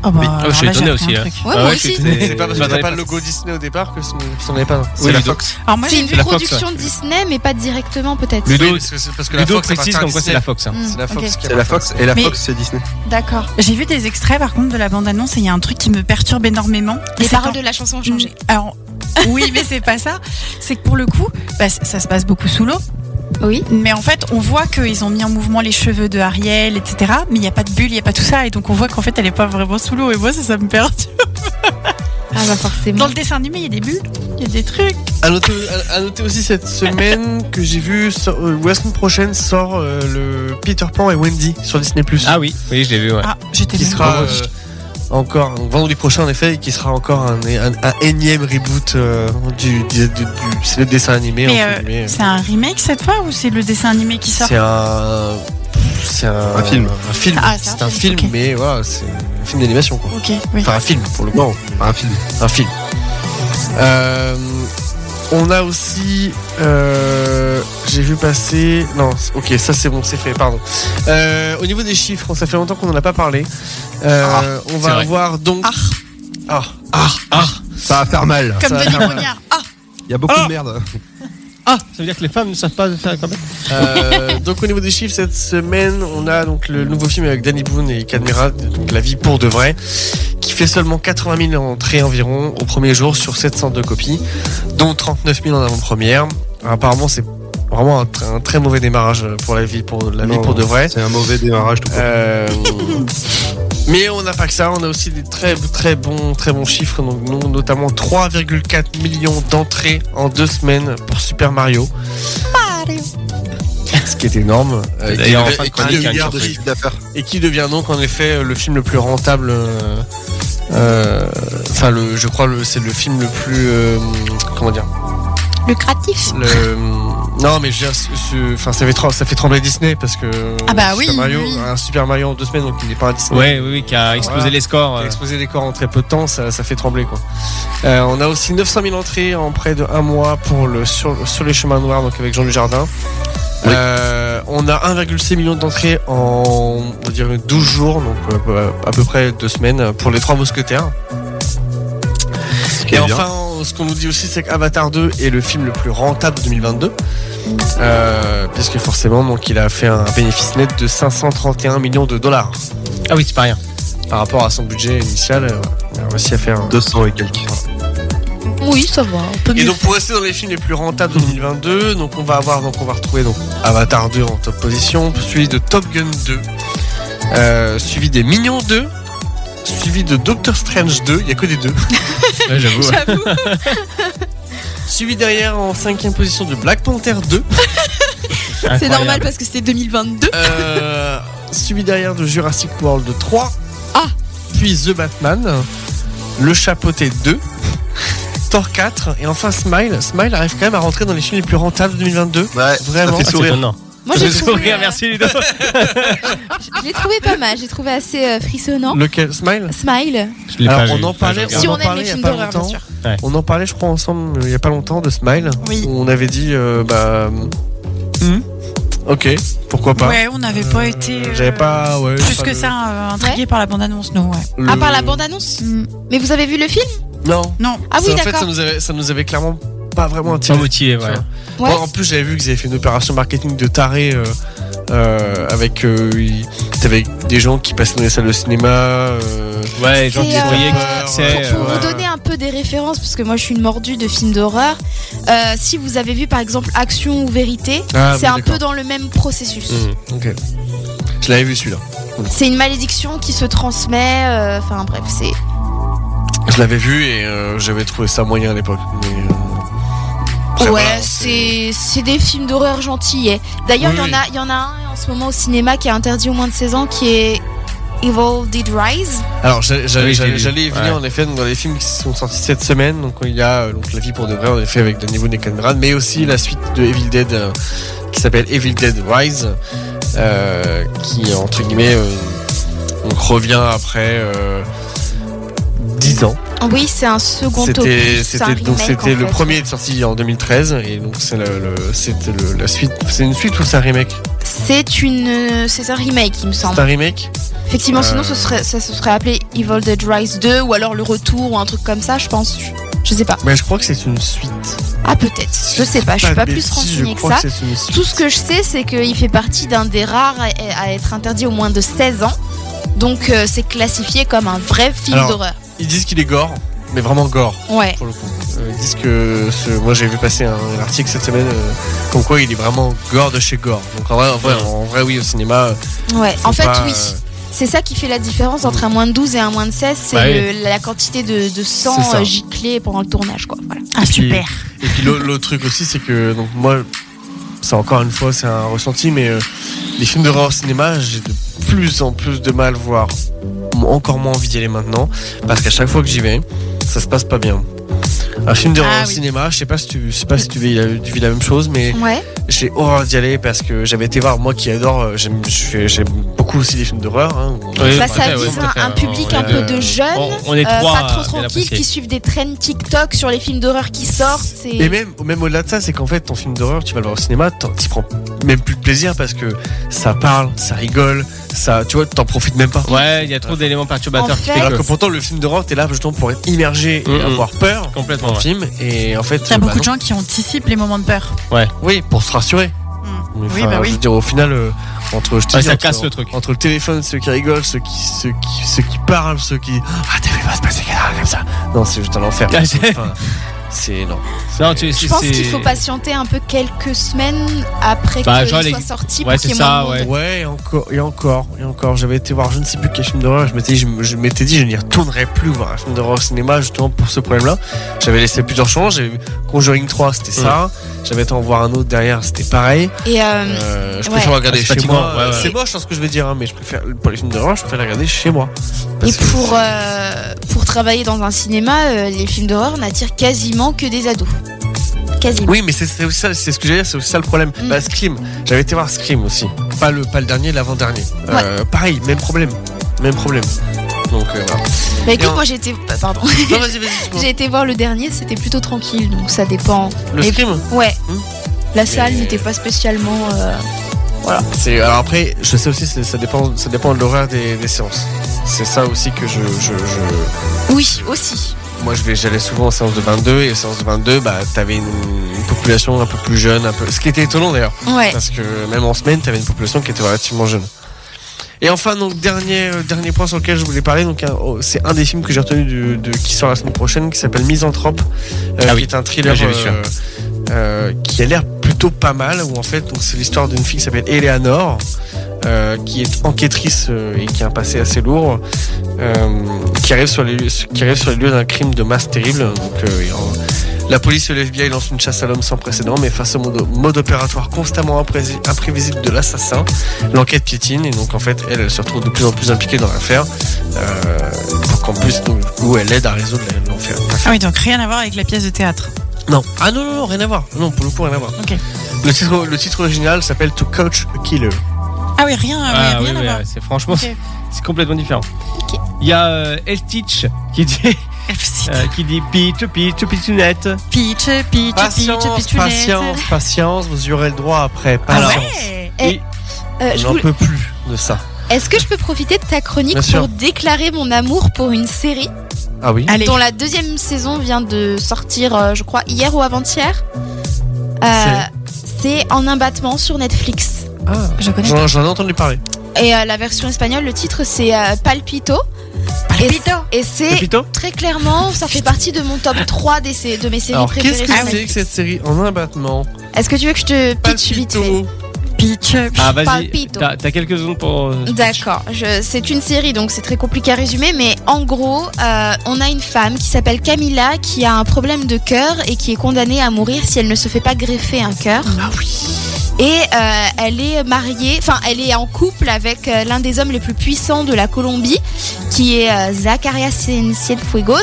Speaker 7: Oh bah,
Speaker 2: Ah, je suis
Speaker 7: alors là, j'ai
Speaker 2: étonné
Speaker 7: appris
Speaker 2: aussi.
Speaker 7: un
Speaker 2: là.
Speaker 7: truc.
Speaker 5: Ouais,
Speaker 2: Ah
Speaker 5: moi
Speaker 2: ouais, je suis
Speaker 5: aussi.
Speaker 2: étonné.
Speaker 3: C'est pas parce
Speaker 2: Je
Speaker 3: que t'as
Speaker 2: m'attendais
Speaker 3: pas
Speaker 2: pas.
Speaker 3: le logo Disney au départ que c'en c'en est pas. un. C'est
Speaker 2: Oui,
Speaker 3: la
Speaker 2: Ludo.
Speaker 3: Fox.
Speaker 7: Alors moi,
Speaker 5: C'est
Speaker 7: j'ai
Speaker 5: une
Speaker 2: la Fox,
Speaker 5: production Disney, mais pas directement peut-être.
Speaker 2: Ludo,
Speaker 3: Oui, parce que, c'est- parce que la
Speaker 2: Ludo
Speaker 3: Fox appartient
Speaker 2: précise
Speaker 3: à
Speaker 2: comme quoi c'est
Speaker 3: Disney.
Speaker 2: la Fox. hein.
Speaker 5: Mm.
Speaker 3: C'est la Fox
Speaker 7: Ok.
Speaker 3: qui
Speaker 6: C'est la Fox. Et la
Speaker 7: Mais-
Speaker 6: Fox, c'est Disney.
Speaker 5: D'accord.
Speaker 7: J'ai vu des extraits par contre de la bande-annonce et il y a un truc qui me perturbe énormément.
Speaker 5: Les
Speaker 7: C'est
Speaker 5: paroles
Speaker 7: quand-
Speaker 5: de la chanson ont changé.
Speaker 7: Alors, oui, mais c'est pas ça. C'est que pour le coup, bah, c- ça se passe beaucoup sous l'eau.
Speaker 5: Oui.
Speaker 7: Mais en fait, on voit qu'ils ont mis en mouvement les cheveux de Ariel, etc. Mais il n'y a pas de bulle, il n'y a pas tout ça. Et donc, on voit qu'en fait, elle n'est pas vraiment sous l'eau. Et moi, ça, ça me perturbe.
Speaker 5: Ah bah forcément.
Speaker 7: Dans le dessin animé, il y a des bulles, il y a des trucs.
Speaker 3: À noter, à- à noter aussi cette semaine que j'ai vu, so- euh, la semaine prochaine sort euh, le Peter Pan et Wendy sur Disney.
Speaker 2: Ah oui, oui, je l'ai vu, ouais.
Speaker 7: Ah, j'étais
Speaker 3: qui
Speaker 7: bien.
Speaker 3: sera euh, encore donc, vendredi prochain en effet et qui sera encore un, un- un énième reboot euh, du, du- du- du- c'est le dessin animé entre
Speaker 7: Mais euh,
Speaker 3: guillemets.
Speaker 7: c'est un remake cette fois ou c'est le dessin animé qui sort
Speaker 3: c'est un c'est un,
Speaker 6: Un film.
Speaker 3: un film
Speaker 7: Ah,
Speaker 3: c'est un film
Speaker 7: ok.
Speaker 3: mais voilà c'est un film d'animation quoi
Speaker 7: Ok, oui.
Speaker 3: enfin un film pour le coup
Speaker 6: Non, pas un film.
Speaker 3: un film Euh, on a aussi euh, j'ai vu passer non c'est- ok ça c'est bon c'est fait pardon Euh, au niveau des chiffres ça fait longtemps qu'on n'en a pas parlé Euh, on
Speaker 2: c'est
Speaker 3: va
Speaker 2: vrai.
Speaker 3: avoir donc
Speaker 7: Ah,
Speaker 3: ah, ah, ah.
Speaker 6: Ça va faire mal.
Speaker 7: comme
Speaker 3: ça-
Speaker 7: Denis Brognard. Ah,
Speaker 6: Il y a beaucoup
Speaker 2: Ah.
Speaker 6: de merde.
Speaker 2: Ah, ça veut dire que les femmes ne savent pas faire comme
Speaker 3: Euh, donc au niveau des chiffres cette semaine, on a donc le nouveau film avec Danny Boone et Cadmera, donc La vie pour de vrai, qui fait seulement 80 000 entrées environ au premier jour sur 702 copies, dont 39 000 en avant-première. Apparemment c'est vraiment un, tr- un très mauvais démarrage pour La vie pour La vie
Speaker 6: Non,
Speaker 3: pour de vrai.
Speaker 6: C'est un mauvais démarrage. tout court.
Speaker 3: Euh, mais on n'a pas que ça, on a aussi des très très bons très bons chiffres, donc non- notamment 3,4 millions d'entrées en deux semaines pour Super Mario. Ce qui est énorme. euh,
Speaker 2: Et
Speaker 3: qui
Speaker 2: d'ailleurs, en
Speaker 3: devait-
Speaker 2: fin de
Speaker 3: et qui
Speaker 2: chronique, Ah, il y a
Speaker 3: devient-
Speaker 2: une
Speaker 6: Milliards de
Speaker 2: surprise.
Speaker 6: chiffres d'affaires.
Speaker 3: et qui devient donc en effet le film le plus rentable. euh, euh, Enfin, le, je crois le c'est le film le plus euh, comment dire
Speaker 5: Lucratif.
Speaker 3: le non mais je veux dire, ce- ce- enfin ça fait trem- ça fait trembler Disney parce que
Speaker 7: Ah bah oui,
Speaker 3: Super Mario
Speaker 7: oui.
Speaker 3: un Super Mario en deux semaines donc il n'est pas un Disney
Speaker 2: Ouais, oui, oui, qui a explosé
Speaker 3: Voilà.
Speaker 2: les scores. euh.
Speaker 3: Exposer les corps en très peu de temps, ça, ça fait trembler quoi. Euh, on a aussi 900 000 entrées en près de un mois pour le sur, sur les chemins noirs, donc avec Jean Dujardin. Euh, on a 1,6 million d'entrées en on va dire 12 jours, donc euh, à peu près deux semaines pour les trois mousquetaires. Et enfin, ce qu'on nous dit aussi, c'est qu'Avatar 2 est le film le plus rentable de 2022. Euh, puisque forcément, donc, il a fait un bénéfice net de 531 millions de dollars.
Speaker 2: Ah oui, c'est pas rien.
Speaker 3: Par rapport à son budget initial, euh, il a réussi à faire. un-
Speaker 6: 200 et quelques.
Speaker 5: Oui, ça va. On peut
Speaker 3: Et
Speaker 5: mieux.
Speaker 3: donc, pour rester dans les films les plus rentables de 2022, donc, on va avoir, donc, on va retrouver, donc, Avatar 2 en top position, suivi de Top Gun 2, euh, suivi des Mignons 2, suivi de Doctor Strange 2, il n'y a que des deux.
Speaker 2: Ouais, j'avoue. ouais.
Speaker 3: Suivi derrière en cinquième position de Black Panther 2.
Speaker 4: C'est
Speaker 2: Incroyable.
Speaker 4: normal parce que c'était 2022.
Speaker 3: Euh, *laughs* suivi derrière de Jurassic World 3. Ah Puis The Batman. Le Chapeauté 2. Thor 4. Et enfin Smile. Smile arrive quand même à rentrer dans les films les plus rentables de 2022.
Speaker 6: Ouais,
Speaker 3: Vraiment.
Speaker 6: Ça fait
Speaker 2: Ah, c'est
Speaker 6: sourire.
Speaker 2: étonnant.
Speaker 5: Moi, j'ai
Speaker 2: Le
Speaker 5: trouvé,
Speaker 2: sourire,
Speaker 5: euh,
Speaker 2: merci Ludo.
Speaker 5: je l'ai trouvé pas mal. J'ai trouvé assez euh, frissonnant.
Speaker 3: Lequel Smile
Speaker 5: Smile.
Speaker 2: *laughs* Je l'ai
Speaker 3: Alors,
Speaker 2: pas
Speaker 3: on
Speaker 2: vu.
Speaker 3: en parlait,
Speaker 5: Si on
Speaker 3: en
Speaker 5: aime les
Speaker 3: parlait il y a
Speaker 5: films
Speaker 3: pas
Speaker 5: d'horreur, bien
Speaker 3: longtemps.
Speaker 5: sûr.
Speaker 2: Ouais.
Speaker 3: On en parlait, je crois, ensemble euh, il n'y a pas longtemps de Smile.
Speaker 7: Oui.
Speaker 3: Où on avait dit, euh, bah. hmm, ok, pourquoi pas.
Speaker 7: Ouais, on n'avait pas
Speaker 3: Euh,
Speaker 7: été. euh,
Speaker 3: J'avais pas. Ouais,
Speaker 7: Plus
Speaker 3: pas
Speaker 7: que
Speaker 3: le-
Speaker 7: ça, euh, intrigué par la bande-annonce, non, ouais.
Speaker 3: le-
Speaker 5: À part la bande-annonce.
Speaker 7: Mm.
Speaker 5: Mais vous avez vu le film
Speaker 3: Non.
Speaker 7: Non.
Speaker 5: Ah
Speaker 3: Ça,
Speaker 5: oui,
Speaker 3: en fait, ça
Speaker 5: d'accord.
Speaker 3: nous avait, ça nous avait clairement pas vraiment
Speaker 2: Pas
Speaker 3: attiré.
Speaker 2: motivé, ouais.
Speaker 5: Ouais.
Speaker 3: Moi, en plus, j'avais vu qu'ils avaient fait une opération marketing de taré euh, euh, avec, euh, il- t'avais des gens qui passaient dans les salles de cinéma. euh,
Speaker 2: Ouais, les gens
Speaker 5: C'est,
Speaker 2: qui
Speaker 5: euh,
Speaker 2: voyaient qui euh,
Speaker 3: Ouais,
Speaker 2: c'est.
Speaker 5: Pour
Speaker 3: ouais.
Speaker 5: vous donner un peu des références, parce que moi je suis une mordue de films d'horreur, euh, si vous avez vu par exemple Action ou Vérité,
Speaker 3: Ah,
Speaker 5: c'est
Speaker 3: oui,
Speaker 5: un
Speaker 3: d'accord.
Speaker 5: peu dans le même processus.
Speaker 3: hmm, ok. Je l'avais vu celui-là.
Speaker 5: C'est une malédiction qui se transmet, euh, enfin bref, c'est.
Speaker 3: Je l'avais vu et euh, j'avais trouvé ça moyen à l'époque. mais, euh, ça
Speaker 5: Ouais,
Speaker 3: va,
Speaker 5: c'est c'est des films d'horreur gentillets. D'ailleurs,
Speaker 3: Oui,
Speaker 5: il y,
Speaker 3: oui.
Speaker 5: en a- il y en a un en ce moment au cinéma qui est interdit aux moins de 16 ans qui est Evil Dead Rise.
Speaker 3: Alors j'a- j'a-
Speaker 2: Oui, je l'ai
Speaker 3: j'allais
Speaker 2: vu.
Speaker 3: j'allais y venir
Speaker 2: Ouais.
Speaker 3: en effet dans les films qui sont sortis cette semaine. Donc il y a euh, donc La vie pour de vrai en effet avec Danny Boone et Ken Brad, mais aussi la suite de Evil Dead euh, qui s'appelle Evil Dead Rise, euh, qui entre guillemets euh, donc, revient après euh, 10 ans.
Speaker 5: Oui, c'est un second
Speaker 3: C'était
Speaker 5: opus, c'est un
Speaker 3: c'était donc
Speaker 5: remake,
Speaker 3: c'était
Speaker 5: en
Speaker 3: le
Speaker 5: fait.
Speaker 3: premier est sorti en 2013 et donc c'est le, le- c'était le- la suite. C'est une suite ou c'est un remake
Speaker 5: C'est une euh, c'est un remake, il me semble.
Speaker 3: C'est un remake.
Speaker 5: Effectivement,
Speaker 3: Euh.
Speaker 5: sinon ce serait, ça se serait appelé Evil Dead Rise 2 ou alors Le Retour ou un truc comme ça, je pense. Je, je sais pas.
Speaker 3: Mais Bah, je crois que c'est une suite.
Speaker 5: Ah, peut-être. Je sais pas, je suis pas plus renseignée que ça. Tout ce que je sais, c'est qu'il fait partie d'un des rares à, à être interdit au moins de 16 ans. Donc euh, c'est classifié comme un vrai film
Speaker 3: Alors.
Speaker 5: d'horreur.
Speaker 3: Ils disent qu'il est gore, mais vraiment gore.
Speaker 5: Ouais.
Speaker 3: pour le coup. Euh, ils disent que ce- moi j'ai vu passer un, un article cette semaine euh, comme quoi il est vraiment gore de chez gore. Donc en vrai, en vrai, en vrai, oui au cinéma. euh,
Speaker 5: Ouais.
Speaker 3: faut
Speaker 5: En fait,
Speaker 3: pas,
Speaker 5: oui.
Speaker 3: euh,
Speaker 5: C'est ça qui fait la différence entre un moins de 12 et un moins de 16, c'est
Speaker 2: Bah oui.
Speaker 5: le- la quantité de, de sang
Speaker 3: C'est ça.
Speaker 5: euh, giclé pendant le tournage, quoi. Voilà.
Speaker 7: Ah, super.
Speaker 3: Et puis l'au- l'autre truc aussi c'est que donc moi c'est encore une fois c'est un ressenti mais euh, les films d'horreur au cinéma j'ai de plus en plus de mal voir encore moins envie d'y aller maintenant parce qu'à chaque fois que j'y vais ça se passe pas bien. Un film d'horreur
Speaker 7: Ah
Speaker 3: au
Speaker 7: oui.
Speaker 3: cinéma, je sais pas si tu, je sais pas si tu vis la- tu vis la même chose, mais
Speaker 5: Ouais.
Speaker 3: J'ai horreur d'y aller parce que j'avais été voir, moi qui adore, euh, j'aime je suis- j'aime beaucoup aussi les films d'horreur. hein.
Speaker 2: Oui,
Speaker 5: Bah,
Speaker 2: tout
Speaker 5: ça
Speaker 2: à fait, ouais,
Speaker 5: vise
Speaker 2: tout à
Speaker 5: un,
Speaker 2: fait,
Speaker 5: un
Speaker 2: ouais,
Speaker 5: public
Speaker 2: on
Speaker 5: un
Speaker 2: est-
Speaker 5: peu de jeunes.
Speaker 2: Bon, on est
Speaker 5: Euh,
Speaker 2: trois. à-
Speaker 5: pas trop
Speaker 2: à la
Speaker 5: tranquilles,
Speaker 2: poster.
Speaker 5: qui suivent des trends TikTok sur les films d'horreur qui sortent. c'est-
Speaker 3: Et même, même au-delà de ça, c'est qu'en fait, ton film d'horreur, tu vas le voir au cinéma, t'en- t'y prends même plus de plaisir parce que ça parle, ça rigole, ça, tu vois, t'en profites même pas.
Speaker 2: Ouais, il y a trop d'éléments perturbateurs
Speaker 5: En
Speaker 2: qui
Speaker 5: fait- euh,
Speaker 2: fait
Speaker 3: Alors
Speaker 2: que.
Speaker 3: que pourtant, le film d'horreur, t'es là justement pour être immergé et
Speaker 2: Mhm.
Speaker 3: avoir peur dans
Speaker 2: Complètement,
Speaker 3: le
Speaker 2: ouais.
Speaker 3: film. Et en fait,
Speaker 7: Il y a
Speaker 3: euh, bah
Speaker 7: beaucoup de
Speaker 3: non.
Speaker 7: gens qui anticipent les moments de peur.
Speaker 3: Oui, pour se rassurer.
Speaker 7: Mm.
Speaker 3: Mais
Speaker 7: Oui,
Speaker 3: enfin,
Speaker 7: bah
Speaker 3: Je
Speaker 7: oui.
Speaker 3: veux dire, au final, euh, entre je te
Speaker 2: Ouais,
Speaker 3: dis,
Speaker 2: ça
Speaker 3: entre-
Speaker 2: casse le
Speaker 5: *laughs*
Speaker 2: truc.
Speaker 3: Entre le téléphone, ceux qui rigolent, ceux qui, ceux qui, ceux qui parlent, ceux qui. Ah, t'as vu, il va se passer quelque chose comme ça. Non, c'est juste un enfer.
Speaker 2: Ah, c'est-
Speaker 3: Enfin, c'est. Non.
Speaker 2: Non, tu-
Speaker 5: Je
Speaker 2: c'est-
Speaker 5: pense
Speaker 2: c'est-
Speaker 5: qu'il faut patienter un peu quelques semaines après
Speaker 2: Bah,
Speaker 5: qu'il
Speaker 2: genre
Speaker 5: soit
Speaker 2: les-
Speaker 5: sorti
Speaker 2: Ouais,
Speaker 5: pour
Speaker 2: c'est
Speaker 5: qu'il y ait
Speaker 2: ça,
Speaker 5: moins de monde.
Speaker 2: ouais.
Speaker 3: Ouais, et encore, et encore, et encore. J'avais été voir je ne sais plus quel film d'horreur. Je m'étais dit, je, me- je m'étais dit, je n'y retournerai plus voir un film d'horreur au cinéma justement pour ce problème-là. J'avais laissé plusieurs chances. J'avais vu Conjuring 3, c'était ça.
Speaker 2: Mm.
Speaker 3: J'avais été en voir un autre derrière, c'était pareil.
Speaker 5: Et euh,
Speaker 3: Euh, je
Speaker 5: Ouais.
Speaker 3: préfère regarder
Speaker 2: Ah, c'est
Speaker 3: chez
Speaker 2: fatigant,
Speaker 3: moi.
Speaker 2: ouais, ouais.
Speaker 3: C'est moche hein, ce que je vais dire, hein, mais je préfère, pour les films d'horreur, je préfère les regarder chez moi.
Speaker 5: et
Speaker 3: Parce que-
Speaker 5: pour, euh, pour travailler dans un cinéma, euh, les films d'horreur n'attirent quasiment que des ados. Quasiment.
Speaker 3: Oui, mais c'est c'est aussi ça, c'est ce que j'allais dire, c'est aussi ça le problème.
Speaker 5: Mm.
Speaker 3: Bah, Scream, j'avais été voir Scream aussi. Pas le, pas le dernier, l'avant-dernier. Euh, pareil, même problème. Même problème. Donc, euh,
Speaker 5: *laughs*
Speaker 3: voilà.
Speaker 5: Bah
Speaker 3: Et
Speaker 5: écoute,
Speaker 3: en-
Speaker 5: moi j'ai été. bah, pardon.
Speaker 3: Non, vas-y, vas-y, c'est bon.
Speaker 5: *laughs* j'ai été voir le dernier, c'était plutôt tranquille, donc ça dépend.
Speaker 3: Le
Speaker 5: Et-
Speaker 3: Scream
Speaker 5: Ouais.
Speaker 3: Hmm.
Speaker 5: La salle
Speaker 3: Mais-
Speaker 5: n'était pas spécialement. euh,
Speaker 3: C'est- Alors après, je sais aussi, c'est- ça dépend, ça dépend de l'horaire des, des séances. C'est ça aussi que je. je, je-
Speaker 5: Oui, aussi.
Speaker 3: moi je vais- j'allais souvent aux séances de 22 et aux séances de 22, bah, t'avais une, une population un peu plus jeune, un peu, ce qui était étonnant d'ailleurs.
Speaker 5: Ouais.
Speaker 3: Parce que même en semaine, t'avais une population qui était relativement jeune. Et enfin, donc dernier, euh, dernier point sur lequel je voulais parler, donc un- oh, c'est un des films que j'ai retenu du- de- qui sort la semaine prochaine, qui s'appelle Misanthrope, euh,
Speaker 2: Ah
Speaker 3: qui
Speaker 2: oui.
Speaker 3: est un thriller
Speaker 2: Ouais, j'ai vu celui-là.
Speaker 3: euh, qui a l'air plutôt pas mal, où en fait donc, c'est l'histoire d'une fille qui s'appelle Eleanor, euh, qui est enquêtrice euh, et qui a un passé assez lourd, euh, qui, arrive sur les, lieux- qui arrive sur les lieux d'un crime de masse terrible. Donc, euh, et en- la police et le FBI lancent une chasse à l'homme sans précédent, mais face au mode, mode opératoire constamment imprési- imprévisible de l'assassin, l'enquête piétine et donc en fait elle, elle se retrouve de plus en plus impliquée dans l'affaire, euh, pour qu'en plus donc, du coup, elle aide à résoudre la- l'enfer.
Speaker 4: Ah oui, donc rien à voir avec la pièce de théâtre.
Speaker 3: Non. Ah non, non, non, rien à voir. Non, pour le coup, rien à voir.
Speaker 4: Ok.
Speaker 3: Le titre, le titre original s'appelle To Coach a Killer.
Speaker 4: Ah oui, rien,
Speaker 2: Ah
Speaker 4: oui,
Speaker 2: oui,
Speaker 4: rien à
Speaker 2: oui,
Speaker 4: voir.
Speaker 2: ouais, c'est franchement,
Speaker 4: Ok.
Speaker 2: c'est complètement différent. Il y a euh, El Teach qui dit, *laughs* euh, qui dit pitch, pitch, pitchounette.
Speaker 4: Peach, peach, peach,
Speaker 3: Patience,
Speaker 4: pitchounette.
Speaker 3: patience, patience, vous aurez le droit après.
Speaker 7: Ah
Speaker 2: Alors,
Speaker 3: Patience.
Speaker 5: Eh, euh,
Speaker 3: On
Speaker 5: je
Speaker 3: n'en
Speaker 5: voulais-
Speaker 3: peut plus de ça.
Speaker 5: Est-ce que je peux profiter de ta chronique
Speaker 3: Bien sûr.
Speaker 5: pour déclarer mon amour pour une série
Speaker 3: Ah oui
Speaker 4: Allez.
Speaker 5: dont la deuxième saison vient de sortir, euh, je crois, hier ou avant-hier Euh, C'est en un battement sur Netflix.
Speaker 4: Je
Speaker 5: Ah,
Speaker 4: connais.
Speaker 3: J'en j'en ai entendu parler.
Speaker 5: Et euh, la version espagnole, le titre c'est euh, Palpito.
Speaker 4: Palpito.
Speaker 5: Et, et c'est
Speaker 2: Pépito
Speaker 5: très clairement, ça fait partie de mon top 3 des, sé- de mes séries
Speaker 3: Alors,
Speaker 5: préférées.
Speaker 3: qu'est-ce que
Speaker 5: sur
Speaker 3: c'est
Speaker 5: Netflix.
Speaker 3: que cette série en un battement
Speaker 5: Est-ce que tu veux que je te pitch vite fait
Speaker 3: Palpito.
Speaker 4: Peach.
Speaker 2: Ah, vas-y,
Speaker 5: Palpito.
Speaker 2: t'as t'as quelques secondes pour. euh,
Speaker 5: D'accord, je- c'est une série donc c'est très compliqué à résumer, mais en gros, euh, on a une femme qui s'appelle Camilla qui a un problème de cœur et qui est condamnée à mourir si elle ne se fait pas greffer un cœur. Ah oui. Et euh, elle est mariée, enfin elle est en couple avec euh, l'un des hommes les plus puissants de la Colombie, qui est euh, Zacaria Cien- Cienfuegos,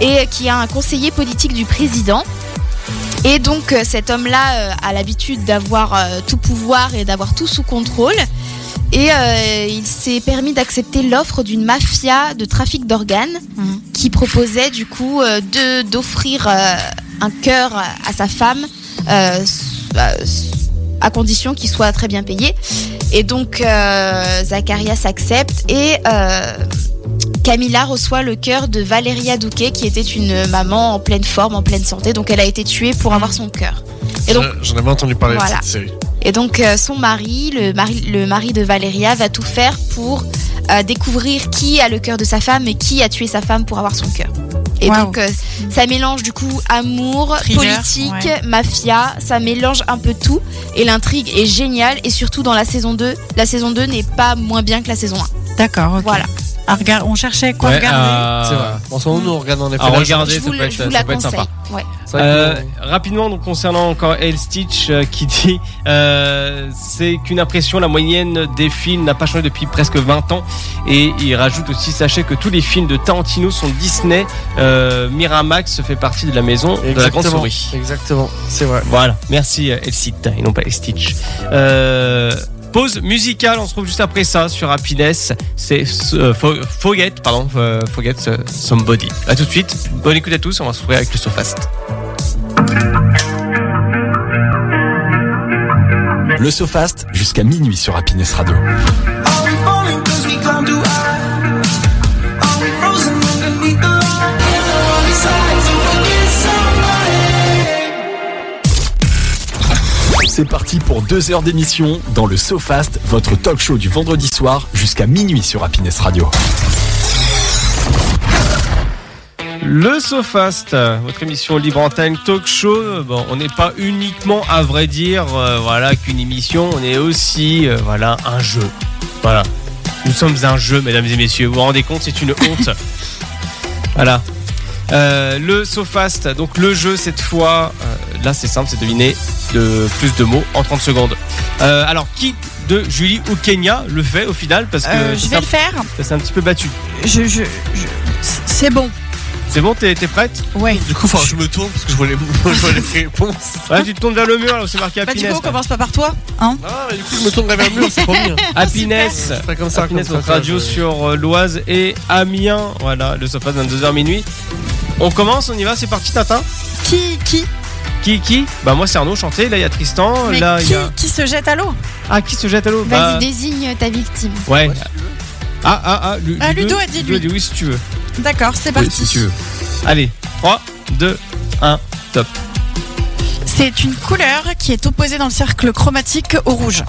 Speaker 5: et qui est un conseiller politique du président. Et donc euh, cet homme-là euh, a l'habitude d'avoir euh, tout pouvoir et d'avoir tout sous contrôle. Et euh, il s'est permis d'accepter l'offre d'une mafia de trafic d'organes
Speaker 4: Mhm.
Speaker 5: qui proposait du coup euh, de d'offrir euh, un cœur à sa femme euh, s- à- s- à condition qu'il soit très bien payé. Et donc euh, Zacharias accepte et euh, Camilla reçoit le cœur de Valéria Douquet qui était une maman en pleine forme, en pleine santé. Donc elle a été tuée pour avoir son cœur. Et donc
Speaker 3: J'en- J'en avais entendu parler
Speaker 5: Voilà.
Speaker 3: de cette série.
Speaker 5: et donc euh, son mari le, mari, le mari de Valéria, va tout faire pour euh, découvrir qui a le cœur de sa femme et qui a tué sa femme pour avoir son cœur. Et
Speaker 4: Waouh.
Speaker 5: donc euh, ça mélange du coup amour,
Speaker 4: Thriller,
Speaker 5: politique,
Speaker 4: ouais.
Speaker 5: mafia, ça mélange un peu tout et l'intrigue est géniale et surtout dans la saison 2, la saison 2 n'est pas moins bien que la saison 1.
Speaker 4: D'accord, ok.
Speaker 5: Voilà.
Speaker 4: Ah, regarde, on cherchait quoi
Speaker 2: ouais,
Speaker 4: regarder.
Speaker 2: à-
Speaker 3: C'est vrai. En ce moment, nous, Ah. on regarde en effet.
Speaker 2: à
Speaker 3: la-
Speaker 2: regarder, ça
Speaker 5: je vous,
Speaker 2: peut
Speaker 5: le-
Speaker 2: être,
Speaker 5: je vous
Speaker 2: ça
Speaker 5: la
Speaker 2: peut être
Speaker 5: conseille.
Speaker 2: sympa.
Speaker 5: Ouais.
Speaker 3: C'est vrai
Speaker 2: Euh,
Speaker 3: que nous,
Speaker 2: rapidement, donc concernant encore El Stitch euh, qui *laughs* dit euh, c'est qu'une impression, la moyenne des films n'a pas changé depuis presque 20 ans. Et il rajoute aussi sachez que tous les films de Tarantino sont Disney. Euh, Miramax fait partie de la maison de la grande
Speaker 3: Exactement.
Speaker 2: souris.
Speaker 3: Exactement, c'est vrai.
Speaker 2: Voilà, merci euh, El Cid et non pas El Stitch. Euh, pause musicale, on se retrouve juste après ça sur Happiness. C'est euh, Fo- Forget, pardon, euh, Forget euh, Somebody. À tout de suite, bonne écoute à tous, on va se retrouver avec le Sofast.
Speaker 1: Le SoFast jusqu'à minuit sur Happiness Radio.
Speaker 8: Are we falling 'cause we come to eyes? Are we frozen underneath the light? Everyone decides to forget somebody.
Speaker 1: C'est parti pour deux heures d'émission dans le SoFast, votre talk show du vendredi soir jusqu'à minuit sur Happiness Radio.
Speaker 2: Le SoFast, euh, votre émission libre antenne talk show. Euh, Bon, on n'est pas uniquement, à vrai dire, euh, voilà, qu'une émission. On est aussi, euh, voilà, un jeu. Voilà. Nous sommes un jeu, mesdames et messieurs. Vous vous rendez compte, c'est une honte. voilà. Euh, le SoFast, donc le jeu cette fois, euh, là c'est simple, c'est deviner de plus de mots en 30 secondes. Euh, alors, qui de Julie ou Kenya le fait au final Parce que
Speaker 4: Euh, je
Speaker 2: ça
Speaker 4: vais
Speaker 2: s'est
Speaker 4: le faire.
Speaker 2: un- ça s'est un petit peu battu.
Speaker 4: Je, je, je- C'est bon.
Speaker 2: C'est bon, t'es t'es prête
Speaker 4: Ouais. Bah,
Speaker 3: Du coup, faut que je me tourne parce que je vois les,
Speaker 2: *laughs*
Speaker 3: *laughs* je vois les réponses.
Speaker 2: Ouais, tu te tournes vers le mur là où c'est marqué
Speaker 4: Bah, du
Speaker 2: happiness.
Speaker 4: coup, on commence pas par toi.
Speaker 3: Ah, mais du coup, je me tourne vers le mur, c'est
Speaker 2: *laughs*
Speaker 3: promis. hein.
Speaker 2: Happiness,
Speaker 3: Je ferai comme ça,
Speaker 2: Happiness,
Speaker 3: comme
Speaker 2: notre
Speaker 3: ça,
Speaker 2: radio
Speaker 3: je-
Speaker 2: sur euh, l'Oise et Amiens. Voilà, le sofa 22h minuit. On commence, on y va, c'est parti Tintin.
Speaker 4: Qui, qui,
Speaker 2: Qui qui Bah moi c'est Arnaud chanté, là il y a Tristan,
Speaker 4: mais
Speaker 2: Oh là il
Speaker 4: qui,
Speaker 2: y a
Speaker 4: qui se jette à l'eau
Speaker 2: Ah qui se jette à l'eau
Speaker 5: Vas-y,
Speaker 2: Bah,
Speaker 5: désigne ta victime.
Speaker 2: Ouais. Ah ah ah, Lu-
Speaker 4: Ah, Bah, Ludo a dit lui.
Speaker 2: oui si tu veux.
Speaker 4: D'accord, c'est parti.
Speaker 2: veux. Allez, 3, 2, 1, top.
Speaker 7: C'est une couleur qui est opposée dans le cercle chromatique au rouge.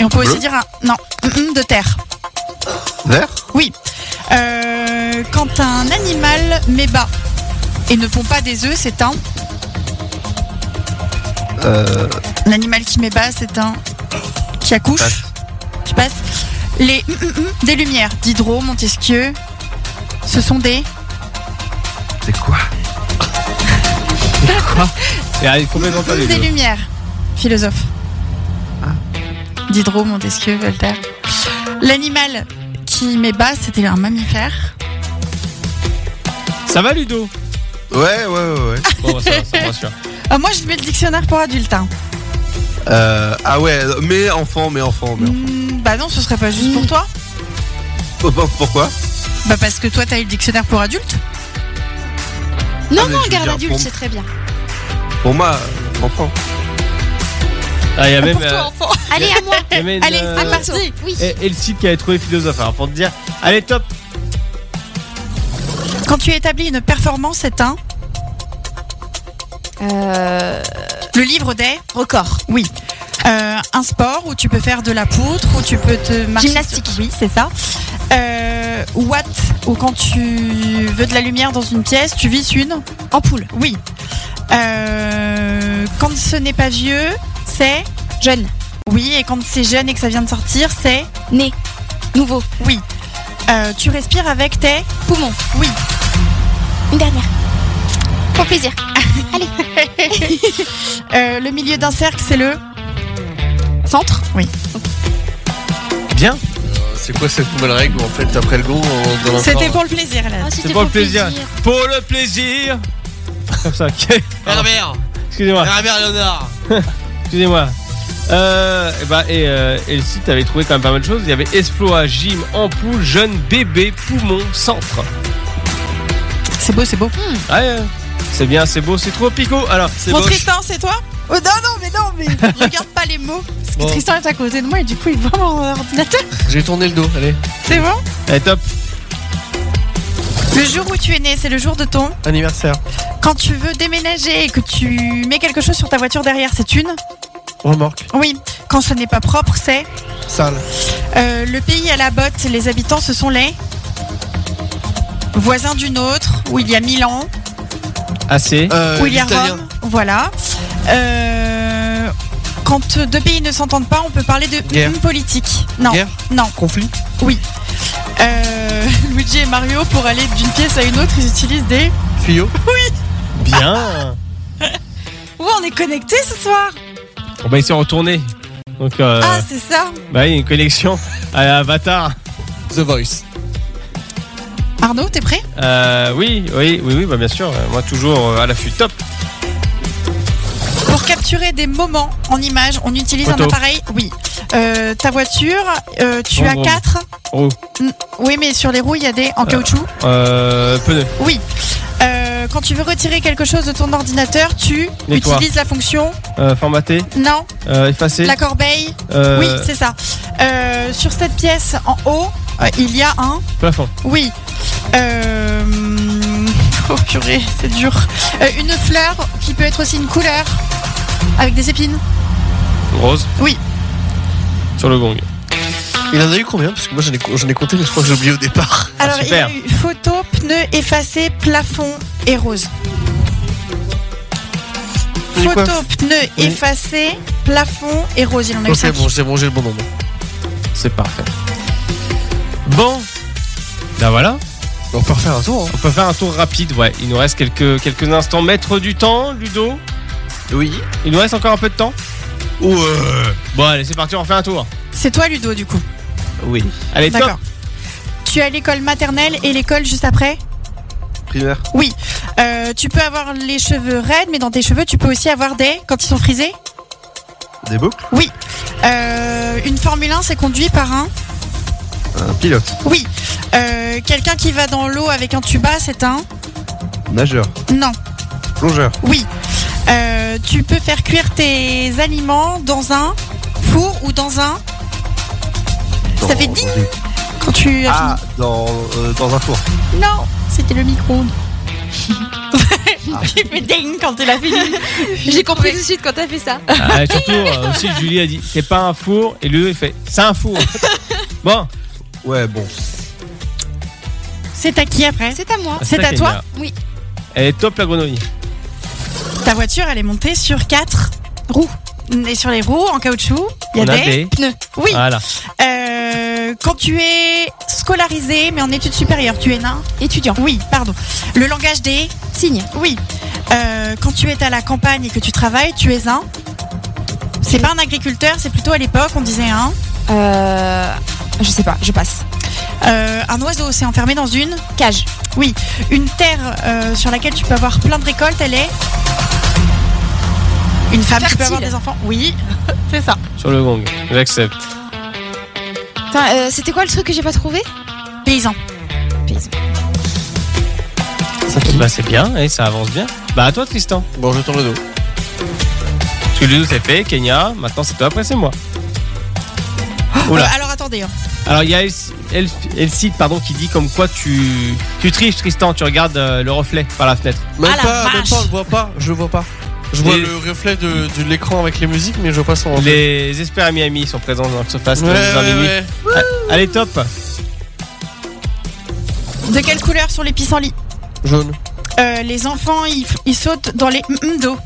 Speaker 7: Et on peut aussi
Speaker 6: Bleu.
Speaker 7: dire un. Non, mm, mm, de terre.
Speaker 6: Vert
Speaker 7: Oui. Euh, quand un animal met bas et ne pond pas des œufs, c'est un.
Speaker 6: euh,
Speaker 7: Un animal qui met bas, c'est un. qui accouche.
Speaker 6: Passe.
Speaker 7: Je passe. Les. mm, mm, mm, des lumières. Diderot, Montesquieu. Ce sont des.
Speaker 6: C'est quoi
Speaker 2: Et allez, complètement pas les
Speaker 7: des
Speaker 2: deux.
Speaker 7: lumières. Philosophe. Diderot, Montesquieu, Voltaire. L'animal qui met bas, c'était un mammifère.
Speaker 2: Ça va, Ludo
Speaker 6: Ouais, ouais, ouais. ouais.
Speaker 2: Bon, bah, ça va, ça me rassure.
Speaker 7: Ah, moi, je mets le dictionnaire pour adultes. hein.
Speaker 6: Euh, ah ouais, mais enfant, mais enfant, mais enfant.
Speaker 7: Mm, bah non, ce serait pas juste pour toi.
Speaker 6: Pourquoi- Pourquoi
Speaker 7: Bah parce que toi, t'as eu le dictionnaire pour adultes.
Speaker 5: Non,
Speaker 6: Ah, mais
Speaker 5: non,
Speaker 6: je veux
Speaker 5: garde
Speaker 6: dire,
Speaker 5: adulte,
Speaker 6: pour-
Speaker 5: c'est très bien.
Speaker 6: Pour moi, euh, enfant.
Speaker 2: Ah, il y a même.
Speaker 7: pour toi,
Speaker 2: euh,
Speaker 7: enfant.
Speaker 5: Allez,
Speaker 2: *laughs*
Speaker 5: à moi.
Speaker 2: il y a même,
Speaker 7: Allez,
Speaker 2: euh,
Speaker 7: c'est parti.
Speaker 5: Oui.
Speaker 2: et, et le site qui avait trouvé philosophe. Alors, pour te dire, allez, top.
Speaker 7: Quand tu établis une performance, c'est un.
Speaker 5: Euh,
Speaker 7: Le livre des.
Speaker 5: record.
Speaker 7: Oui. Euh, un sport où tu peux faire de la poutre, où tu peux te marcher.
Speaker 5: Gymnastique.
Speaker 7: Oui, c'est ça. Euh, watt, où quand tu veux de la lumière dans une pièce, tu vises une ampoule. Oui. Euh, quand ce n'est pas vieux, c'est
Speaker 5: Jeune.
Speaker 7: oui, et quand c'est jeune et que ça vient de sortir, c'est
Speaker 5: Né. Nouveau.
Speaker 7: oui. Euh, tu respires avec tes
Speaker 5: Poumon.
Speaker 7: oui.
Speaker 5: Une dernière. Pour plaisir. Allez.
Speaker 7: Euh, le milieu d'un cercle, c'est le
Speaker 5: Centre.
Speaker 2: Bien.
Speaker 3: Euh, C'est quoi cette nouvelle règle où, en fait après le go on- dans
Speaker 7: C'était
Speaker 3: bon.
Speaker 7: pour le plaisir
Speaker 5: Ah,
Speaker 7: là.
Speaker 2: Ah, C'est pour le plaisir. Pour le plaisir. Comme ça, ok.
Speaker 3: Herbert
Speaker 2: Excusez-moi.
Speaker 3: Herbert Léonard
Speaker 2: *laughs* Excusez-moi. Euh, et, bah, et, euh, et le site avait trouvé quand même pas mal de choses. Il y avait Esploa, Gym, Ampoule, Jeune, Bébé, Poumon, Centre.
Speaker 7: Ah, C'est beau, c'est beau.
Speaker 2: Ouais, euh, c'est bien, c'est beau, c'est trop picot. Alors, c'est
Speaker 7: Mon
Speaker 2: moche.
Speaker 7: Tristan, c'est toi Oh, Non, non, mais non, mais *laughs* regarde pas les mots. Parce que
Speaker 2: Bon.
Speaker 7: Tristan est à côté de moi et du coup, il voit mon ordinateur.
Speaker 3: J'ai tourné le dos, allez.
Speaker 7: *laughs* C'est bon
Speaker 2: Allez, Eh, top.
Speaker 7: Le jour où tu es né, c'est le jour de ton.
Speaker 3: Anniversaire.
Speaker 7: Quand tu veux déménager et que tu mets quelque chose sur ta voiture derrière, c'est une
Speaker 3: Remorque.
Speaker 7: Oui. Quand ce n'est pas propre, c'est.
Speaker 3: Sale.
Speaker 7: Euh, le pays à la botte, les habitants, ce sont les. Voisins d'une autre, où il y a mille ans,
Speaker 2: Assez.
Speaker 3: Euh,
Speaker 7: où il y a
Speaker 3: l'italien.
Speaker 7: Rome. Voilà. Euh, Quand deux pays ne s'entendent pas, on peut parler de
Speaker 3: Guerre.
Speaker 7: une politique. Non,
Speaker 3: Guerre.
Speaker 7: non.
Speaker 3: Conflit.
Speaker 7: Euh, *laughs* Luigi et Mario, pour aller d'une pièce à une autre, ils utilisent des.
Speaker 3: Tuyau.
Speaker 2: Bien.
Speaker 7: Ouais, on est connectés ce soir
Speaker 2: Bon, bah, ils sont retournés. Donc, euh,
Speaker 7: Ah, c'est ça
Speaker 2: bah, il y a une connexion à l'avatar.
Speaker 3: The Voice.
Speaker 7: Arnaud, t'es prêt
Speaker 2: Euh, oui, oui, oui, oui, bah, bien sûr. Euh, Moi, toujours euh, à l'affût. Top.
Speaker 7: Pour capturer des moments en images, on utilise
Speaker 2: Photo.
Speaker 7: un appareil. Oui. Euh, ta voiture, euh, tu
Speaker 2: Bon,
Speaker 7: as
Speaker 2: bon.
Speaker 7: quatre.
Speaker 2: Roue.
Speaker 7: Mm, Oui, mais sur les roues, il y a des. en caoutchouc.
Speaker 2: Euh, pneu.
Speaker 7: Oui. Euh, quand tu veux retirer quelque chose de ton ordinateur, tu
Speaker 2: Nettoie.
Speaker 7: utilises la fonction.
Speaker 2: Euh, formaté.
Speaker 7: Non,
Speaker 2: Euh, effacé.
Speaker 7: la corbeille.
Speaker 2: Euh,
Speaker 7: Oui, c'est ça. Euh, sur cette pièce en haut, euh, il y a un.
Speaker 2: plafond.
Speaker 7: Oui. Euh... *laughs* Oh purée, c'est dur. Euh, une fleur qui peut être aussi une couleur avec des épines.
Speaker 2: Rose.
Speaker 7: Oui.
Speaker 2: Sur le gong.
Speaker 3: Il en a eu combien Parce que moi j'en ai, co- j'en ai compté, mais je crois que j'ai oublié au départ.
Speaker 7: Alors il y
Speaker 2: super.
Speaker 7: a eu photo, pneu effacé, plafond et rose.
Speaker 3: J'ai quoi
Speaker 7: Photo, pneu
Speaker 3: Oui.
Speaker 7: effacé, plafond et rose. Il en a eu
Speaker 3: Ok,
Speaker 7: cinq.
Speaker 3: bon, j'ai bon, j'ai le bon nombre.
Speaker 2: C'est parfait. Bon. Ben voilà.
Speaker 3: On peut refaire un tour. hein.
Speaker 2: On peut faire un tour rapide, ouais. Il nous reste quelques, quelques instants. Maître du temps, Ludo
Speaker 3: Oui.
Speaker 2: Il nous reste encore un peu de temps
Speaker 6: Ouais.
Speaker 2: Bon, allez, c'est parti, on refait un tour.
Speaker 7: C'est toi Ludo du coup.
Speaker 3: Oui.
Speaker 2: Allez, top
Speaker 7: D'accord. Tu as l'école maternelle et l'école juste après
Speaker 6: Primaire.
Speaker 7: Oui. Euh, tu peux avoir les cheveux raides, mais dans tes cheveux, tu peux aussi avoir des quand ils sont frisés.
Speaker 6: Des boucles.
Speaker 7: Euh, une Formule 1, c'est conduit par un.
Speaker 6: Un pilote.
Speaker 7: Oui. Euh, Quelqu'un qui va dans l'eau avec un tuba, c'est un.
Speaker 6: Nageur.
Speaker 7: Non.
Speaker 6: Plongeur.
Speaker 7: Oui. Euh, tu peux faire cuire tes aliments dans un four ou dans un. Ça
Speaker 6: Dans-
Speaker 7: fait
Speaker 6: dans
Speaker 7: ding
Speaker 6: une-
Speaker 7: quand tu. as
Speaker 6: Ah, dans, euh, dans un four.
Speaker 7: *laughs* fini. Non, c'était le micro-ondes. Il fait ding quand il a fini.
Speaker 5: J'ai compris tout de suite quand t'as fait ça.
Speaker 2: Ah, et surtout, euh, aussi, Julie a dit c'est pas un four. Et lui, il fait c'est un
Speaker 7: *laughs*
Speaker 2: four. Bon,
Speaker 6: Ouais, bon.
Speaker 7: C'est à qui après
Speaker 5: C'est à moi.
Speaker 2: Ah,
Speaker 7: C'est à toi
Speaker 5: Oui.
Speaker 2: Elle est top la grenouille.
Speaker 7: Ta voiture, elle est montée sur quatre roues. Et sur les roues, en caoutchouc, il y a
Speaker 2: On a
Speaker 7: des... Ah.
Speaker 2: des-
Speaker 7: pneus. Oui.
Speaker 2: Voilà.
Speaker 7: Euh, quand tu es scolarisé, mais en études supérieures, tu es nain Étudiant. Oui, pardon. Le langage des...
Speaker 5: Signe.
Speaker 7: Oui. Euh, quand tu es à la campagne et que tu travailles, tu es un... C'est pas un agriculteur, c'est plutôt à l'époque, on disait un...
Speaker 5: Euh, je sais pas, je passe.
Speaker 7: Euh, un oiseau s'est enfermé dans une...
Speaker 5: Cage.
Speaker 7: Oui. Une terre euh, sur laquelle tu peux avoir plein de récoltes, elle est... Une femme qui peut avoir
Speaker 5: Fertile.
Speaker 7: des enfants. Oui, *laughs* c'est ça.
Speaker 2: Sur le gong. J'accepte.
Speaker 5: Putain, euh, C'était quoi le truc que j'ai pas trouvé
Speaker 7: Paysan.
Speaker 2: Bah, c'est bien, et ça avance bien. Bah, à toi, Tristan.
Speaker 3: Bon, je tourne le dos.
Speaker 2: Parce que le dos, c'est fait. Kenya, maintenant, c'est toi, après, c'est moi. Oula.
Speaker 7: Euh, alors attendez. hein.
Speaker 2: Alors il y a Elsie- El- Elside pardon qui dit comme quoi tu tu triches Tristan, tu regardes euh, le reflet par la fenêtre.
Speaker 3: Même
Speaker 7: Ah, la
Speaker 3: pas, même
Speaker 7: vache.
Speaker 3: pas, je vois pas, je vois pas. Je vois
Speaker 2: Les-
Speaker 3: le reflet de, de l'écran avec les musiques, mais je vois pas son reflet.
Speaker 2: Les experts à Miami sont présents dans le sofa
Speaker 3: Ouais, ouais, ouais.
Speaker 2: Allez top.
Speaker 7: De quelle couleur sont les pissenlits
Speaker 3: Jaune,
Speaker 7: Euh, Les enfants, ils, f- ils sautent dans les mm, mm d'eau.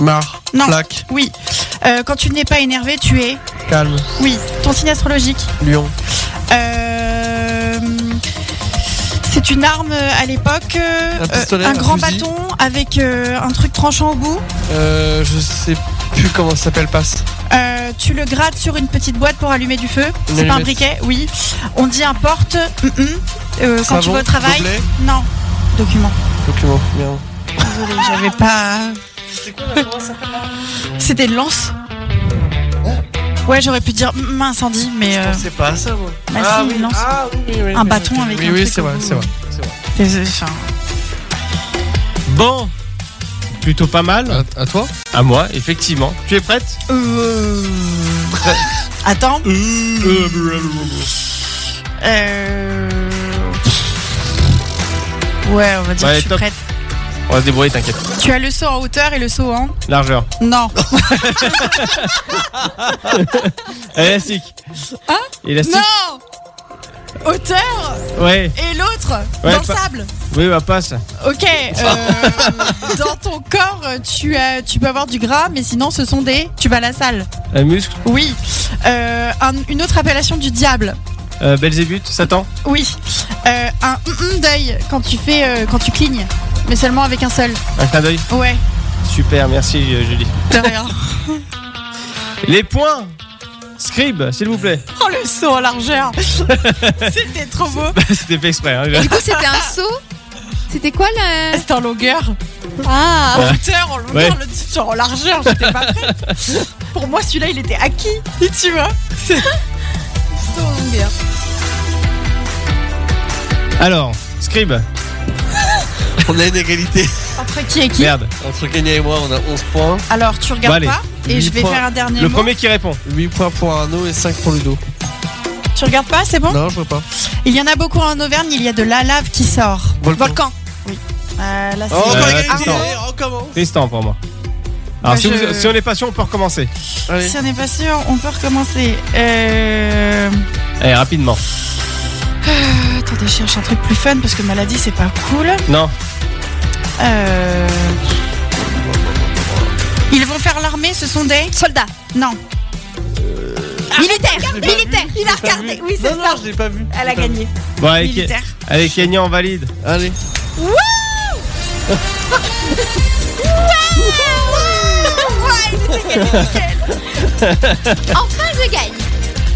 Speaker 3: marre,
Speaker 7: Non.
Speaker 3: plaque,
Speaker 7: Oui. Euh, quand tu n'es pas énervé, tu es.
Speaker 3: calme,
Speaker 7: Oui. Ton signe astrologique.
Speaker 3: lion,
Speaker 7: Euh, C'est une arme euh, à l'époque. euh,
Speaker 3: Un pistolet,
Speaker 7: un
Speaker 3: un
Speaker 7: grand
Speaker 3: fusil.
Speaker 7: bâton avec euh, un truc tranchant au bout.
Speaker 3: euh, je sais plus comment ça s'appelle, passe.
Speaker 7: Euh, tu le grattes sur une petite boîte pour allumer du feu.
Speaker 3: Une
Speaker 7: C'est pas un
Speaker 3: allumette.
Speaker 7: briquet, oui. On dit un porte. mm, mm, euh, quand tu
Speaker 3: Savon,
Speaker 7: vas au travail.
Speaker 3: gobelet,
Speaker 7: Non. Document.
Speaker 3: Document, merde.
Speaker 7: Désolée, j'avais pas. C'était de lance. Ouais, j'aurais pu dire mm, mm, incendie, mais euh,
Speaker 3: C'est pas ça, hein, moi.
Speaker 7: bah si, une lance.
Speaker 3: Ah, oui, oui, oui,
Speaker 7: Un
Speaker 3: oui,
Speaker 7: bâton
Speaker 3: ok.
Speaker 7: avec
Speaker 3: oui,
Speaker 7: un
Speaker 3: Oui,
Speaker 7: truc
Speaker 3: c'est
Speaker 7: au
Speaker 3: vrai,
Speaker 7: bout.
Speaker 3: c'est vrai. c'est vrai.
Speaker 7: Désolée, enfin,
Speaker 2: Bon. Plutôt pas mal.
Speaker 3: À, à toi
Speaker 2: À moi, effectivement. Tu es prête
Speaker 7: euh,
Speaker 3: *laughs*
Speaker 7: Attends.
Speaker 3: Euh.
Speaker 7: Euh... Ouais, on va dire
Speaker 3: Bah,
Speaker 2: Ouais,
Speaker 7: que je suis
Speaker 2: top.
Speaker 7: prête.
Speaker 2: On va se débrouiller, t'inquiète.
Speaker 7: Tu as le saut en hauteur et le saut en.
Speaker 2: Largeur.
Speaker 7: Non.
Speaker 2: Ah, Élastique.
Speaker 7: Hein
Speaker 2: Élastique.
Speaker 7: non Hauteur
Speaker 2: Ouais.
Speaker 7: et l'autre
Speaker 2: Ouais,
Speaker 7: dans le
Speaker 2: pas-
Speaker 7: sable.
Speaker 2: Oui, bah passe.
Speaker 7: Ok.
Speaker 2: *laughs*
Speaker 7: euh, dans ton corps, tu, as, tu peux avoir du gras, mais sinon, ce sont des. Tu vas à la salle.
Speaker 2: Un muscle.
Speaker 7: Oui. Euh, un- une autre appellation du diable.
Speaker 2: Euh, Belzébuth, Satan.
Speaker 7: Oui. Euh, un hum-hum d'œil quand tu fais euh, quand tu clignes, mais seulement avec un seul.
Speaker 2: Un clin d'œil. *laughs*
Speaker 7: Ouais.
Speaker 2: Super, merci euh, Julie.
Speaker 7: De rien.
Speaker 2: Les points. Scribe, s'il vous plaît. *laughs*
Speaker 7: oh le saut en largeur. C'était trop beau.
Speaker 2: C'était fait exprès. hein.
Speaker 5: Du coup, c'était
Speaker 2: *laughs*
Speaker 5: un saut. C'était quoi le.
Speaker 7: C'était en longueur.
Speaker 5: Ah
Speaker 7: En hauteur, en longueur,
Speaker 2: Ouais.
Speaker 7: l'autre, genre en largeur, j'étais pas prête. Pour moi, celui-là, il était acquis. Tu vois
Speaker 2: Alors, Scribe.
Speaker 3: On a une égalité.
Speaker 7: Après qui et qui
Speaker 2: Merde.
Speaker 3: Entre Kenya et moi, on a 11 points.
Speaker 7: Alors, tu regardes
Speaker 2: Bon, Bah, allez.
Speaker 7: pas et
Speaker 3: Huit
Speaker 7: je vais
Speaker 3: points.
Speaker 7: faire un dernier
Speaker 2: Le
Speaker 7: mot.
Speaker 2: premier qui répond.
Speaker 3: 8 points pour Arnaud et 5 pour Ludo.
Speaker 7: Tu regardes pas, c'est bon
Speaker 3: Non, je vois pas.
Speaker 7: Il y en a beaucoup en Auvergne, il y a de la lave qui sort.
Speaker 3: Volcan.
Speaker 7: Oui. Euh, là, c'est-
Speaker 2: Euh,
Speaker 3: encore
Speaker 2: Tristan.
Speaker 3: égalité, on commence.
Speaker 2: Tristan pour moi. Alors
Speaker 7: Moi,
Speaker 2: si, vous-
Speaker 7: je-
Speaker 2: si on n'est pas sûr, on peut recommencer.
Speaker 3: Allez.
Speaker 7: Si on n'est pas sûr, on peut recommencer. Euh...
Speaker 2: Allez, rapidement.
Speaker 7: Attendez, je cherche un truc plus fun parce que maladie, c'est pas cool.
Speaker 2: Non,
Speaker 7: Euh... Ils vont faire l'armée, ce sont des...
Speaker 5: Soldat
Speaker 7: Non.
Speaker 5: Militaire Militaire
Speaker 3: Il a regardé.
Speaker 7: oui, c'est
Speaker 3: non,
Speaker 7: ça.
Speaker 3: Non, je l'ai pas vu.
Speaker 7: Elle a gagné.
Speaker 2: bon, allez, Ke-
Speaker 7: Militaire.
Speaker 2: allez, Kenya, on valide.
Speaker 3: Allez.
Speaker 5: Enfin, je gagne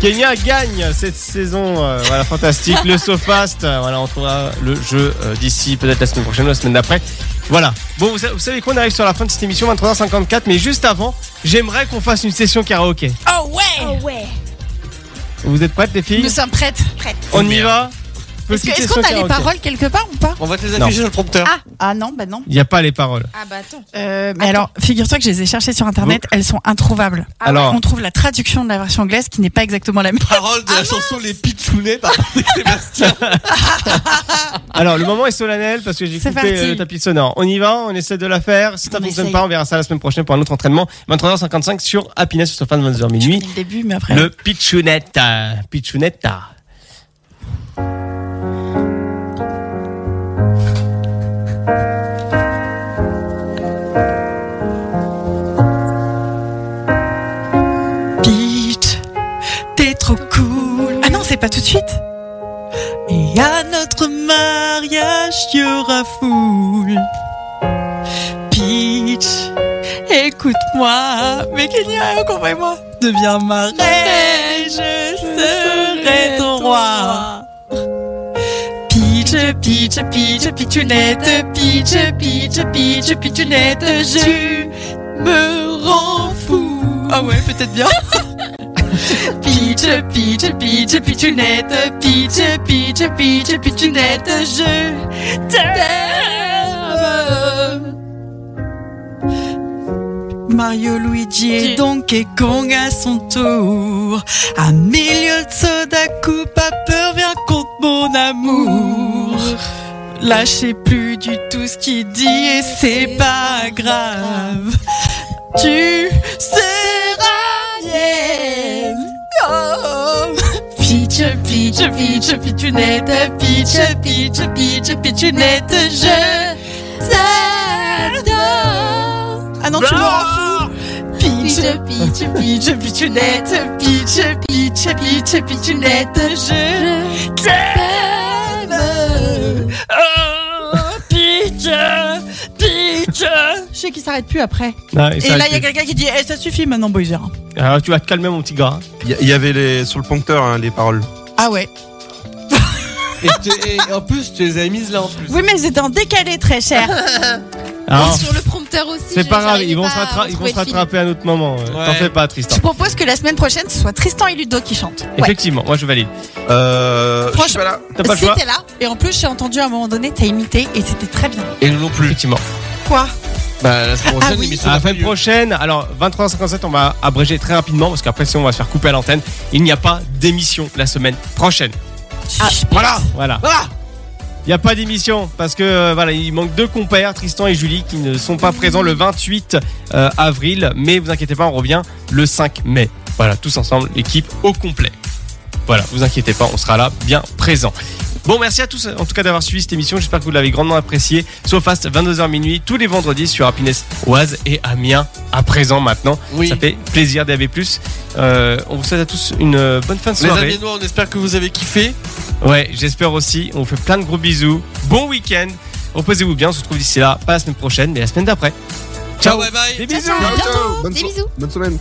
Speaker 2: Kenya gagne cette saison. euh, voilà,
Speaker 7: *laughs*
Speaker 2: fantastique. le SoFast. euh, voilà, on trouvera le jeu euh, d'ici peut-être la semaine prochaine ou la semaine d'après. Voilà. Bon, vous, sa- vous savez quoi, on arrive sur la fin de cette émission, 23h54. Mais juste avant, j'aimerais qu'on fasse une session karaoké.
Speaker 7: Oh ouais
Speaker 2: Vous êtes prêtes, les filles
Speaker 7: Nous sommes prêtes. Prêtes.
Speaker 2: On y va
Speaker 7: Est-ce que-
Speaker 2: Petite
Speaker 7: est-ce qu'on
Speaker 2: question
Speaker 7: a les
Speaker 2: karaoké.
Speaker 7: paroles quelque part ou pas
Speaker 3: On va te les
Speaker 2: Non.
Speaker 3: afficher sur le prompteur.
Speaker 7: Ah, ah non, bah non.
Speaker 2: Il n'y a pas les paroles.
Speaker 5: Ah bah attends.
Speaker 7: Euh, mais alors, figure-toi que je les ai cherchées sur internet, elles sont introuvables.
Speaker 5: Ah
Speaker 2: Alors, Ah
Speaker 7: On trouve la traduction de la version anglaise qui n'est pas exactement la même.
Speaker 3: Parole de la
Speaker 7: ah,
Speaker 3: chanson Les Pitchounets par Patrick Sébastien.
Speaker 2: alors, le moment est solennel parce que j'ai
Speaker 7: C'est
Speaker 2: coupé
Speaker 7: parti.
Speaker 2: euh, le tapis sonore. On y va, on essaie de la faire. Si ça
Speaker 5: On
Speaker 2: fonctionne
Speaker 5: essaye.
Speaker 2: pas, on verra ça la semaine prochaine pour un autre entraînement. 23h55 sur Happiness sur fin de 22h
Speaker 7: Dès
Speaker 2: minuit.
Speaker 7: le début, mais après.
Speaker 2: Le Pichunetta. Pichunetta.
Speaker 7: Peach, t'es trop cool. Ah non, c'est pas tout de suite. Et à notre mariage, y aura foule. Peach, écoute-moi. Mais Kenya, accompagne-moi. Deviens ma reine, je serai ton roi. Peach, Peach, Peach, Peachunette, Peach, Peach, Peach, Peachunette, je me rends fou. Ah ouais, peut-être bien. Peach, Peach, Peach, Peachunette, Peach, Peach, Peach, Peachunette, je t'aime. Mario, Luigi et Donkey Kong à son tour. À milieu de soda coupe, pas peur, viens contre mon amour. Lâchez plus du tout ce qu'il dit et c'est pas grave. Tu seras mienne. Oh. Peach, peach, peach, pitchounette, peach, peach, peach, pitchounette, je t'adore. Ah non, tu me rends fou. Peach, peach, peach, pitchounette, peach, peach, peach, pitchounette, je t'aime. Oh, peach, peach. Je sais qu'il s'arrête plus après.
Speaker 2: Ah, et
Speaker 7: Et
Speaker 2: ça
Speaker 7: là,
Speaker 2: reste-
Speaker 7: il y a quelqu'un qui dit Eh, Ça suffit maintenant, Boyzer.
Speaker 2: Alors, tu vas te calmer, mon petit gars.
Speaker 6: Il y a- il y avait les, sur le prompteur hein, les paroles.
Speaker 7: Ah ouais.
Speaker 3: Et, je te- et en plus, tu les as mises là en plus.
Speaker 7: Oui, mais c'était en décalé, très cher. *laughs*
Speaker 2: Alors,
Speaker 5: sur le prompteur aussi.
Speaker 2: Ah, c'est
Speaker 5: je-
Speaker 2: pas grave,
Speaker 5: j'arrivais
Speaker 2: ils vont
Speaker 5: pas
Speaker 2: se
Speaker 5: à
Speaker 2: rattra- ils vont
Speaker 5: retrouver
Speaker 2: se
Speaker 5: le fil.
Speaker 2: rattraper à un autre moment. euh, T'en
Speaker 3: Ouais.
Speaker 2: fais pas,
Speaker 7: Je
Speaker 2: Tristan.
Speaker 7: propose que la semaine prochaine, ce soit Tristan et Ludo qui chantent. Ouais.
Speaker 2: Effectivement, moi je valide.
Speaker 6: Euh, je suis
Speaker 7: Franchement,
Speaker 6: pas là.
Speaker 2: T'as pas le choix.
Speaker 7: c'était là. Et en plus, j'ai entendu à un moment donné, t'as imité et c'était très bien.
Speaker 3: Et nous non plus.
Speaker 2: Effectivement.
Speaker 7: Quoi
Speaker 3: Bah, la semaine
Speaker 7: Ah
Speaker 3: prochaine,
Speaker 7: oui.
Speaker 3: l'émission
Speaker 2: À la
Speaker 3: n'a pas
Speaker 2: semaine
Speaker 3: lieu.
Speaker 2: prochaine, alors 23h57, on va abréger très rapidement parce qu'après, sinon, on va se faire couper à l'antenne. Il n'y a pas d'émission la semaine prochaine.
Speaker 7: Ah.
Speaker 3: Voilà
Speaker 2: Voilà.
Speaker 3: Voilà
Speaker 2: Il n'y a pas d'émission parce que euh, voilà, il manque deux compères, Tristan et Julie, qui ne sont pas présents le 28 euh, avril. Mais vous inquiétez pas, on revient le 5 mai. Voilà, tous ensemble, l'équipe au complet. Voilà, vous inquiétez pas, on sera là bien présent. Bon, merci à tous en tout cas d'avoir suivi cette émission. J'espère que vous l'avez grandement appréciée. Sofast 22h minuit tous les vendredis sur Happiness Oise et Amiens à présent maintenant.
Speaker 3: Oui.
Speaker 2: Ça fait plaisir d'AB+. Euh, on vous souhaite à tous une euh, bonne fin de
Speaker 3: Les
Speaker 2: soirée.
Speaker 3: amis noirs, on espère que vous avez kiffé.
Speaker 2: Ouais, j'espère aussi. On vous fait plein de gros bisous. Bon week-end. Reposez-vous bien. On se retrouve d'ici là, pas la semaine prochaine, mais la semaine d'après. Ciao.
Speaker 3: bye bye
Speaker 2: Des bisous.
Speaker 6: Ciao, ciao. Bonne
Speaker 5: Des
Speaker 6: so-
Speaker 5: bisous.
Speaker 6: Bonne semaine.